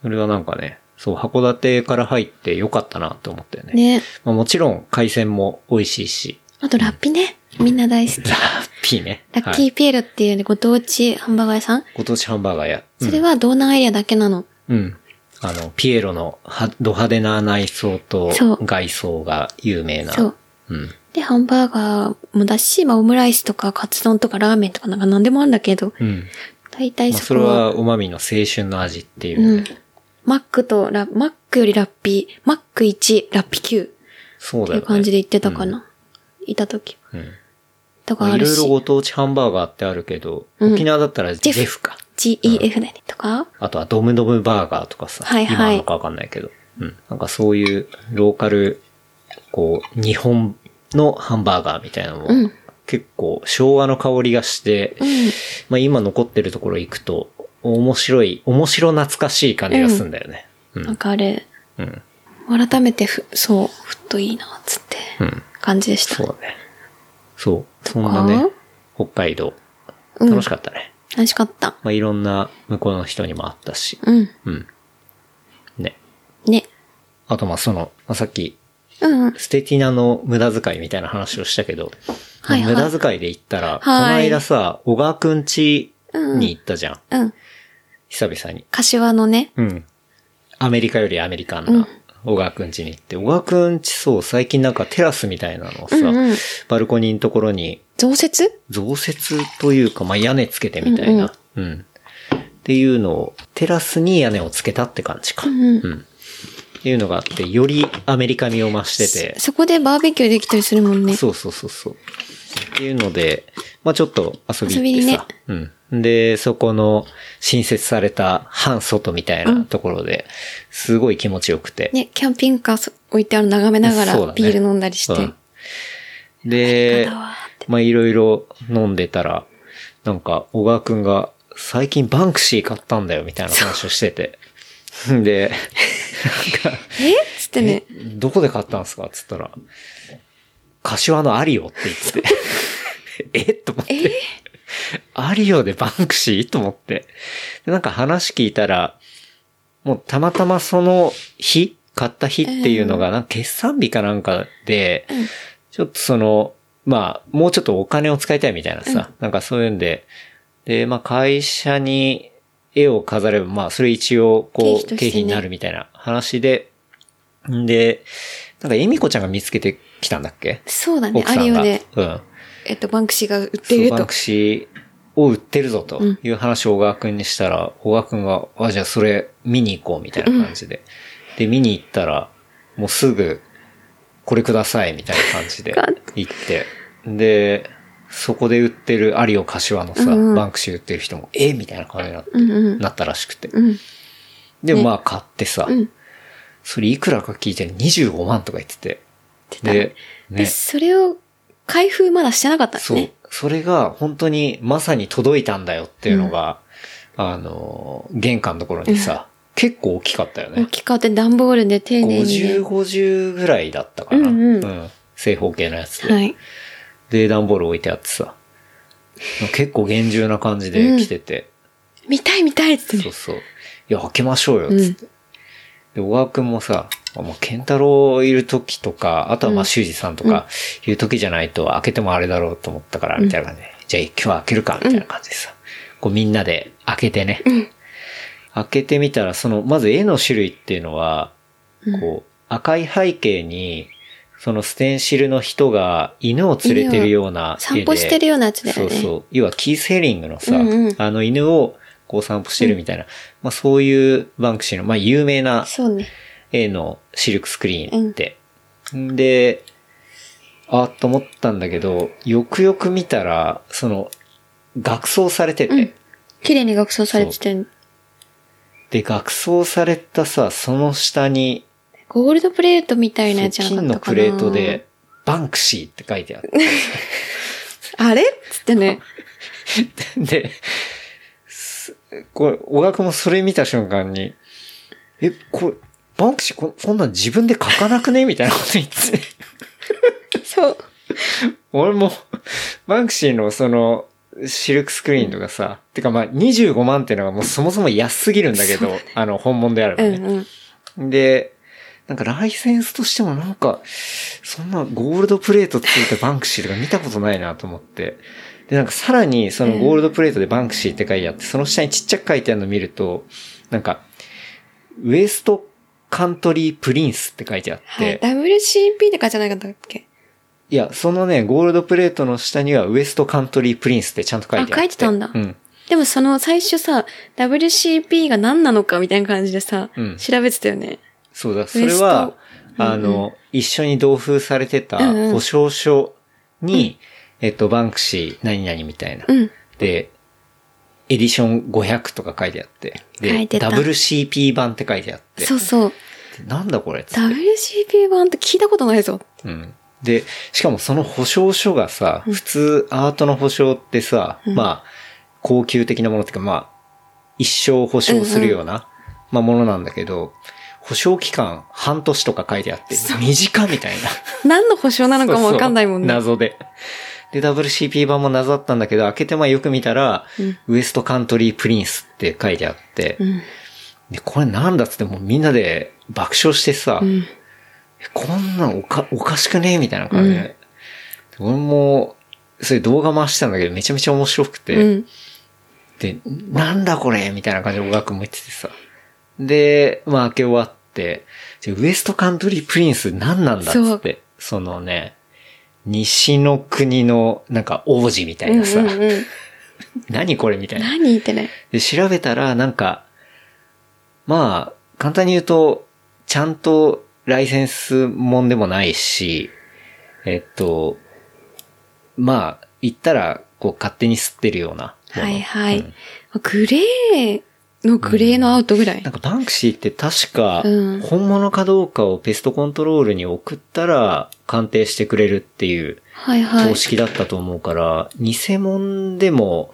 Speaker 2: それはなんかね、そう、函館から入ってよかったなって思ったよね。
Speaker 3: ね。
Speaker 2: まあ、もちろん海鮮も美味しい し、
Speaker 3: あとラッピね。みんな大好き。
Speaker 2: ラッピーね。
Speaker 3: ラッキ
Speaker 2: はい
Speaker 3: ーピエロっていうね、ご当地ハンバーガー屋さん。
Speaker 2: ご当地ハンバーガーや。うん
Speaker 3: それは道南エリアだけなの。
Speaker 2: うん。あの、ピエロのはド派手な内装と
Speaker 3: そう
Speaker 2: 外装が有名な。
Speaker 3: そう。
Speaker 2: うん。
Speaker 3: で、ハンバーガーもだし、まあオムライスとかカツ丼とかラーメンとかなんか何でもあるんだけど、
Speaker 2: うん。
Speaker 3: 大体
Speaker 2: まあ、
Speaker 3: そ
Speaker 2: そ
Speaker 3: こ
Speaker 2: れ
Speaker 3: は、
Speaker 2: はおまみの青春の味っていう、
Speaker 3: うん。マックとラ、マックよりラッピー、マック1、ラッピ9っ
Speaker 2: そう
Speaker 3: て
Speaker 2: だ
Speaker 3: い
Speaker 2: よ
Speaker 3: う
Speaker 2: ね。
Speaker 3: 感じで言ってたかな。いた時。
Speaker 2: うん。
Speaker 3: とか
Speaker 2: まあ
Speaker 3: あ
Speaker 2: い
Speaker 3: る
Speaker 2: ろい
Speaker 3: し。
Speaker 2: ろご当地ハンバーガーってあるけど、
Speaker 3: うん
Speaker 2: 沖縄だったらジ
Speaker 3: ジェフ
Speaker 2: ェフか。
Speaker 3: GEF だね。とか、
Speaker 2: あとはドムドムバーガーとかさ。
Speaker 3: はいはい
Speaker 2: 今あるのかわかんないけど。うん。なんかそういうローカル、こう、日本のハンバーガーみたいなのも、
Speaker 3: うん
Speaker 2: 結構昭和の香りがして、
Speaker 3: うん。
Speaker 2: まあ今残ってるところ行くと、面白い、面白懐かしい感じがするんだよね。うん。う
Speaker 3: なん
Speaker 2: ん。
Speaker 3: かあれ、改めてふ、そう、ふっといいな、つって、
Speaker 2: うん。
Speaker 3: 感じでした。
Speaker 2: そうだね。そう。そんなね、北海道、
Speaker 3: うん
Speaker 2: 楽しかったね。
Speaker 3: 楽しかった。
Speaker 2: まあいろんな向こうの人にも会ったし。
Speaker 3: うん。
Speaker 2: うん。ね。
Speaker 3: ね。
Speaker 2: あとまあその、まあ、さっき、
Speaker 3: うんうん。
Speaker 2: ステティナの無駄遣いみたいな話をしたけど、
Speaker 3: はいはい
Speaker 2: 無駄遣いで言ったら、この
Speaker 3: はい
Speaker 2: 間さ、小川くん家に行ったじゃん。
Speaker 3: うん。
Speaker 2: 久々に。
Speaker 3: 柏のね。
Speaker 2: うん。アメリカよりアメリカンな小川くん家に行って。小川くん家そう、最近なんかテラスみたいなのをさ、
Speaker 3: うんうん
Speaker 2: バルコニーのところに
Speaker 3: 増設
Speaker 2: 増設というか、まあ、屋根つけてみたいな。うん、っていうのを、テラスに屋根をつけたって感じか。
Speaker 3: うんうん
Speaker 2: うん。っていうのがあって、よりアメリカ味を増してて。
Speaker 3: そこでバーベキューできたりするもんね。
Speaker 2: そうそうそうそう。っていうので、まあちょっと遊び行ってさ。うん。で、そこの新設された半外みたいなところで、すごい気持ちよくて。
Speaker 3: ね、キャンピングカーそ置いてある眺めなが
Speaker 2: そうだ
Speaker 3: ら
Speaker 2: ね
Speaker 3: ビール飲んだりして。
Speaker 2: うんで
Speaker 3: だわ、
Speaker 2: まあいろいろ飲んでたら、なんか小川くんが最近バンクシー買ったんだよみたいな話をしてて。で、
Speaker 3: えっつってね。
Speaker 2: えどこで買ったんですかっつったら、柏のアリオって言ってて。 えと思って。アリオでバンクシーと思って。でなんか話聞いたら、もうたまたまその日、買った日っていうのが、なんか決算日かなんかで、ちょっとその、まあ、もうちょっとお金を使いたいみたいなさ、なんかそういうんで、で、まあ会社に絵を飾れば、まあそれ一応、こう、
Speaker 3: 経費としてね
Speaker 2: 経費になるみたいな話で、んで、なんか、エミコちゃんが見つけてきたんだっけ
Speaker 3: そうだね。
Speaker 2: 奥
Speaker 3: ア
Speaker 2: さ
Speaker 3: リ
Speaker 2: んが。
Speaker 3: オで、
Speaker 2: うん。
Speaker 3: えっと、バンクシーが売っている
Speaker 2: そうバン
Speaker 3: と
Speaker 2: ク。シーを売ってるぞと
Speaker 3: うん
Speaker 2: いう話を小川くんにしたら、小川くんが、あ、じゃあそれ見に行こうみたいな感じで。で、見に行ったら、もうすぐ、これくださいみたいな感じで行って。で、そこで売ってるアリオ柏のさ、
Speaker 3: うんうん
Speaker 2: バンクシー売ってる人も、えみたいな感じになっ
Speaker 3: うんうん。
Speaker 2: なったらしくて。
Speaker 3: うん。
Speaker 2: で、まあ買ってさ、
Speaker 3: うん
Speaker 2: それいくらか聞いて25万とか言ってて。
Speaker 3: た
Speaker 2: で、
Speaker 3: で、
Speaker 2: ね、
Speaker 3: それを、開封まだしてなかった
Speaker 2: そう
Speaker 3: ね。。
Speaker 2: それが本当にまさに届いたんだよっていうのが、あの、玄関のところにさ、結構大きかったよ
Speaker 3: 大
Speaker 2: ね。
Speaker 3: きくあって段ボールで丁寧にね。
Speaker 2: 50、50ぐらいだったかな。
Speaker 3: うんうん
Speaker 2: 正方形のやつで。
Speaker 3: はい。
Speaker 2: で、段ボール置いてあってさ、結構厳重な感じで来てて。
Speaker 3: 見たい見たいっつってね
Speaker 2: そうそう。いや、開けましょうよ、つって。で、小川くんもさ、もう、ケンタロウいる時とか、あとはまあ、修二さんとかいう時じゃないと、開けてもあれだろうと思ったから、みたいな感じで、じゃあ今日は開けるか、みたいな感じでさ、こうみんなで開けてね。開けてみたら、その、まず絵の種類っていうのは、こう、赤い背景に、そのステンシルの人が犬を連れてるような絵で
Speaker 3: 散歩してるようなやつだよね。
Speaker 2: そうそう。要はキース・ヘリングのさ、
Speaker 3: うんうん
Speaker 2: あの犬をこう散歩してるみたいな、まあそういうバンクシーの、まあ有名な
Speaker 3: そうね。
Speaker 2: 絵のシルクスクリーンって。ん、で、あーっと思ったんだけど、よくよく見たら、その、学装されてて、
Speaker 3: うん綺麗に学装されてて、
Speaker 2: で、学装されたさ、その下に、
Speaker 3: ゴールドプレートみたいなやつじゃなか
Speaker 2: 金
Speaker 3: った
Speaker 2: の
Speaker 3: か
Speaker 2: プ
Speaker 3: な
Speaker 2: レート。で、バンクシーって書いてあって
Speaker 3: あれっつってね。
Speaker 2: で、すこれ、小川君もそれ見た瞬間に、え、これ、バンクシーここんなん自分で書かなくねみたいなこと言って て。
Speaker 3: そう。
Speaker 2: 俺も、バンクシーのその、シルクスクリーンとかさ、てかまあ25万っていうのがもうそもそも安すぎるんだけど、あの、本物であれば
Speaker 3: う
Speaker 2: ね。
Speaker 3: んうん。
Speaker 2: で、なんかライセンスとしてもなんか、そんなゴールドプレートついたバンクシーとか見たことないなと思って。で、なんかさらにそのゴールドプレートでバンクシーって書いてあって、その下にちっちゃく書いてあるの見ると、なんか、ウエストカントリープリンスって書いてあって、
Speaker 3: はい。
Speaker 2: い、
Speaker 3: WCP って書いてなかったっけ
Speaker 2: や、そのね、ゴールドプレートの下にはウエストカントリープリンスってちゃんと書いてあって。
Speaker 3: あ書いてたんだ
Speaker 2: うん。
Speaker 3: でもその最初さ、WCP が何なのかみたいな感じでさ、
Speaker 2: うん
Speaker 3: 調べてたよね。
Speaker 2: そうだ、そ
Speaker 3: ウエ
Speaker 2: れ
Speaker 3: スト
Speaker 2: は、あの、一緒に同封されてた
Speaker 3: うんうん
Speaker 2: 保証書に、えっと、バンクシー何々みたいな。
Speaker 3: うん。
Speaker 2: で、エディション500とか書いてあって、
Speaker 3: 書
Speaker 2: で、
Speaker 3: いてた
Speaker 2: WCP 版って書いてあって、
Speaker 3: そうそう。
Speaker 2: なんだこれっつって
Speaker 3: WCP 版って聞いたことないぞ。
Speaker 2: うん。で、しかもその保証書がさ、普通アートの保証ってさ、まあ、高級的なものっていうか、まあ、一生保証するような、まあものなんだけど、保証期間半年とか書いてあって、短みたいな。
Speaker 3: 何の保証なのかもわかんないもんね。
Speaker 2: そうそう謎で。で、WCP 版も謎だったんだけど、開けてまあよく見たら、ウエストカントリープリンスって書いてあって、
Speaker 3: ん
Speaker 2: で、これなんだっつってもうみんなで爆笑してさ、
Speaker 3: ん
Speaker 2: えこんなんおか、おかしくねみたいな感じで。俺も、それ動画回してたんだけど、めちゃめちゃ面白くて、
Speaker 3: うん。
Speaker 2: で、なんだこれみたいな感じで小川くんも言っててさ。で、まあ開け終わっって、じゃあウエストカントリープリンス何なんだっつって、そのね、西の国のなんか王子みた
Speaker 3: う
Speaker 2: い
Speaker 3: ん
Speaker 2: なさ、
Speaker 3: うんうん。
Speaker 2: 何これみたいな。
Speaker 3: 何ってね。
Speaker 2: で、調べたら、なんか、まあ、簡単に言うと、ちゃんとライセンスもんでもないし、えっと、まあ、言ったら、こう、勝手に吸ってるようなもの。
Speaker 3: はいはい。
Speaker 2: うん
Speaker 3: グレーのグレーのアウトぐらい。
Speaker 2: なんかバンクシーって確か
Speaker 3: うん、
Speaker 2: 本物かどうかをペストコントロールに送ったら鑑定してくれるっていう
Speaker 3: はいはい
Speaker 2: 方。式だったと思うから、偽物でも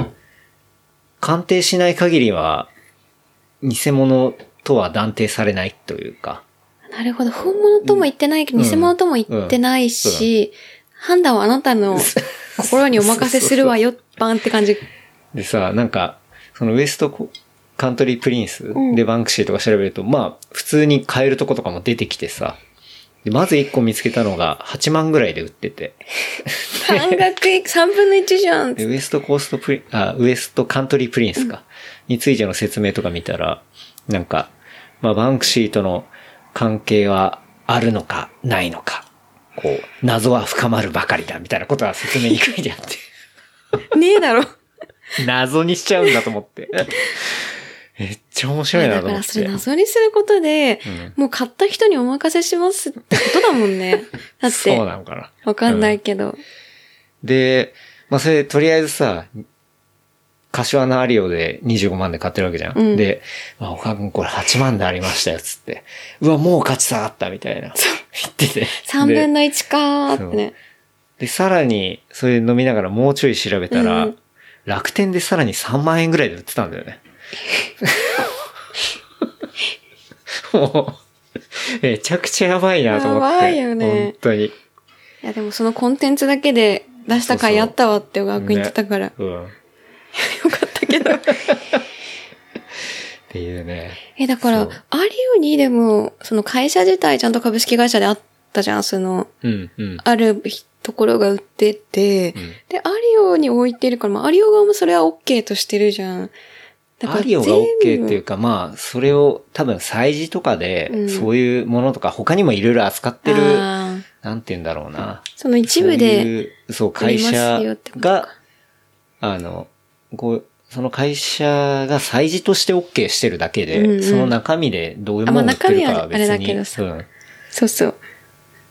Speaker 2: 鑑定しない限りは、偽物とは断定されないというか、
Speaker 3: なるほど。本物とも言ってないけど、
Speaker 2: うん
Speaker 3: 偽物とも言ってないし、判断はあなたの心にお任せするわよ、バンって感じ。
Speaker 2: でさ、なんか、そのウエストコカントリープリンスでバンクシーとか調べると、まあ、普通に買えるとことかも出てきてさ、でまず1個見つけたのが8万ぐらいで売ってて。
Speaker 3: 半 額い、3分の1じゃん。
Speaker 2: でウエストコーストプリン、あ、ウエストカントリープリンスか。についての説明とか見たら、なんか、まあ、バンクシーとの関係はあるのか、ないのか。こう、謎は深まるばかりだ、みたいなことは説明に書いてあ って。
Speaker 3: ねえだろ。
Speaker 2: 謎にしちゃうんだと思 って。めっちゃ面白いな
Speaker 3: だ
Speaker 2: と
Speaker 3: か
Speaker 2: 思っ
Speaker 3: らそれ
Speaker 2: て。
Speaker 3: 謎にすることで、もう買った人にお任せしますってことだもん ね。だっ
Speaker 2: そう
Speaker 3: て、
Speaker 2: なのかな。
Speaker 3: わかんないけど。
Speaker 2: で、まあ、それ、とりあえずさ、柏のアリオで25万で買ってるわけじゃん。
Speaker 3: うん
Speaker 2: で、まあ、岡君これ8万でありましたよ、つって。うわ、もう勝ち下がった、みたいな。言ってて。
Speaker 3: 3分の1かーってね。
Speaker 2: で、さらに、それ飲みながらもうちょい調べたら、
Speaker 3: うん
Speaker 2: 楽天でさらに3万円ぐらいで売ってたんだよ ね。もう、めちゃくちゃやばいなと思って。
Speaker 3: やばいよね
Speaker 2: 本当に。
Speaker 3: いやでもそのコンテンツだけで出した回あったわって小川君言ってたから、よ
Speaker 2: うん。っ
Speaker 3: かったけど。
Speaker 2: ていうね。
Speaker 3: え、だから、ア
Speaker 2: そう
Speaker 3: リオにでも、その会社自体ちゃんと株式会社であったじゃん、その、
Speaker 2: うん、うん。
Speaker 3: あるところが売ってて、
Speaker 2: うん
Speaker 3: で、アリオに置いてるから、まあアリオ側もそれは OK としてるじゃん。だから
Speaker 2: アリオが OK って
Speaker 3: 全部
Speaker 2: いうか、まあ、それを多分、催事とかで、
Speaker 3: うん
Speaker 2: そういうものとか、他にもいろいろ扱ってる、
Speaker 3: あー
Speaker 2: なんて言うんだろうな。
Speaker 3: その一部
Speaker 2: そう
Speaker 3: で、
Speaker 2: いう、そう、
Speaker 3: 売
Speaker 2: 会
Speaker 3: ります
Speaker 2: 社
Speaker 3: よってことか
Speaker 2: が、あの、こう、その会社が催事として OK してるだけで、
Speaker 3: うんうん
Speaker 2: その中身でどういうものを売ってるかは別に、
Speaker 3: あまあ中身はあれだけどさ
Speaker 2: うん、っ
Speaker 3: そうそう。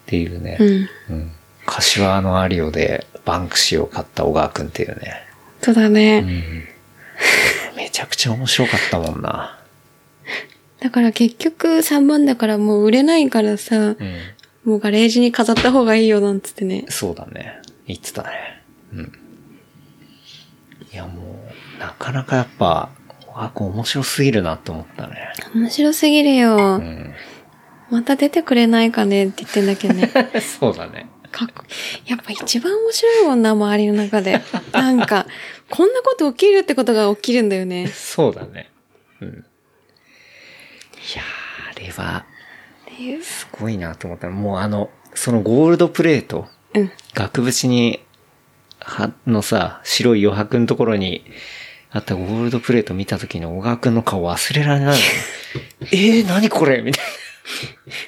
Speaker 2: ていうね、
Speaker 3: うん。
Speaker 2: うん柏のアリオでバンクシーを買った小川くんっていうね、
Speaker 3: そうだ
Speaker 2: う
Speaker 3: ね。
Speaker 2: んめちゃくちゃ面白かったもんな。
Speaker 3: だから結局3万だからもう売れないからさ、
Speaker 2: うん
Speaker 3: もうガレージに飾った方がいいよなんつってね。
Speaker 2: そうだね。言ってたね。うん。いやもう、なかなかやっぱ、あ、こう面白すぎるなって思ったね。
Speaker 3: 面白すぎるよ。
Speaker 2: うん。
Speaker 3: また出てくれないかねって言ってんだけど ね。
Speaker 2: そうだね。
Speaker 3: かっこやっぱ一番面白いもんな、周りの中 で。なんか、こんなこと起きるってことが起きるんだよね。
Speaker 2: そうだね。うん。いやー、あれは、
Speaker 3: っていう。
Speaker 2: すごいなと思った。もうあの、そのゴールドプレート、
Speaker 3: うん。
Speaker 2: 額縁に、は、のさ、白い余白のところに、あったゴールドプレート見た時の小川くんの顔忘れられないのね。 えー、何これみたいな。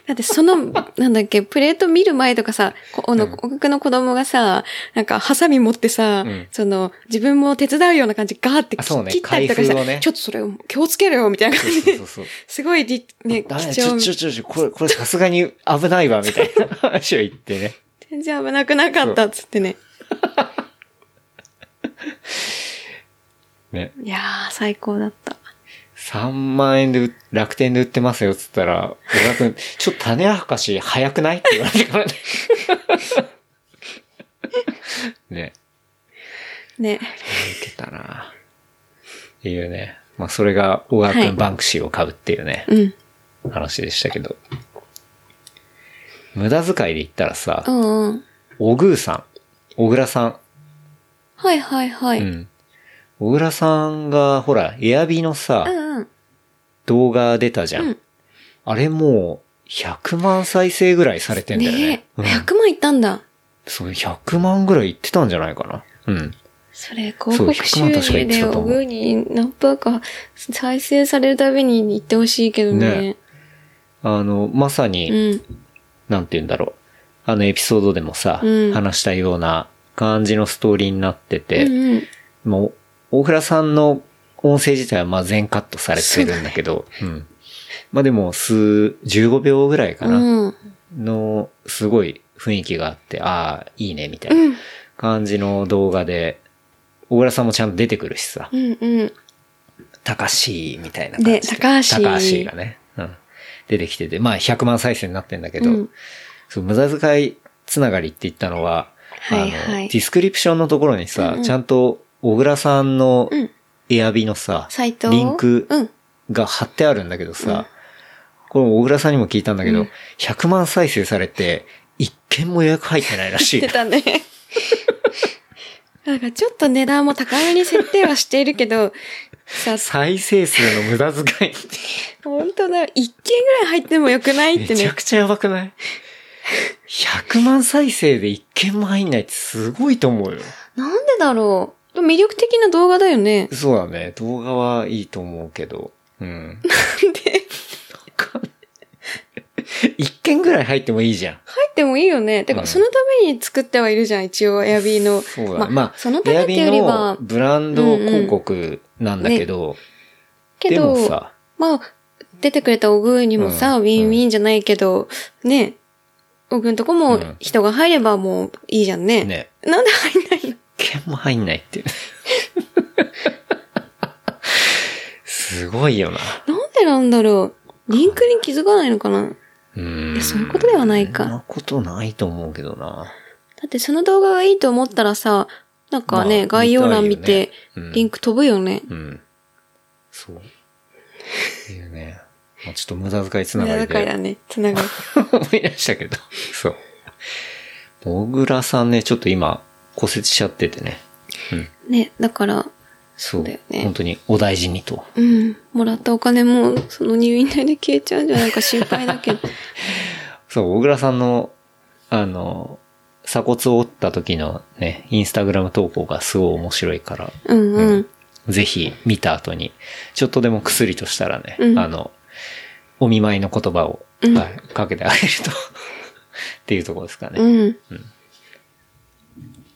Speaker 3: だってその、なんだっけ、プレート見る前とかさ、こあの、僕の子供がさ、なんか、ハサミ持ってさ、
Speaker 2: うん
Speaker 3: その、自分も手伝うような感じでガーって
Speaker 2: あそうね
Speaker 3: 切ったりとかし
Speaker 2: 開
Speaker 3: た
Speaker 2: 封
Speaker 3: ら、
Speaker 2: をね
Speaker 3: ちょっとそれ気をつけろよ、みたいな感じ
Speaker 2: そう
Speaker 3: で
Speaker 2: そ。うそう。
Speaker 3: すごいり、ね、
Speaker 2: ダメだ、
Speaker 3: 貴
Speaker 2: ちょ、
Speaker 3: 重。
Speaker 2: ちょ、ちょ、ちょ、これ、これさすがに危ないわ、みたいな話を言って ね。
Speaker 3: 全然危なくなかったっつってね。
Speaker 2: ね。
Speaker 3: いやー、最高だった。
Speaker 2: 3万円で売、楽天で売ってますよ、つったら、小田くん、ちょっと種明かし早くないって言われて からね。ね。
Speaker 3: ね。
Speaker 2: 受けたなっていうね。まあ、それが、小川くん、
Speaker 3: はい
Speaker 2: バンクシーを買うっていうね、
Speaker 3: うん。
Speaker 2: 話でしたけど。無駄遣いで言ったらさ
Speaker 3: う、んうん。
Speaker 2: 小宮さん、小倉さん、
Speaker 3: はいはいはい。
Speaker 2: うん。小倉さんが、ほら、エアビのさ、
Speaker 3: うんうん。
Speaker 2: 動画出たじゃん。
Speaker 3: うん
Speaker 2: あれもう、100万再生ぐらいされてんだよね。
Speaker 3: ね
Speaker 2: う
Speaker 3: え、
Speaker 2: ん
Speaker 3: 100万いったんだ。
Speaker 2: そう、100万ぐらいいってたんじゃないかな。うん。
Speaker 3: それ、広告
Speaker 2: 100
Speaker 3: 収
Speaker 2: 万確か言っ
Speaker 3: 入
Speaker 2: て
Speaker 3: で、
Speaker 2: たと思う
Speaker 3: おぐに何パーか再生されるたびに行ってほしいけどね。
Speaker 2: ねあの、まさに、
Speaker 3: うん。
Speaker 2: なんて言うんだろう。あのエピソードでもさ、
Speaker 3: うん
Speaker 2: 話したような感じのストーリーになってて、
Speaker 3: うんうん
Speaker 2: もう、大倉さんの音声自体はまあ全カットされてるんだけど、うん。まあでも、数、15秒ぐらいかな、
Speaker 3: うん。
Speaker 2: の、すごい雰囲気があって、ああ、いいね、みたいな
Speaker 3: うん。
Speaker 2: 感じの動画で、大倉さんもちゃんと出てくるしさ、
Speaker 3: うん。うん。
Speaker 2: 高橋みたいな感じ
Speaker 3: で高橋
Speaker 2: 高橋がね、うん。出てきてて、まあ100万再生になってんだけど、
Speaker 3: うん
Speaker 2: そう、無駄遣いつながりって言ったのは、
Speaker 3: はい
Speaker 2: あの
Speaker 3: は、
Speaker 2: デ
Speaker 3: い
Speaker 2: ィスクリプションのところにさ、ちゃんと小倉さんの
Speaker 3: うん
Speaker 2: エアビのさ、
Speaker 3: サイト
Speaker 2: リンク
Speaker 3: うん
Speaker 2: が貼ってあるんだけどさ、これ小倉さんにも聞いたんだけど、100万再生されて、一件も予約入ってないらし い
Speaker 3: 出
Speaker 2: な。
Speaker 3: たね。なんかちょっと値段も高めに設定はしているけど、さ、
Speaker 2: 再生数の無駄遣いって
Speaker 3: 本当だ、一件ぐらい入ってもよくないっ
Speaker 2: め
Speaker 3: て
Speaker 2: ちゃ
Speaker 3: ね。
Speaker 2: くちゃやばくない ?100 万再生で一件も入んないってすごいと思うよ。
Speaker 3: なんでだろう。でも魅力的な動画だよね。
Speaker 2: そうだね。動画はいいと思うけど。うん。
Speaker 3: で、
Speaker 2: 一件ぐらい入ってもいいじゃん。
Speaker 3: 入ってもいいよね。てか、
Speaker 2: うん
Speaker 3: そのために作ってはいるじゃん、一応、エアビーの。
Speaker 2: そうだね。
Speaker 3: ま
Speaker 2: ま
Speaker 3: あ
Speaker 2: あ、
Speaker 3: そのためっていうより
Speaker 2: Airbnb
Speaker 3: は
Speaker 2: のブランド広告なんだけど、
Speaker 3: けど、
Speaker 2: でもさ、
Speaker 3: まあ、出てくれたオグーにもさ、
Speaker 2: うん
Speaker 3: ウィンウィンじゃないけど、ね、オグーのとこ
Speaker 2: う
Speaker 3: も
Speaker 2: ん
Speaker 3: 人が入ればもういいじゃんね。
Speaker 2: ね、
Speaker 3: なんで入んないの
Speaker 2: 一件も入んないっていう。すごいよな。
Speaker 3: なんでなんだろう。リンクに気づかないのかな
Speaker 2: うん
Speaker 3: いやそういうことではないか
Speaker 2: そんなことないと思うけどな。
Speaker 3: だってその動画がいいと思ったらさ、なんかね、
Speaker 2: まあ
Speaker 3: 概要欄見
Speaker 2: 見たいよね、
Speaker 3: て
Speaker 2: うん
Speaker 3: リンク飛ぶよね。
Speaker 2: うん。そう。っていうね。まあ、ちょっと無駄遣いつながり
Speaker 3: だ
Speaker 2: で。
Speaker 3: からね、つながる。
Speaker 2: 思い出したけど。そう。もぐらさんね、ちょっと今骨折しちゃっててね。うん。
Speaker 3: ね、だから、
Speaker 2: そう。
Speaker 3: そうだよね
Speaker 2: 本当にお大事にと。
Speaker 3: うん、もらったお金も、その入院代で消えちゃうんじゃないか心配だけど。
Speaker 2: そう、小倉さんの、あの、鎖骨を折った時のね、インスタグラム投稿がすごい面白いから、
Speaker 3: うんうん。
Speaker 2: ぜひ見た後に、ちょっとでも薬としたらね、
Speaker 3: うん
Speaker 2: あの、お見舞いの言葉を、はい、かけてあげると、 っていうところですか
Speaker 3: う
Speaker 2: ね。
Speaker 3: ん。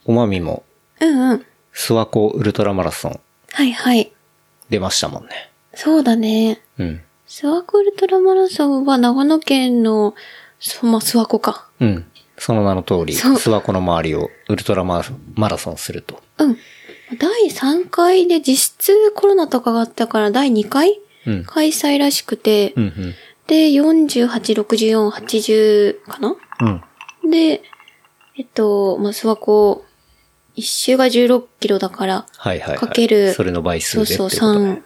Speaker 2: おまみも、
Speaker 3: うんうん。
Speaker 2: 諏訪湖ウルトラマラソン
Speaker 3: はいはい。
Speaker 2: 出ましたもんね。
Speaker 3: そうだね。
Speaker 2: うん。
Speaker 3: 諏訪湖ウルトラマラソンは長野県の、そまあ、諏訪湖か。
Speaker 2: うん。その名の通り、
Speaker 3: そう
Speaker 2: 諏訪湖の周りをウルトラマラソンマラソンすると。
Speaker 3: うん。第3回で実質コロナとかがあったから第2回
Speaker 2: うん。
Speaker 3: 開催らしくて、
Speaker 2: うん、うん。
Speaker 3: で、48、64、80かな
Speaker 2: うん。
Speaker 3: で、えっと、まあ、諏訪湖、一周が16キロだから、
Speaker 2: はいはい、はい。
Speaker 3: かける
Speaker 2: それの倍数
Speaker 3: そ
Speaker 2: で
Speaker 3: う
Speaker 2: って
Speaker 3: そ
Speaker 2: こと
Speaker 3: う、
Speaker 2: だね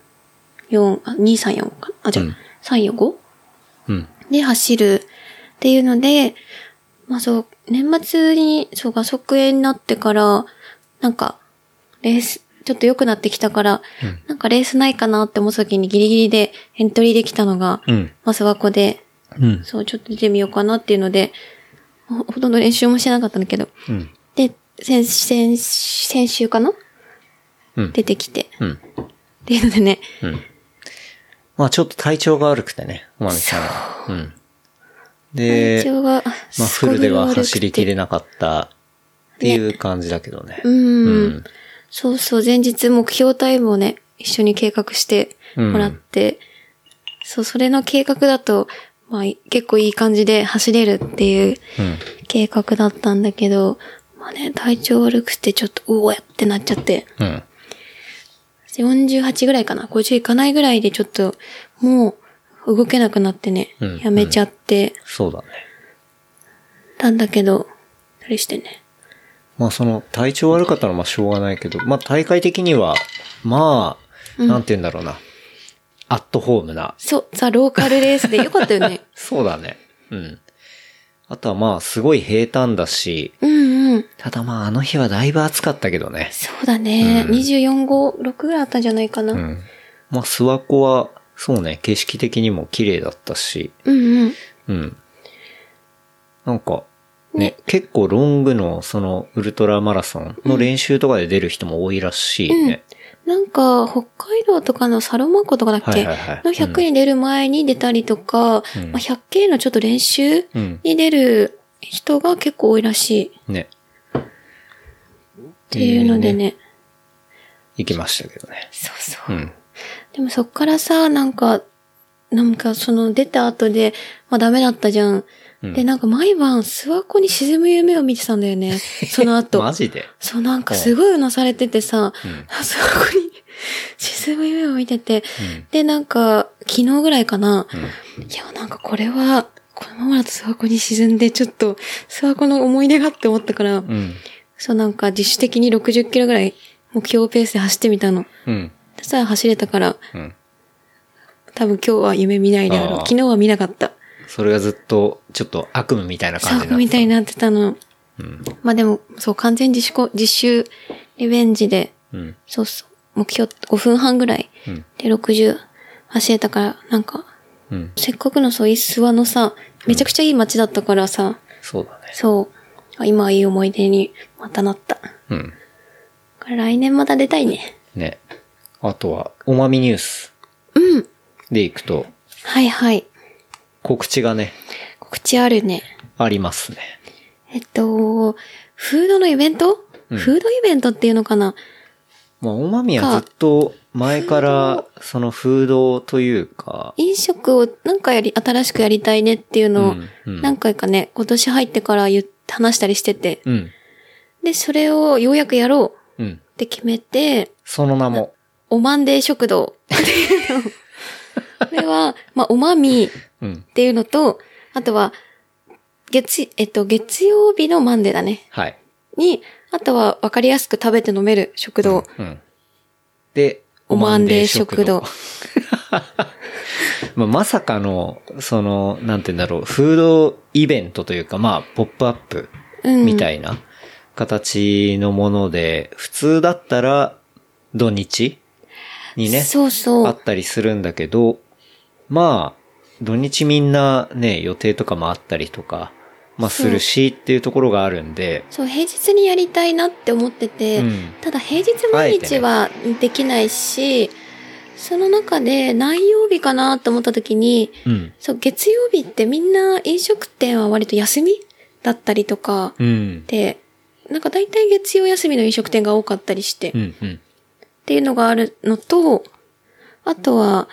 Speaker 3: 3、4、あ、2、3、4かなあ、じゃあ、
Speaker 2: うん
Speaker 3: 3、4、5?
Speaker 2: うん。
Speaker 3: で走るっていうので、まあそう、年末に、そう、画速炎になってから、なんか、レース、ちょっと良くなってきたから、
Speaker 2: うん
Speaker 3: なんかレースないかなって思った時にギリギリでエントリーできたのが、
Speaker 2: うん。
Speaker 3: まずはこで、
Speaker 2: うん。
Speaker 3: そう、ちょっと出てみようかなっていうので、ほほとんど練習もしてなかったんだけど。
Speaker 2: うん。
Speaker 3: で、先、先、先週かな
Speaker 2: うん。
Speaker 3: 出てきて。
Speaker 2: うん。
Speaker 3: っていうのでね、
Speaker 2: うん。まあちょっと体調が悪くてね、おまみさんは。うん。で、
Speaker 3: 体調
Speaker 2: ま
Speaker 3: が、
Speaker 2: あ
Speaker 3: す
Speaker 2: フ
Speaker 3: ごい
Speaker 2: ルでは
Speaker 3: 悪くて
Speaker 2: 走りきれなかったっていう感じだけどね。
Speaker 3: うん
Speaker 2: うん。
Speaker 3: そうそう、前日目標タイムをね、一緒に計画してもらって、そう、それの計画だと、まあ、い結構いい感じで走れるっていう
Speaker 2: うん。
Speaker 3: 計画だったんだけど、まあね、体調悪くてちょっと、うおやってなっちゃって、
Speaker 2: うん。
Speaker 3: 48ぐらいかな、50いかないぐらいでちょっと、もう、動けなくなってね、
Speaker 2: うん
Speaker 3: やめちゃって
Speaker 2: そうだね。
Speaker 3: たんだけど、それしてね。
Speaker 2: まあその体調悪かったのはまあしょうがないけど、まあ大会的には、まあ、なんて言うんだろうな。アットホームな。
Speaker 3: そう、ザ・ローカルレースでよかったよ ね。
Speaker 2: そうだね。うん。あとはまあすごい平坦だし、
Speaker 3: うんうん。
Speaker 2: ただまああの日はだいぶ暑かったけどね。
Speaker 3: そうだね。24号、6ぐらいあったんじゃないかな。う、
Speaker 2: うんん。まあ、諏訪湖は、そうね、景色的にも綺麗だったし、
Speaker 3: うん、
Speaker 2: うん。なんか、ね、結構ロングの、その、ウルトラマラソンの練習とかで出る人も多いらしいね。
Speaker 3: なんか、北海道とかのサロマ湖とかだっけ、
Speaker 2: はいはいはい。
Speaker 3: の100に出る前に出たりとか、
Speaker 2: うん
Speaker 3: まあ、100K のちょっと練習
Speaker 2: うん。
Speaker 3: に出る人が結構多いらしいっ
Speaker 2: ね。
Speaker 3: ていうのでね。
Speaker 2: 行きましたけどね。
Speaker 3: そうそうう。
Speaker 2: ん。
Speaker 3: でもそっからさ、なんか、なんかその出た後で、まあダメだったじゃん。
Speaker 2: ん
Speaker 3: で、なんか毎晩諏訪湖に沈む夢を見てたんだよ ね。その後。
Speaker 2: マジで
Speaker 3: そう、なんかすごいうなされててさ、
Speaker 2: うん。
Speaker 3: あそこに沈む夢を見てて、で、なんか、昨日ぐらいかな、いや、なんかこれは、このままだと諏訪湖に沈んで、ちょっと、諏訪湖の思い出がって思ったから、
Speaker 2: うん。うん。
Speaker 3: そうなんか自主的に60キロぐらい目標ペースで走ってみたの。
Speaker 2: うん。
Speaker 3: でさ、走れたから、
Speaker 2: うん。
Speaker 3: 多分今日は夢見ないであろ
Speaker 2: あー。
Speaker 3: う昨日は見なかった。
Speaker 2: それがずっと、ちょっと悪夢みたいな
Speaker 3: そ
Speaker 2: 感じにな
Speaker 3: う、
Speaker 2: って
Speaker 3: みたいに
Speaker 2: な。
Speaker 3: なってたの。
Speaker 2: うん。
Speaker 3: まあでも、そう、完全自粛、実習、リベンジで、
Speaker 2: うん。
Speaker 3: そうそう、目標5分半ぐらい
Speaker 2: うん。
Speaker 3: で60走れたから、なんか、
Speaker 2: うん。
Speaker 3: せっかくのそう、いい諏訪のさ、めちゃくちゃいい街だったからさ、
Speaker 2: そうだね。
Speaker 3: そう、今はいい思い出にまたなった。
Speaker 2: うん。
Speaker 3: これ来年また出たいね。
Speaker 2: ね。あとは、おまみニュース
Speaker 3: うん。
Speaker 2: で行くと、
Speaker 3: はいはい。
Speaker 2: 告知がね、
Speaker 3: 告知あるね。
Speaker 2: ありますね。
Speaker 3: えっと、フードのイベント、
Speaker 2: うん
Speaker 3: フードイベントっていうのかな
Speaker 2: まあ、おまみはずっと前から、その風土というか、
Speaker 3: 飲食をなんかやり、新しくやりたいねっていうのを
Speaker 2: うん、うん
Speaker 3: 何回かね、今年入ってから言っ話したりしてて、
Speaker 2: うん、
Speaker 3: で、それをようやくやろう
Speaker 2: うん。
Speaker 3: って決めて、
Speaker 2: その名も、
Speaker 3: おまんで食堂 っていうのをこれは、まあ、おまみっ
Speaker 2: うん、
Speaker 3: ていうのと、あとは、月、えっと、月曜日のマンデーだね。
Speaker 2: はい。
Speaker 3: に、あとは、わかりやすく食べて飲める食堂。
Speaker 2: うん。で、
Speaker 3: おまんで食堂。
Speaker 2: まあ、まさかの、その、なんて言うんだろう、フードイベントというか、まあ、ポップアップ
Speaker 3: うん。
Speaker 2: みたいな形のもので、普通だったら、土日にね、
Speaker 3: そうそ
Speaker 2: あ
Speaker 3: う
Speaker 2: っ。たりするんだけど、まあ、土日みんなね、予定とかもあったりとか、まあするしっていうところがあるんで、
Speaker 3: そう、平日にやりたいなって思ってて、
Speaker 2: うん
Speaker 3: ただ平日毎日はできないし、その中で何曜日かなと思った時に、
Speaker 2: うん。
Speaker 3: そう、月曜日ってみんな飲食店は割と休みだったりとか
Speaker 2: うん。
Speaker 3: で、なんか大体月曜休みの飲食店が多かったりして、
Speaker 2: う
Speaker 3: っ
Speaker 2: ん。うん。
Speaker 3: ていうのがあるのと、あとは、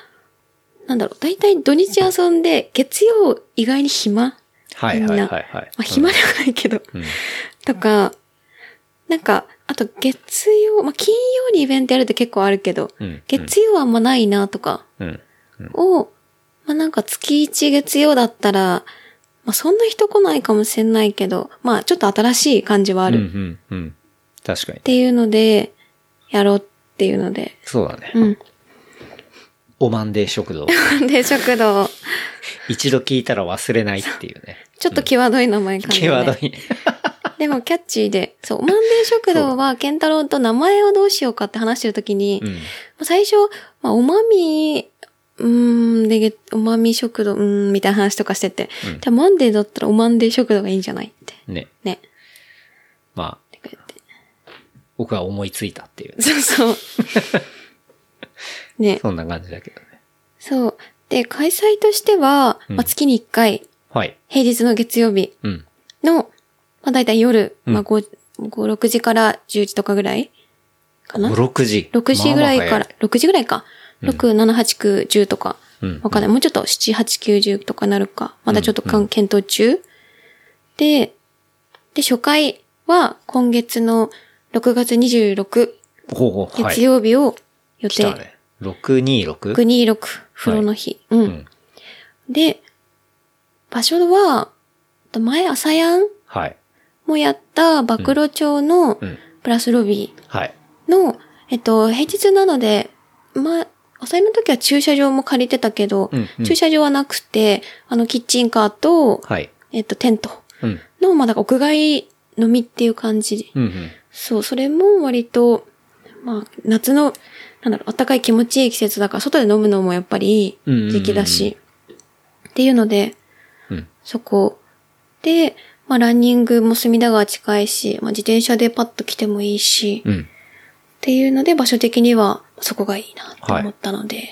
Speaker 3: なんだろう、大体土日遊んで、月曜意外に暇
Speaker 2: はいはいはいはい。
Speaker 3: まあ暇ではないけど、
Speaker 2: うん。
Speaker 3: とか、なんか、あと月曜、まあ、金曜にイベントやるって結構あるけど、
Speaker 2: うん。
Speaker 3: 月曜はあんまないなとか
Speaker 2: うん。
Speaker 3: を、まあ、なんか月1月曜だったら、まあ、そんな人来ないかもしれないけど、まあ、ちょっと新しい感じはあ
Speaker 2: あ
Speaker 3: るっ
Speaker 2: うん。うん。うん。確かに。
Speaker 3: ていうので、やろうっていうので、
Speaker 2: そうだね。
Speaker 3: うん。
Speaker 2: おまんで食堂。
Speaker 3: で、食堂、
Speaker 2: 一度聞いたら忘れないっていうね。
Speaker 3: ちょっと際どい名前かな、ね。
Speaker 2: 際どい。
Speaker 3: でもキャッチーで、そう、マンデー食堂は、ケンタロウと名前をどうしようかって話してるときに、
Speaker 2: うん。
Speaker 3: 最初、まあ、おまみ、うーん、で、げおまみ食堂、うーん、みたいな話とかしてて、
Speaker 2: うん
Speaker 3: じゃあマンデーだったらおまんデー食堂がいいんじゃないって。
Speaker 2: ね。
Speaker 3: ね。
Speaker 2: まあ、
Speaker 3: とか言って
Speaker 2: 僕は思いついたっていう、ね。
Speaker 3: そ うそう。ね。
Speaker 2: そんな感じだけどね。
Speaker 3: そう。で、開催としては、
Speaker 2: うん
Speaker 3: まあ、月に1回、
Speaker 2: はい。
Speaker 3: 平日の月曜日
Speaker 2: うん。
Speaker 3: の、まあ、だいたい夜、
Speaker 2: うん
Speaker 3: まあ、5、5、6時から10時とかぐらいかな
Speaker 2: 5、6時。
Speaker 3: 6時ぐらいから、
Speaker 2: まあまあ早
Speaker 3: 6時ぐらいか。
Speaker 2: うん
Speaker 3: 6、7、8、9、10とか。
Speaker 2: うん
Speaker 3: わかんない。もうちょっと7、8、9、10とかなるか。まだちょっとかん
Speaker 2: うん
Speaker 3: 検討中。で、で、初回は今月の6月26
Speaker 2: いほうほう。はい
Speaker 3: 月。曜日を予
Speaker 2: 来
Speaker 3: 定。
Speaker 2: たね。626?
Speaker 3: 626、風呂の日。う。
Speaker 2: うんん。
Speaker 3: で、場所は、と前、朝やん
Speaker 2: はい。
Speaker 3: もやった、暴露町の
Speaker 2: うん。
Speaker 3: プラスロビー。
Speaker 2: はい。
Speaker 3: の、えっと、平日なので、まあ、朝の時は駐車場も借りてたけど、
Speaker 2: うんうん
Speaker 3: 駐車場はなくて、あの、キッチンカーと、
Speaker 2: はい。
Speaker 3: えっと、テント
Speaker 2: うん。
Speaker 3: の、まあ、だから屋外飲みっていう感じ。
Speaker 2: うんうん。
Speaker 3: そう、それも割と、まあ、夏の、なんだろう、暖かい気持ちいい季節だから、外で飲むのもやっぱりいい時期だ
Speaker 2: うん
Speaker 3: し、っていうので、
Speaker 2: うん。
Speaker 3: そこ。で、まあ、ランニングも隅田川近いし、まあ、自転車でパッと来てもいいし、
Speaker 2: うん。
Speaker 3: っっていうので、場所的にはそこがいいなと思ったので。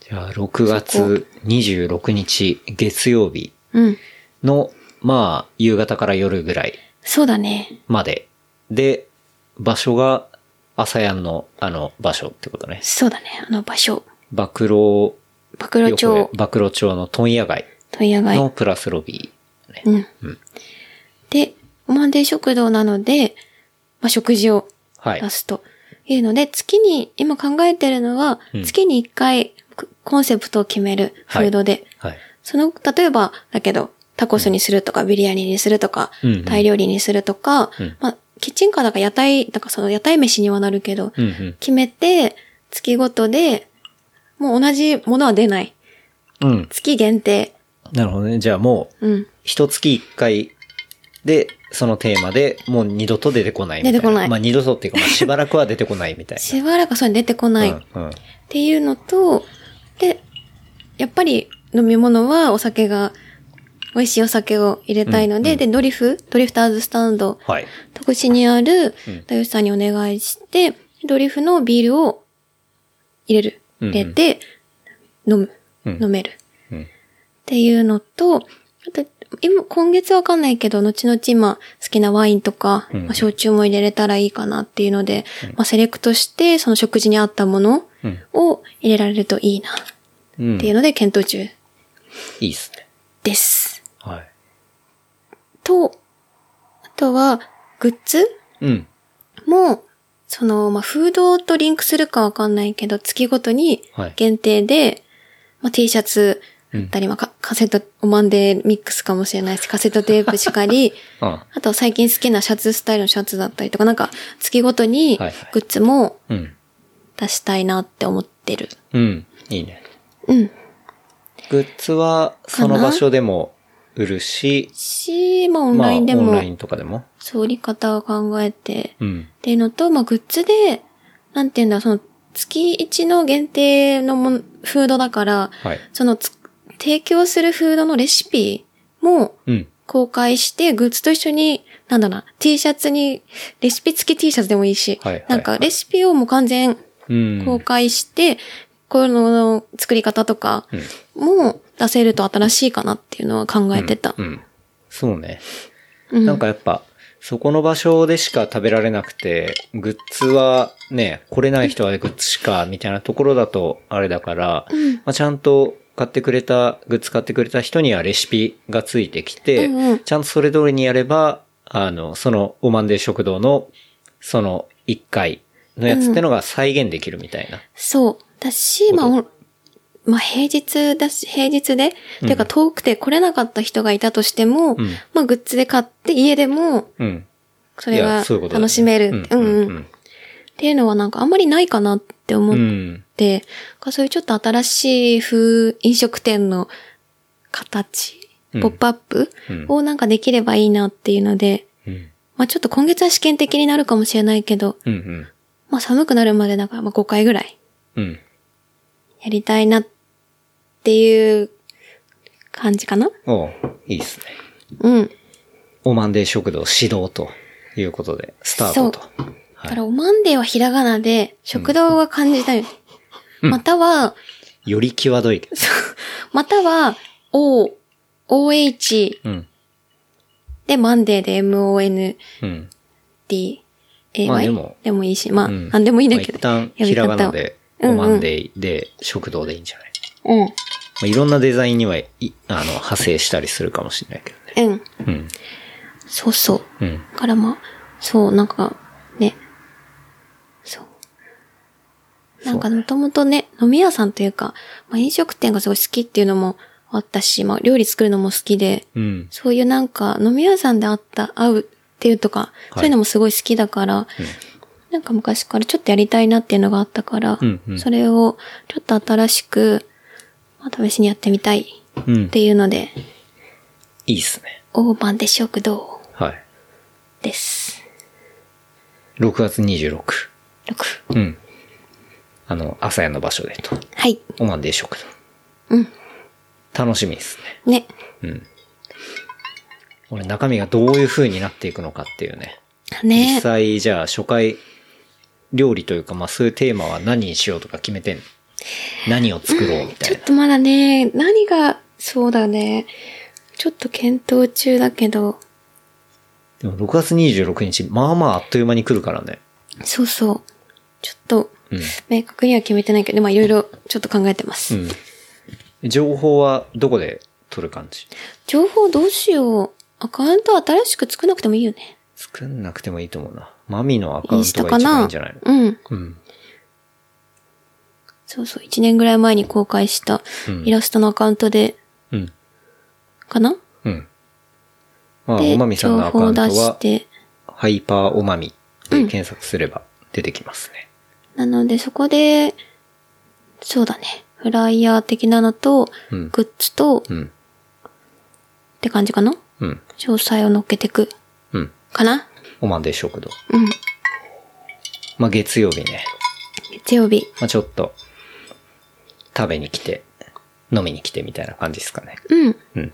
Speaker 2: じゃあ、6月26日月曜日
Speaker 3: うん。
Speaker 2: の、まあ、夕方から夜ぐらい
Speaker 3: そうだね。
Speaker 2: まで。で、場所が、朝やんの、あの、場所ってことね。
Speaker 3: そうだね。あの場所。
Speaker 2: 暴露、
Speaker 3: バクロ町、
Speaker 2: 暴露町の問屋街
Speaker 3: 問屋街
Speaker 2: の。プラスロビー、ね
Speaker 3: うん。で、おまんで食堂なので、まあ、食事を
Speaker 2: はい
Speaker 3: 出。すというので、月に、今考えてるのは、
Speaker 2: うん
Speaker 3: 月に1回くコンセプトを決めるフードで、
Speaker 2: はい。
Speaker 3: その、例えば、だけど、タコスにするとか、ビリヤニにするとか、
Speaker 2: うんうん
Speaker 3: タイ料理にするとか、
Speaker 2: うん
Speaker 3: まあ、キッチンカーだから屋台、だからその屋台飯にはなるけど、
Speaker 2: うんうん。
Speaker 3: 決めて、月ごとで、もう同じものは出ない。
Speaker 2: うん。
Speaker 3: 月限定。
Speaker 2: なるほどね。じゃあもう、
Speaker 3: うん。
Speaker 2: 一月一回で、そのテーマでもう二度と出てこないみたいな。
Speaker 3: 出てこない
Speaker 2: まあ二度とっていうか、ま あ、しばらくは出てこないみたい
Speaker 3: しばらくはそれ出てこ
Speaker 2: な。
Speaker 3: ない。
Speaker 2: うんうん。
Speaker 3: っていうのと、で、やっぱり飲み物はお酒が、美味しいお酒を入れたいので、
Speaker 2: うんうん
Speaker 3: で、ドリフ、ドリフターズスタンド、
Speaker 2: はい。
Speaker 3: 徳地にある
Speaker 2: うん、
Speaker 3: 大吉さんにお願いして、ドリフのビールを入れる。
Speaker 2: うんうん
Speaker 3: 入れて、飲む。
Speaker 2: うん
Speaker 3: 飲める。
Speaker 2: うん
Speaker 3: っていうのと、あと、今、今月わかんないけど、後々今、好きなワインとか、
Speaker 2: うん
Speaker 3: まあ、焼酎も入れれたらいいかなっていうので、まあ、セレクトして、その食事に合ったもの
Speaker 2: うん
Speaker 3: を入れられるといいな、っ
Speaker 2: うん。
Speaker 3: ていう
Speaker 2: の。
Speaker 3: ので、検討中
Speaker 2: いいっすね。
Speaker 3: です。
Speaker 2: はい。
Speaker 3: と、あとは、グッズ
Speaker 2: うん。
Speaker 3: も、その、まあ、フードとリンクするかわかんないけど、月ごとに
Speaker 2: はい
Speaker 3: 限定で、まあ、T シャツだったり、まあカ、カセット、オマンデミックスかもしれないし、カセットテープし かり、
Speaker 2: あ
Speaker 3: あと最近好きなシャツスタイルのシャツだったりとか、なんか、月ごとに
Speaker 2: はいはい
Speaker 3: グッズも
Speaker 2: うん。
Speaker 3: 出したいなって思ってる。
Speaker 2: うん。いいね。
Speaker 3: うん。
Speaker 2: グッズは、その場所でも売るし、
Speaker 3: し、まあ、オン
Speaker 2: まあ、
Speaker 3: ライ
Speaker 2: オ
Speaker 3: ンでも
Speaker 2: ン、ラインとかでも。
Speaker 3: そう、売り方を考えて、
Speaker 2: うん。
Speaker 3: っていうのと、まあ、グッズで、なんていうんだ、その、月一の限定のもん、フードだから、
Speaker 2: はい。
Speaker 3: そのつ、提供するフードのレシピも
Speaker 2: うん。
Speaker 3: 公開して、グッズと一緒に、なんだろうな、T シャツに、レシピ付き T シャツでもいいし、
Speaker 2: はいはい
Speaker 3: なんかレシピをもう完全
Speaker 2: うん。
Speaker 3: 公開して、この作り方とかも出せると新しいかなっていうのは考えてた。
Speaker 2: うん。そうね。
Speaker 3: うん
Speaker 2: なんかやっぱ、そこの場所でしか食べられなくて、グッズはね、来れない人はグッズしか、みたいなところだと、あれだから、まあ、ちゃんと買ってくれた、グッズ買ってくれた人にはレシピがついてきて、
Speaker 3: うんうん
Speaker 2: ちゃんとそれ通りにやれば、あの、そのオマンデー食堂の、その1回のやつってのが再現できるみたいな。
Speaker 3: そう。だし、まあ、おまあ、平日だし、平日で、ていうか遠くて来れなかった人がいたとしても、
Speaker 2: ん
Speaker 3: まあ、グッズで買って家でも、
Speaker 2: うん。
Speaker 3: それ
Speaker 2: い
Speaker 3: が
Speaker 2: やそういうことだね
Speaker 3: 楽しめる。
Speaker 2: うん
Speaker 3: うん
Speaker 2: う
Speaker 3: うん。
Speaker 2: うん
Speaker 3: っ
Speaker 2: ん
Speaker 3: ていうのはなんかあんまりないかなって思
Speaker 2: う
Speaker 3: っ
Speaker 2: ん。
Speaker 3: て、そういうちょっと新しい風、飲食店の形、
Speaker 2: うん
Speaker 3: ポップアップ
Speaker 2: うん
Speaker 3: をなんかできればいいなっていうので、
Speaker 2: うん。
Speaker 3: まあちょっと今月は試験的になるかもしれないけど、
Speaker 2: うん。うん。
Speaker 3: まあ寒くなるまでだからまあ5回ぐらい
Speaker 2: うん。
Speaker 3: やりたいなっていう感じかな
Speaker 2: おういいっすね。
Speaker 3: うん。
Speaker 2: オマンデー食堂指導ということで、スタートと。
Speaker 3: だから、おマンデーはひらがなで、食堂は漢字だよね。または、
Speaker 2: より際どい。
Speaker 3: または、O、OH
Speaker 2: うん。
Speaker 3: で、マンデーで MOND、
Speaker 2: うん。
Speaker 3: AY、
Speaker 2: まあでも
Speaker 3: でもいいし、まあ、
Speaker 2: うん
Speaker 3: なんでもいいんだけど。
Speaker 2: まあ一旦、ひらがなで、
Speaker 3: う
Speaker 2: オ
Speaker 3: んうん
Speaker 2: マンデーで、食堂でいいんじゃない
Speaker 3: うん。
Speaker 2: まあ、いろんなデザインにはい、あの、派生したりするかもしれないけ
Speaker 3: うん。
Speaker 2: どね。
Speaker 3: そうそ
Speaker 2: う
Speaker 3: う。
Speaker 2: ん。うん。
Speaker 3: だからまあ、そう、なんか、ね。そう。なんかもともとね、飲み屋さんというか、まあ飲食店がすごい好きっていうのもあったし、まあ料理作るのも好きで、
Speaker 2: うん。
Speaker 3: そういうなんか飲み屋さんで会った、会うっていうとか、そういうのもすごい好きだから、なんか昔からちょっとやりたいなっていうのがあったから、
Speaker 2: うんうん
Speaker 3: それをちょっと新しく、まあ試しにやってみたい
Speaker 2: うん。
Speaker 3: っていうので、
Speaker 2: いいっすね。
Speaker 3: 大判で食堂
Speaker 2: はい。
Speaker 3: です。
Speaker 2: 6月26。
Speaker 3: 6。
Speaker 2: うん。あの、朝屋の場所でと。
Speaker 3: はい。
Speaker 2: オマンデー食堂。
Speaker 3: うん。
Speaker 2: 楽しみですね。
Speaker 3: ね。
Speaker 2: うん。俺、中身がどういう風になっていくのかっていうね。
Speaker 3: ね
Speaker 2: 実際、じゃあ、初回、料理というか、まあそういうテーマは何にしようとか決めてんの何を作ろうみた
Speaker 3: ちょ
Speaker 2: い
Speaker 3: っ
Speaker 2: な。
Speaker 3: とまだね、何が、そうだね。ちょっと検討中だけど、
Speaker 2: でも6月26日、まあまああっという間に来るからね。
Speaker 3: そうそう。ちょっと、
Speaker 2: うん。
Speaker 3: 明確には決めてないけど、まあいろいろちょっと考えてます。
Speaker 2: うん。情報はどこで取る感じ
Speaker 3: 情報どうしよう。アカウント新しく作らなくてもいいよね。
Speaker 2: 作んなくてもいいと思うな。マミのアカウ
Speaker 3: イ
Speaker 2: ン
Speaker 3: ンス
Speaker 2: ト
Speaker 3: タ
Speaker 2: が
Speaker 3: か
Speaker 2: 一番いい
Speaker 3: なん
Speaker 2: じゃないの
Speaker 3: うん。
Speaker 2: うん。
Speaker 3: そうそう。1年ぐらい前に公開した
Speaker 2: うん
Speaker 3: イラストのアカウントで、
Speaker 2: うん。
Speaker 3: かな
Speaker 2: うん。まあ、
Speaker 3: で、
Speaker 2: おまみさんのアカウント
Speaker 3: 情報を
Speaker 2: は
Speaker 3: 出、して、
Speaker 2: ハイパーおまみで検索すれば出てきますね。
Speaker 3: なのでそこで、そうだね。フライヤー的なのと、
Speaker 2: うん
Speaker 3: グッズと、っ
Speaker 2: うん。
Speaker 3: て感じかな
Speaker 2: うん。
Speaker 3: 詳細を乗っけてく。
Speaker 2: うん。
Speaker 3: かな
Speaker 2: おまんで食堂。
Speaker 3: うん。
Speaker 2: まあ、月曜日ね。
Speaker 3: 月曜日。
Speaker 2: まあ、ちょっと、食べに来て、飲みに来てみたいな感じですかね。
Speaker 3: うん。
Speaker 2: うん。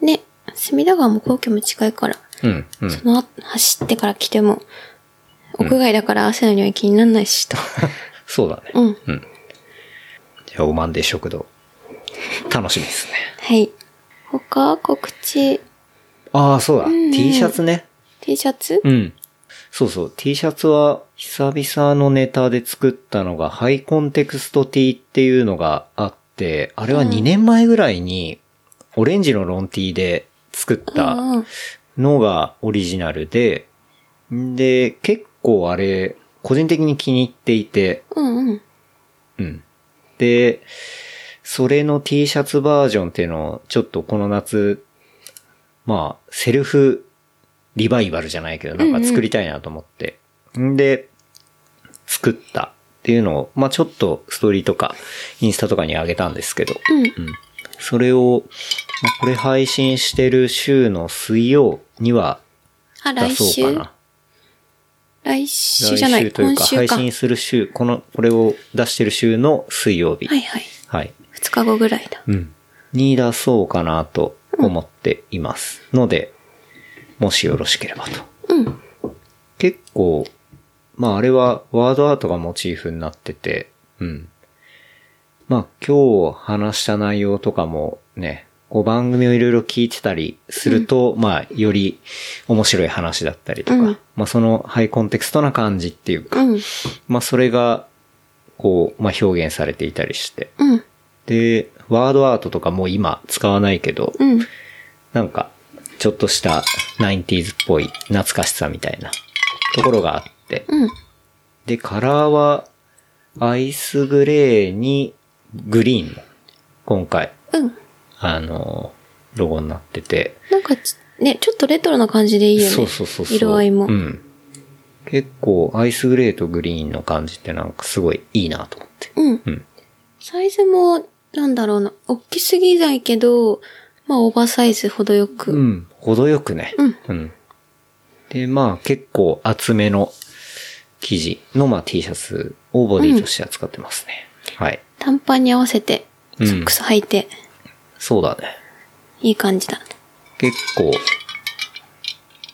Speaker 3: ね。隅田川も皇居も近いから、
Speaker 2: うん。うん。
Speaker 3: その後走ってから来ても、屋外だから汗の匂い気にならないし、と。
Speaker 2: そうだね。
Speaker 3: うん。
Speaker 2: うん。じゃあ、おまんで食堂。楽しみですね。
Speaker 3: はい。他、告知、
Speaker 2: ああ、そうだ。T シャツね。
Speaker 3: T シャツ
Speaker 2: うん。そうそう。T シャツは、久々のネタで作ったのが、ハイコンテクスト T っていうのがあって、あれは2年前ぐらいに、オレンジのロン T で作った
Speaker 3: うん
Speaker 2: のがオリジナルで、んで、結構あれ、個人的に気に入っていて、
Speaker 3: うんうん。
Speaker 2: うん。で、それの T シャツバージョンっていうのを、ちょっとこの夏、まあ、セルフリバイバルじゃないけど、なんか作りたいなと思って。んで、作ったっていうのを、まあちょっとストーリーとか、インスタとかに上げたんですけど、
Speaker 3: う
Speaker 2: う
Speaker 3: ん。
Speaker 2: ん。それを、まあこれ配信してる週の水曜には
Speaker 3: あ、
Speaker 2: 出
Speaker 3: 来
Speaker 2: そうか
Speaker 3: 週
Speaker 2: な。
Speaker 3: 来週じゃな
Speaker 2: 来週
Speaker 3: い、
Speaker 2: という
Speaker 3: 今
Speaker 2: か、
Speaker 3: 週
Speaker 2: 配
Speaker 3: か。
Speaker 2: 信する週、この、これを出してる週の水曜日。
Speaker 3: はいはい。
Speaker 2: はい。
Speaker 3: 二日後ぐらいだ。
Speaker 2: うん。に出そうかなと思っています。ので、もしよろしければと。
Speaker 3: うん。
Speaker 2: 結構、まああれはワードアートがモチーフになってて、うん。まあ今日話した内容とかもね、こう番組をいろいろ聞いてたりすると、まあより面白い話だったりとか、
Speaker 3: うん
Speaker 2: まあそのハイコンテクストな感じっていうか、
Speaker 3: うん。
Speaker 2: まあそれが、こう、まあ表現されていたりして、
Speaker 3: うん。
Speaker 2: で、ワードアートとかもう今使わないけど、
Speaker 3: うん。
Speaker 2: なんか、ちょっとした 90s っぽい懐かしさみたいなところがあって。
Speaker 3: うん。
Speaker 2: で、カラーはアイスグレーにグリーンの、今回、
Speaker 3: うん。
Speaker 2: あの、ロゴになってて。
Speaker 3: なんかち、ね、ちょっとレトロな感じでいいよね。
Speaker 2: そうそうそうそう。
Speaker 3: 色合いも。
Speaker 2: うん。結構アイスグレーとグリーンの感じってなんかすごいいいなと思って。
Speaker 3: うん。
Speaker 2: うん。
Speaker 3: サイズも、なんだろうな、大きすぎないけど、まあ、オーバーサイズほどよく。
Speaker 2: うん。程よくね。
Speaker 3: うん。
Speaker 2: で、まあ結構厚めの生地の、まあ、T シャツをボディとして扱ってますね。はい。
Speaker 3: 短パンに合わせて、
Speaker 2: う
Speaker 3: ソ
Speaker 2: ん
Speaker 3: ックス履いて、
Speaker 2: そうだね。
Speaker 3: いい感じだ。
Speaker 2: 結構、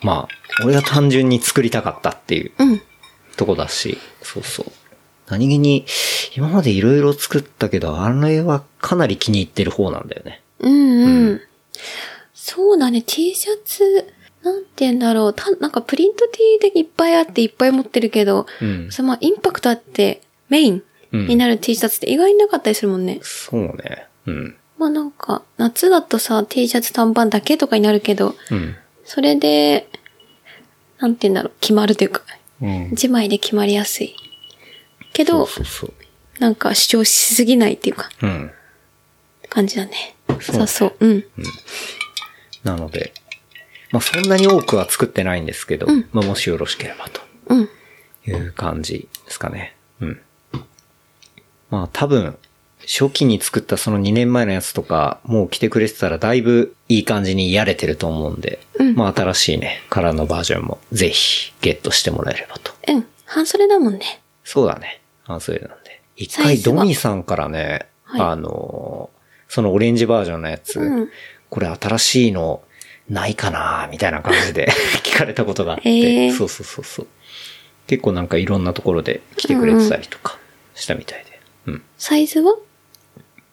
Speaker 2: まあ、俺が単純に作りたかったっていう
Speaker 3: うん。
Speaker 2: とこだし、そうそう。何気に、今までいろいろ作ったけど、あれはかなり気に入ってる方なんだよね。
Speaker 3: うんうん。
Speaker 2: う
Speaker 3: そうだね、T シャツ、なんて言うんだろう。た、なんかプリント T でいっぱいあっていっぱい持ってるけど、
Speaker 2: うん。
Speaker 3: そのまあインパクトあってメイン
Speaker 2: うん
Speaker 3: になる T シャツって意外になかったりするもんね。
Speaker 2: そうね。うん。
Speaker 3: まあなんか、夏だとさ、T シャツ短パンだけとかになるけど、
Speaker 2: うん。
Speaker 3: それで、なんて言うんだろう、決まるというか、
Speaker 2: うん。
Speaker 3: 一枚で決まりやすい。け
Speaker 2: そう
Speaker 3: ど、
Speaker 2: そうそう。
Speaker 3: なんか主張しすぎないっていうか、
Speaker 2: うん。
Speaker 3: 感じだね。
Speaker 2: そうだ
Speaker 3: そう
Speaker 2: ね
Speaker 3: そう、うん。
Speaker 2: なので、まあそんなに多くは作ってないんですけど、
Speaker 3: うん
Speaker 2: まあもしよろしければと
Speaker 3: うん。
Speaker 2: いう感じですかね。うん。まあ多分、初期に作ったその2年前のやつとか、もう来てくれてたらだいぶいい感じにやれてると思うんで、
Speaker 3: うん
Speaker 2: まあ新しいね、カラーのバージョンもぜひゲットしてもらえればと。
Speaker 3: うん。半袖だもんね。
Speaker 2: そうだね。半袖なんで。一
Speaker 3: サイ
Speaker 2: 回
Speaker 3: ズ
Speaker 2: ド
Speaker 3: は
Speaker 2: ミーさんからね、
Speaker 3: はい
Speaker 2: あのー、そのオレンジバージョンのやつ、
Speaker 3: うん
Speaker 2: これ新しいのないかなみたいな感じで 聞かれたことがあって、
Speaker 3: えー
Speaker 2: そうそうそうそう。結構なんかいろんなところで来てくれてたりとかしたみたいで。うん。
Speaker 3: サイズは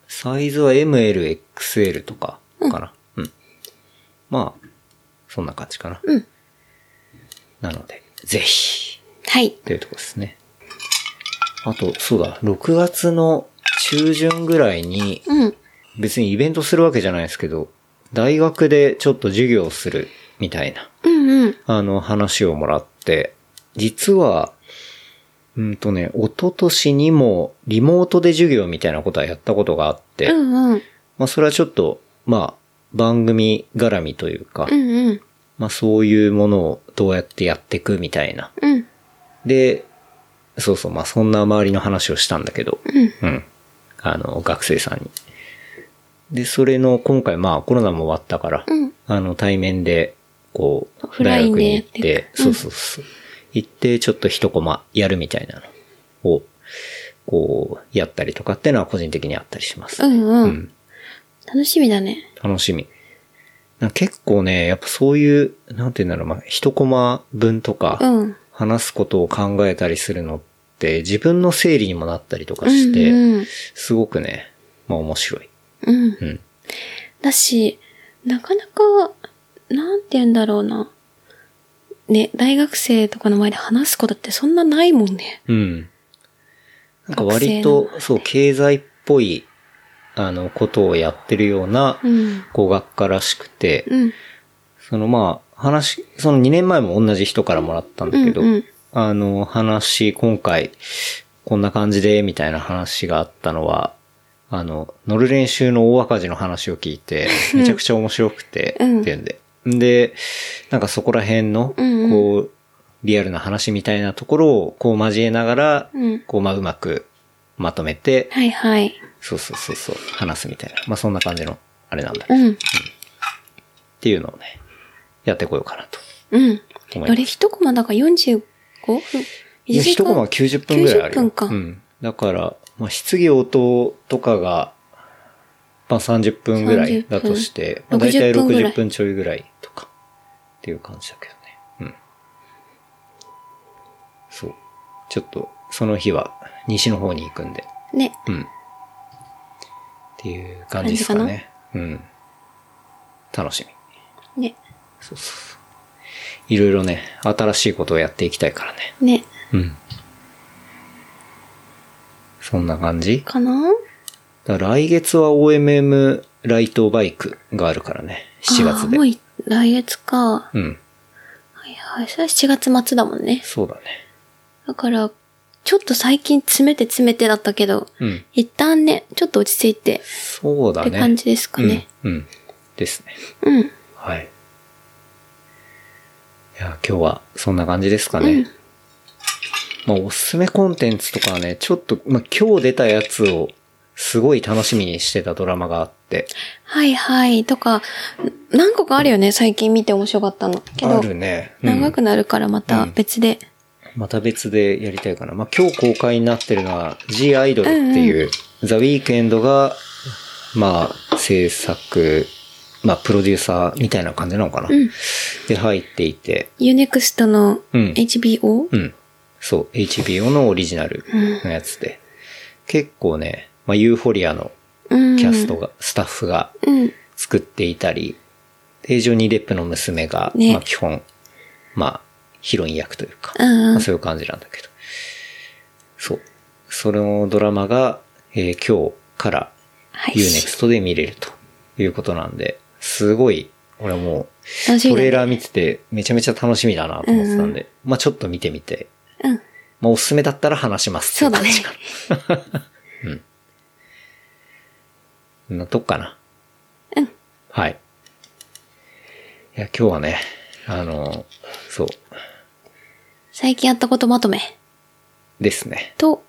Speaker 2: サイズは ML、XL とかかな。うん。まあ、そんな感じかな。
Speaker 3: うん
Speaker 2: なので、ぜひ、
Speaker 3: はい。
Speaker 2: というとこですね。あと、そうだ、6月の中旬ぐらいに、
Speaker 3: うん。
Speaker 2: 別にイベントするわけじゃないですけど、大学でちょっと授業をするみたいな、
Speaker 3: うんうん。
Speaker 2: あの話をもらって、実は、うんとね、一昨年にもリモートで授業みたいなことはやったことがあって、
Speaker 3: うんうん。
Speaker 2: まあそれはちょっと、まあ番組絡みというか、
Speaker 3: うんうん。
Speaker 2: まあそういうものをどうやってやっていくみたいな。
Speaker 3: うん。
Speaker 2: で、そうそう、まあそんな周りの話をしたんだけど、
Speaker 3: うん。
Speaker 2: うん。あの、学生さんに。で、それの、今回まあコロナも終わったから、
Speaker 3: うん。
Speaker 2: あの、対面で、こ
Speaker 3: オ
Speaker 2: う、
Speaker 3: フラ
Speaker 2: 大
Speaker 3: イン
Speaker 2: 学
Speaker 3: で
Speaker 2: に
Speaker 3: やっ
Speaker 2: 行って
Speaker 3: いく
Speaker 2: て、そうそうそう。行って、ちょっと一コマやるみたいなのを、こう、やったりとかっていうのは個人的にあったりします。
Speaker 3: うんう。
Speaker 2: うんん
Speaker 3: 楽しみだね。
Speaker 2: 楽しみ。なんか結構ね、やっぱそういう、なんて言うんだろう、まあ、一コマ分とか、
Speaker 3: うん。
Speaker 2: 話すことを考えたりするのって、自分の整理にもなったりとかして、
Speaker 3: うんうん
Speaker 2: すごくね、まあ面白い。
Speaker 3: うん。
Speaker 2: うん。
Speaker 3: だし、なかなか、なんて言うんだろうな。ね、大学生とかの前で話すことってそんなないもんね。
Speaker 2: うん。なんか割と、そう、経済っぽい、あの、ことをやってるような
Speaker 3: うん。
Speaker 2: 語学科らしくて、
Speaker 3: うん。
Speaker 2: そのまあ、話、その2年前も同じ人からもらったんだけど、
Speaker 3: うんうん
Speaker 2: あの、話、今回、こんな感じで、みたいな話があったのは、あの、乗る練習の大赤字の話を聞いて、めちゃくちゃ面白くて、って
Speaker 3: うん
Speaker 2: いうんで。で、なんかそこら辺の、
Speaker 3: うんうん
Speaker 2: こう、リアルな話みたいなところを、こう交えながら、
Speaker 3: うん
Speaker 2: こう、まあ、うまくまとめて、
Speaker 3: はいはい。
Speaker 2: そうそうそうそう、話すみたいな。まあ、そんな感じの、あれなんだ。っ
Speaker 3: うん。
Speaker 2: ていうのをね、やってこようかなと
Speaker 3: うん。
Speaker 2: 思います
Speaker 3: あれ、一コマだから 45?
Speaker 2: いや、一コマ90分ぐらいあるよ。
Speaker 3: 90分か
Speaker 2: うん。だから、まあ、質疑応答とかが、まあ、30分ぐらいだとして、まあ、
Speaker 3: 30分
Speaker 2: だいたい
Speaker 3: 60分ぐらい
Speaker 2: 60分ちょいぐらいとか、っていう感じだけどね。うん。そう。ちょっと、その日は、西の方に行くんで、
Speaker 3: ね。
Speaker 2: うん。っていう感じですかね。うん。楽しみ。
Speaker 3: ね。
Speaker 2: そうそうそう。いろいろね、新しいことをやっていきたいからね。
Speaker 3: ね。
Speaker 2: うん。そんな感じ
Speaker 3: かな
Speaker 2: だから来月は OMM ライトバイクがあるからね。7
Speaker 3: あ
Speaker 2: 月
Speaker 3: ー
Speaker 2: で
Speaker 3: も。うい来月か。は
Speaker 2: うん。
Speaker 3: いはい。それは7月末だもんね。
Speaker 2: そうだね。
Speaker 3: だから、ちょっと最近詰めて詰めてだったけど、
Speaker 2: うん。
Speaker 3: 一旦ね、ちょっと落ち着いて
Speaker 2: そうだ
Speaker 3: っ
Speaker 2: ね。
Speaker 3: て感じですかね。
Speaker 2: うん。うん。ですね。
Speaker 3: うん。
Speaker 2: はい。いや、今日はそんな感じですかね。まあ、おすすめコンテンツとかはね、ちょっと、まあ、今日出たやつを、すごい楽しみにしてたドラマがあって。
Speaker 3: はいはい。とか、何個かあるよね、最近見て面白かったの。け
Speaker 2: あ
Speaker 3: ど、
Speaker 2: るね。うん
Speaker 3: 長くなるからまた別で。
Speaker 2: また別でやりたいかな。まあ、今日公開になってるのは G アイドルっていう、ザ・ウィークエンドが、まあ、制作、まあ、プロデューサーみたいな感じなのかな。で、入っていて、
Speaker 3: ユネクストの
Speaker 2: うん
Speaker 3: HBO?
Speaker 2: うん。そう、HBO のオリジナルのやつで、結構ね、まあ、ユーフォリアの
Speaker 3: うん。
Speaker 2: キャストが、スタッフが
Speaker 3: うん。
Speaker 2: 作っていたり、で、ジョニー・デップの娘が、
Speaker 3: ね
Speaker 2: まあ、基本、まあ、ヒロイン役というか、
Speaker 3: うん
Speaker 2: ま
Speaker 3: う
Speaker 2: あ、
Speaker 3: ん。
Speaker 2: そういう感じなんだけど。そう。そのドラマが、えー今日から
Speaker 3: はい。
Speaker 2: UNEXT で見れるということなんで、すごい、俺はも
Speaker 3: 楽
Speaker 2: う、
Speaker 3: し
Speaker 2: ト
Speaker 3: みだ
Speaker 2: レー
Speaker 3: ね
Speaker 2: ラー見ててめちゃめちゃ楽しみだなと思ってたんで、まあちょっと見てみて、
Speaker 3: うん。
Speaker 2: まあおすすめだったら話します。
Speaker 3: そうだね。
Speaker 2: そんなとこかな。
Speaker 3: うん。
Speaker 2: はい。いや、今日はね、あの、そう、
Speaker 3: 最近やったことまとめ
Speaker 2: ですね。
Speaker 3: と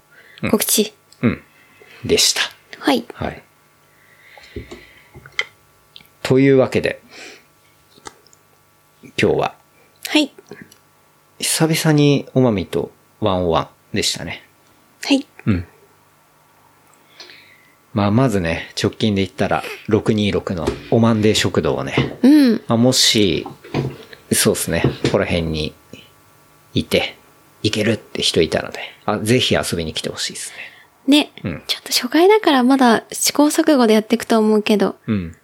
Speaker 3: 告知。
Speaker 2: うん。でした。
Speaker 3: はい。
Speaker 2: はい。というわけで、今日は
Speaker 3: はい。
Speaker 2: 久々におまみとワンオワンでしたね。
Speaker 3: はい。
Speaker 2: うん。まあ、まずね、直近で言ったら、626のオマンデー食堂をね、
Speaker 3: うん。
Speaker 2: まあ、もし、そうですね、ここら辺にいて、行けるって人いたので、あぜひ遊びに来てほしいですね。
Speaker 4: ね、
Speaker 2: うん
Speaker 4: ちょっと初回だからまだ試行錯誤でやっていくと思うけど、
Speaker 2: うん。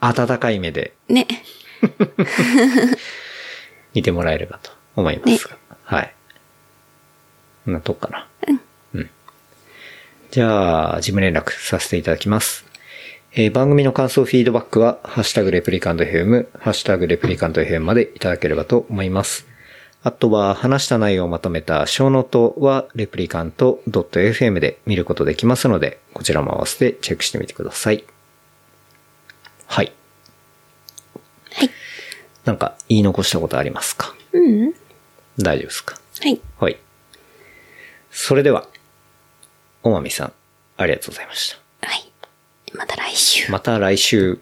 Speaker 2: 温かい目で
Speaker 4: ね。
Speaker 2: 見てもらえればと思いますが。はい。こんなとこかな。うん。じゃあ、事務連絡させていただきます。えー番組の感想、フィードバックは、ハッシュタグレプリカント FM、ハッシュタグレプリカント FM までいただければと思います。あとは、話した内容をまとめた小ノートは、レプリカント .fm で見ることできますので、こちらも合わせてチェックしてみてください。はい。
Speaker 4: はい。
Speaker 2: なんか、言い残したことありますか
Speaker 4: うん。
Speaker 2: 大丈夫ですか
Speaker 4: はい。
Speaker 2: はい。それでは、おまみさん、ありがとうございまし
Speaker 4: はい。また来週
Speaker 2: た。。また来週。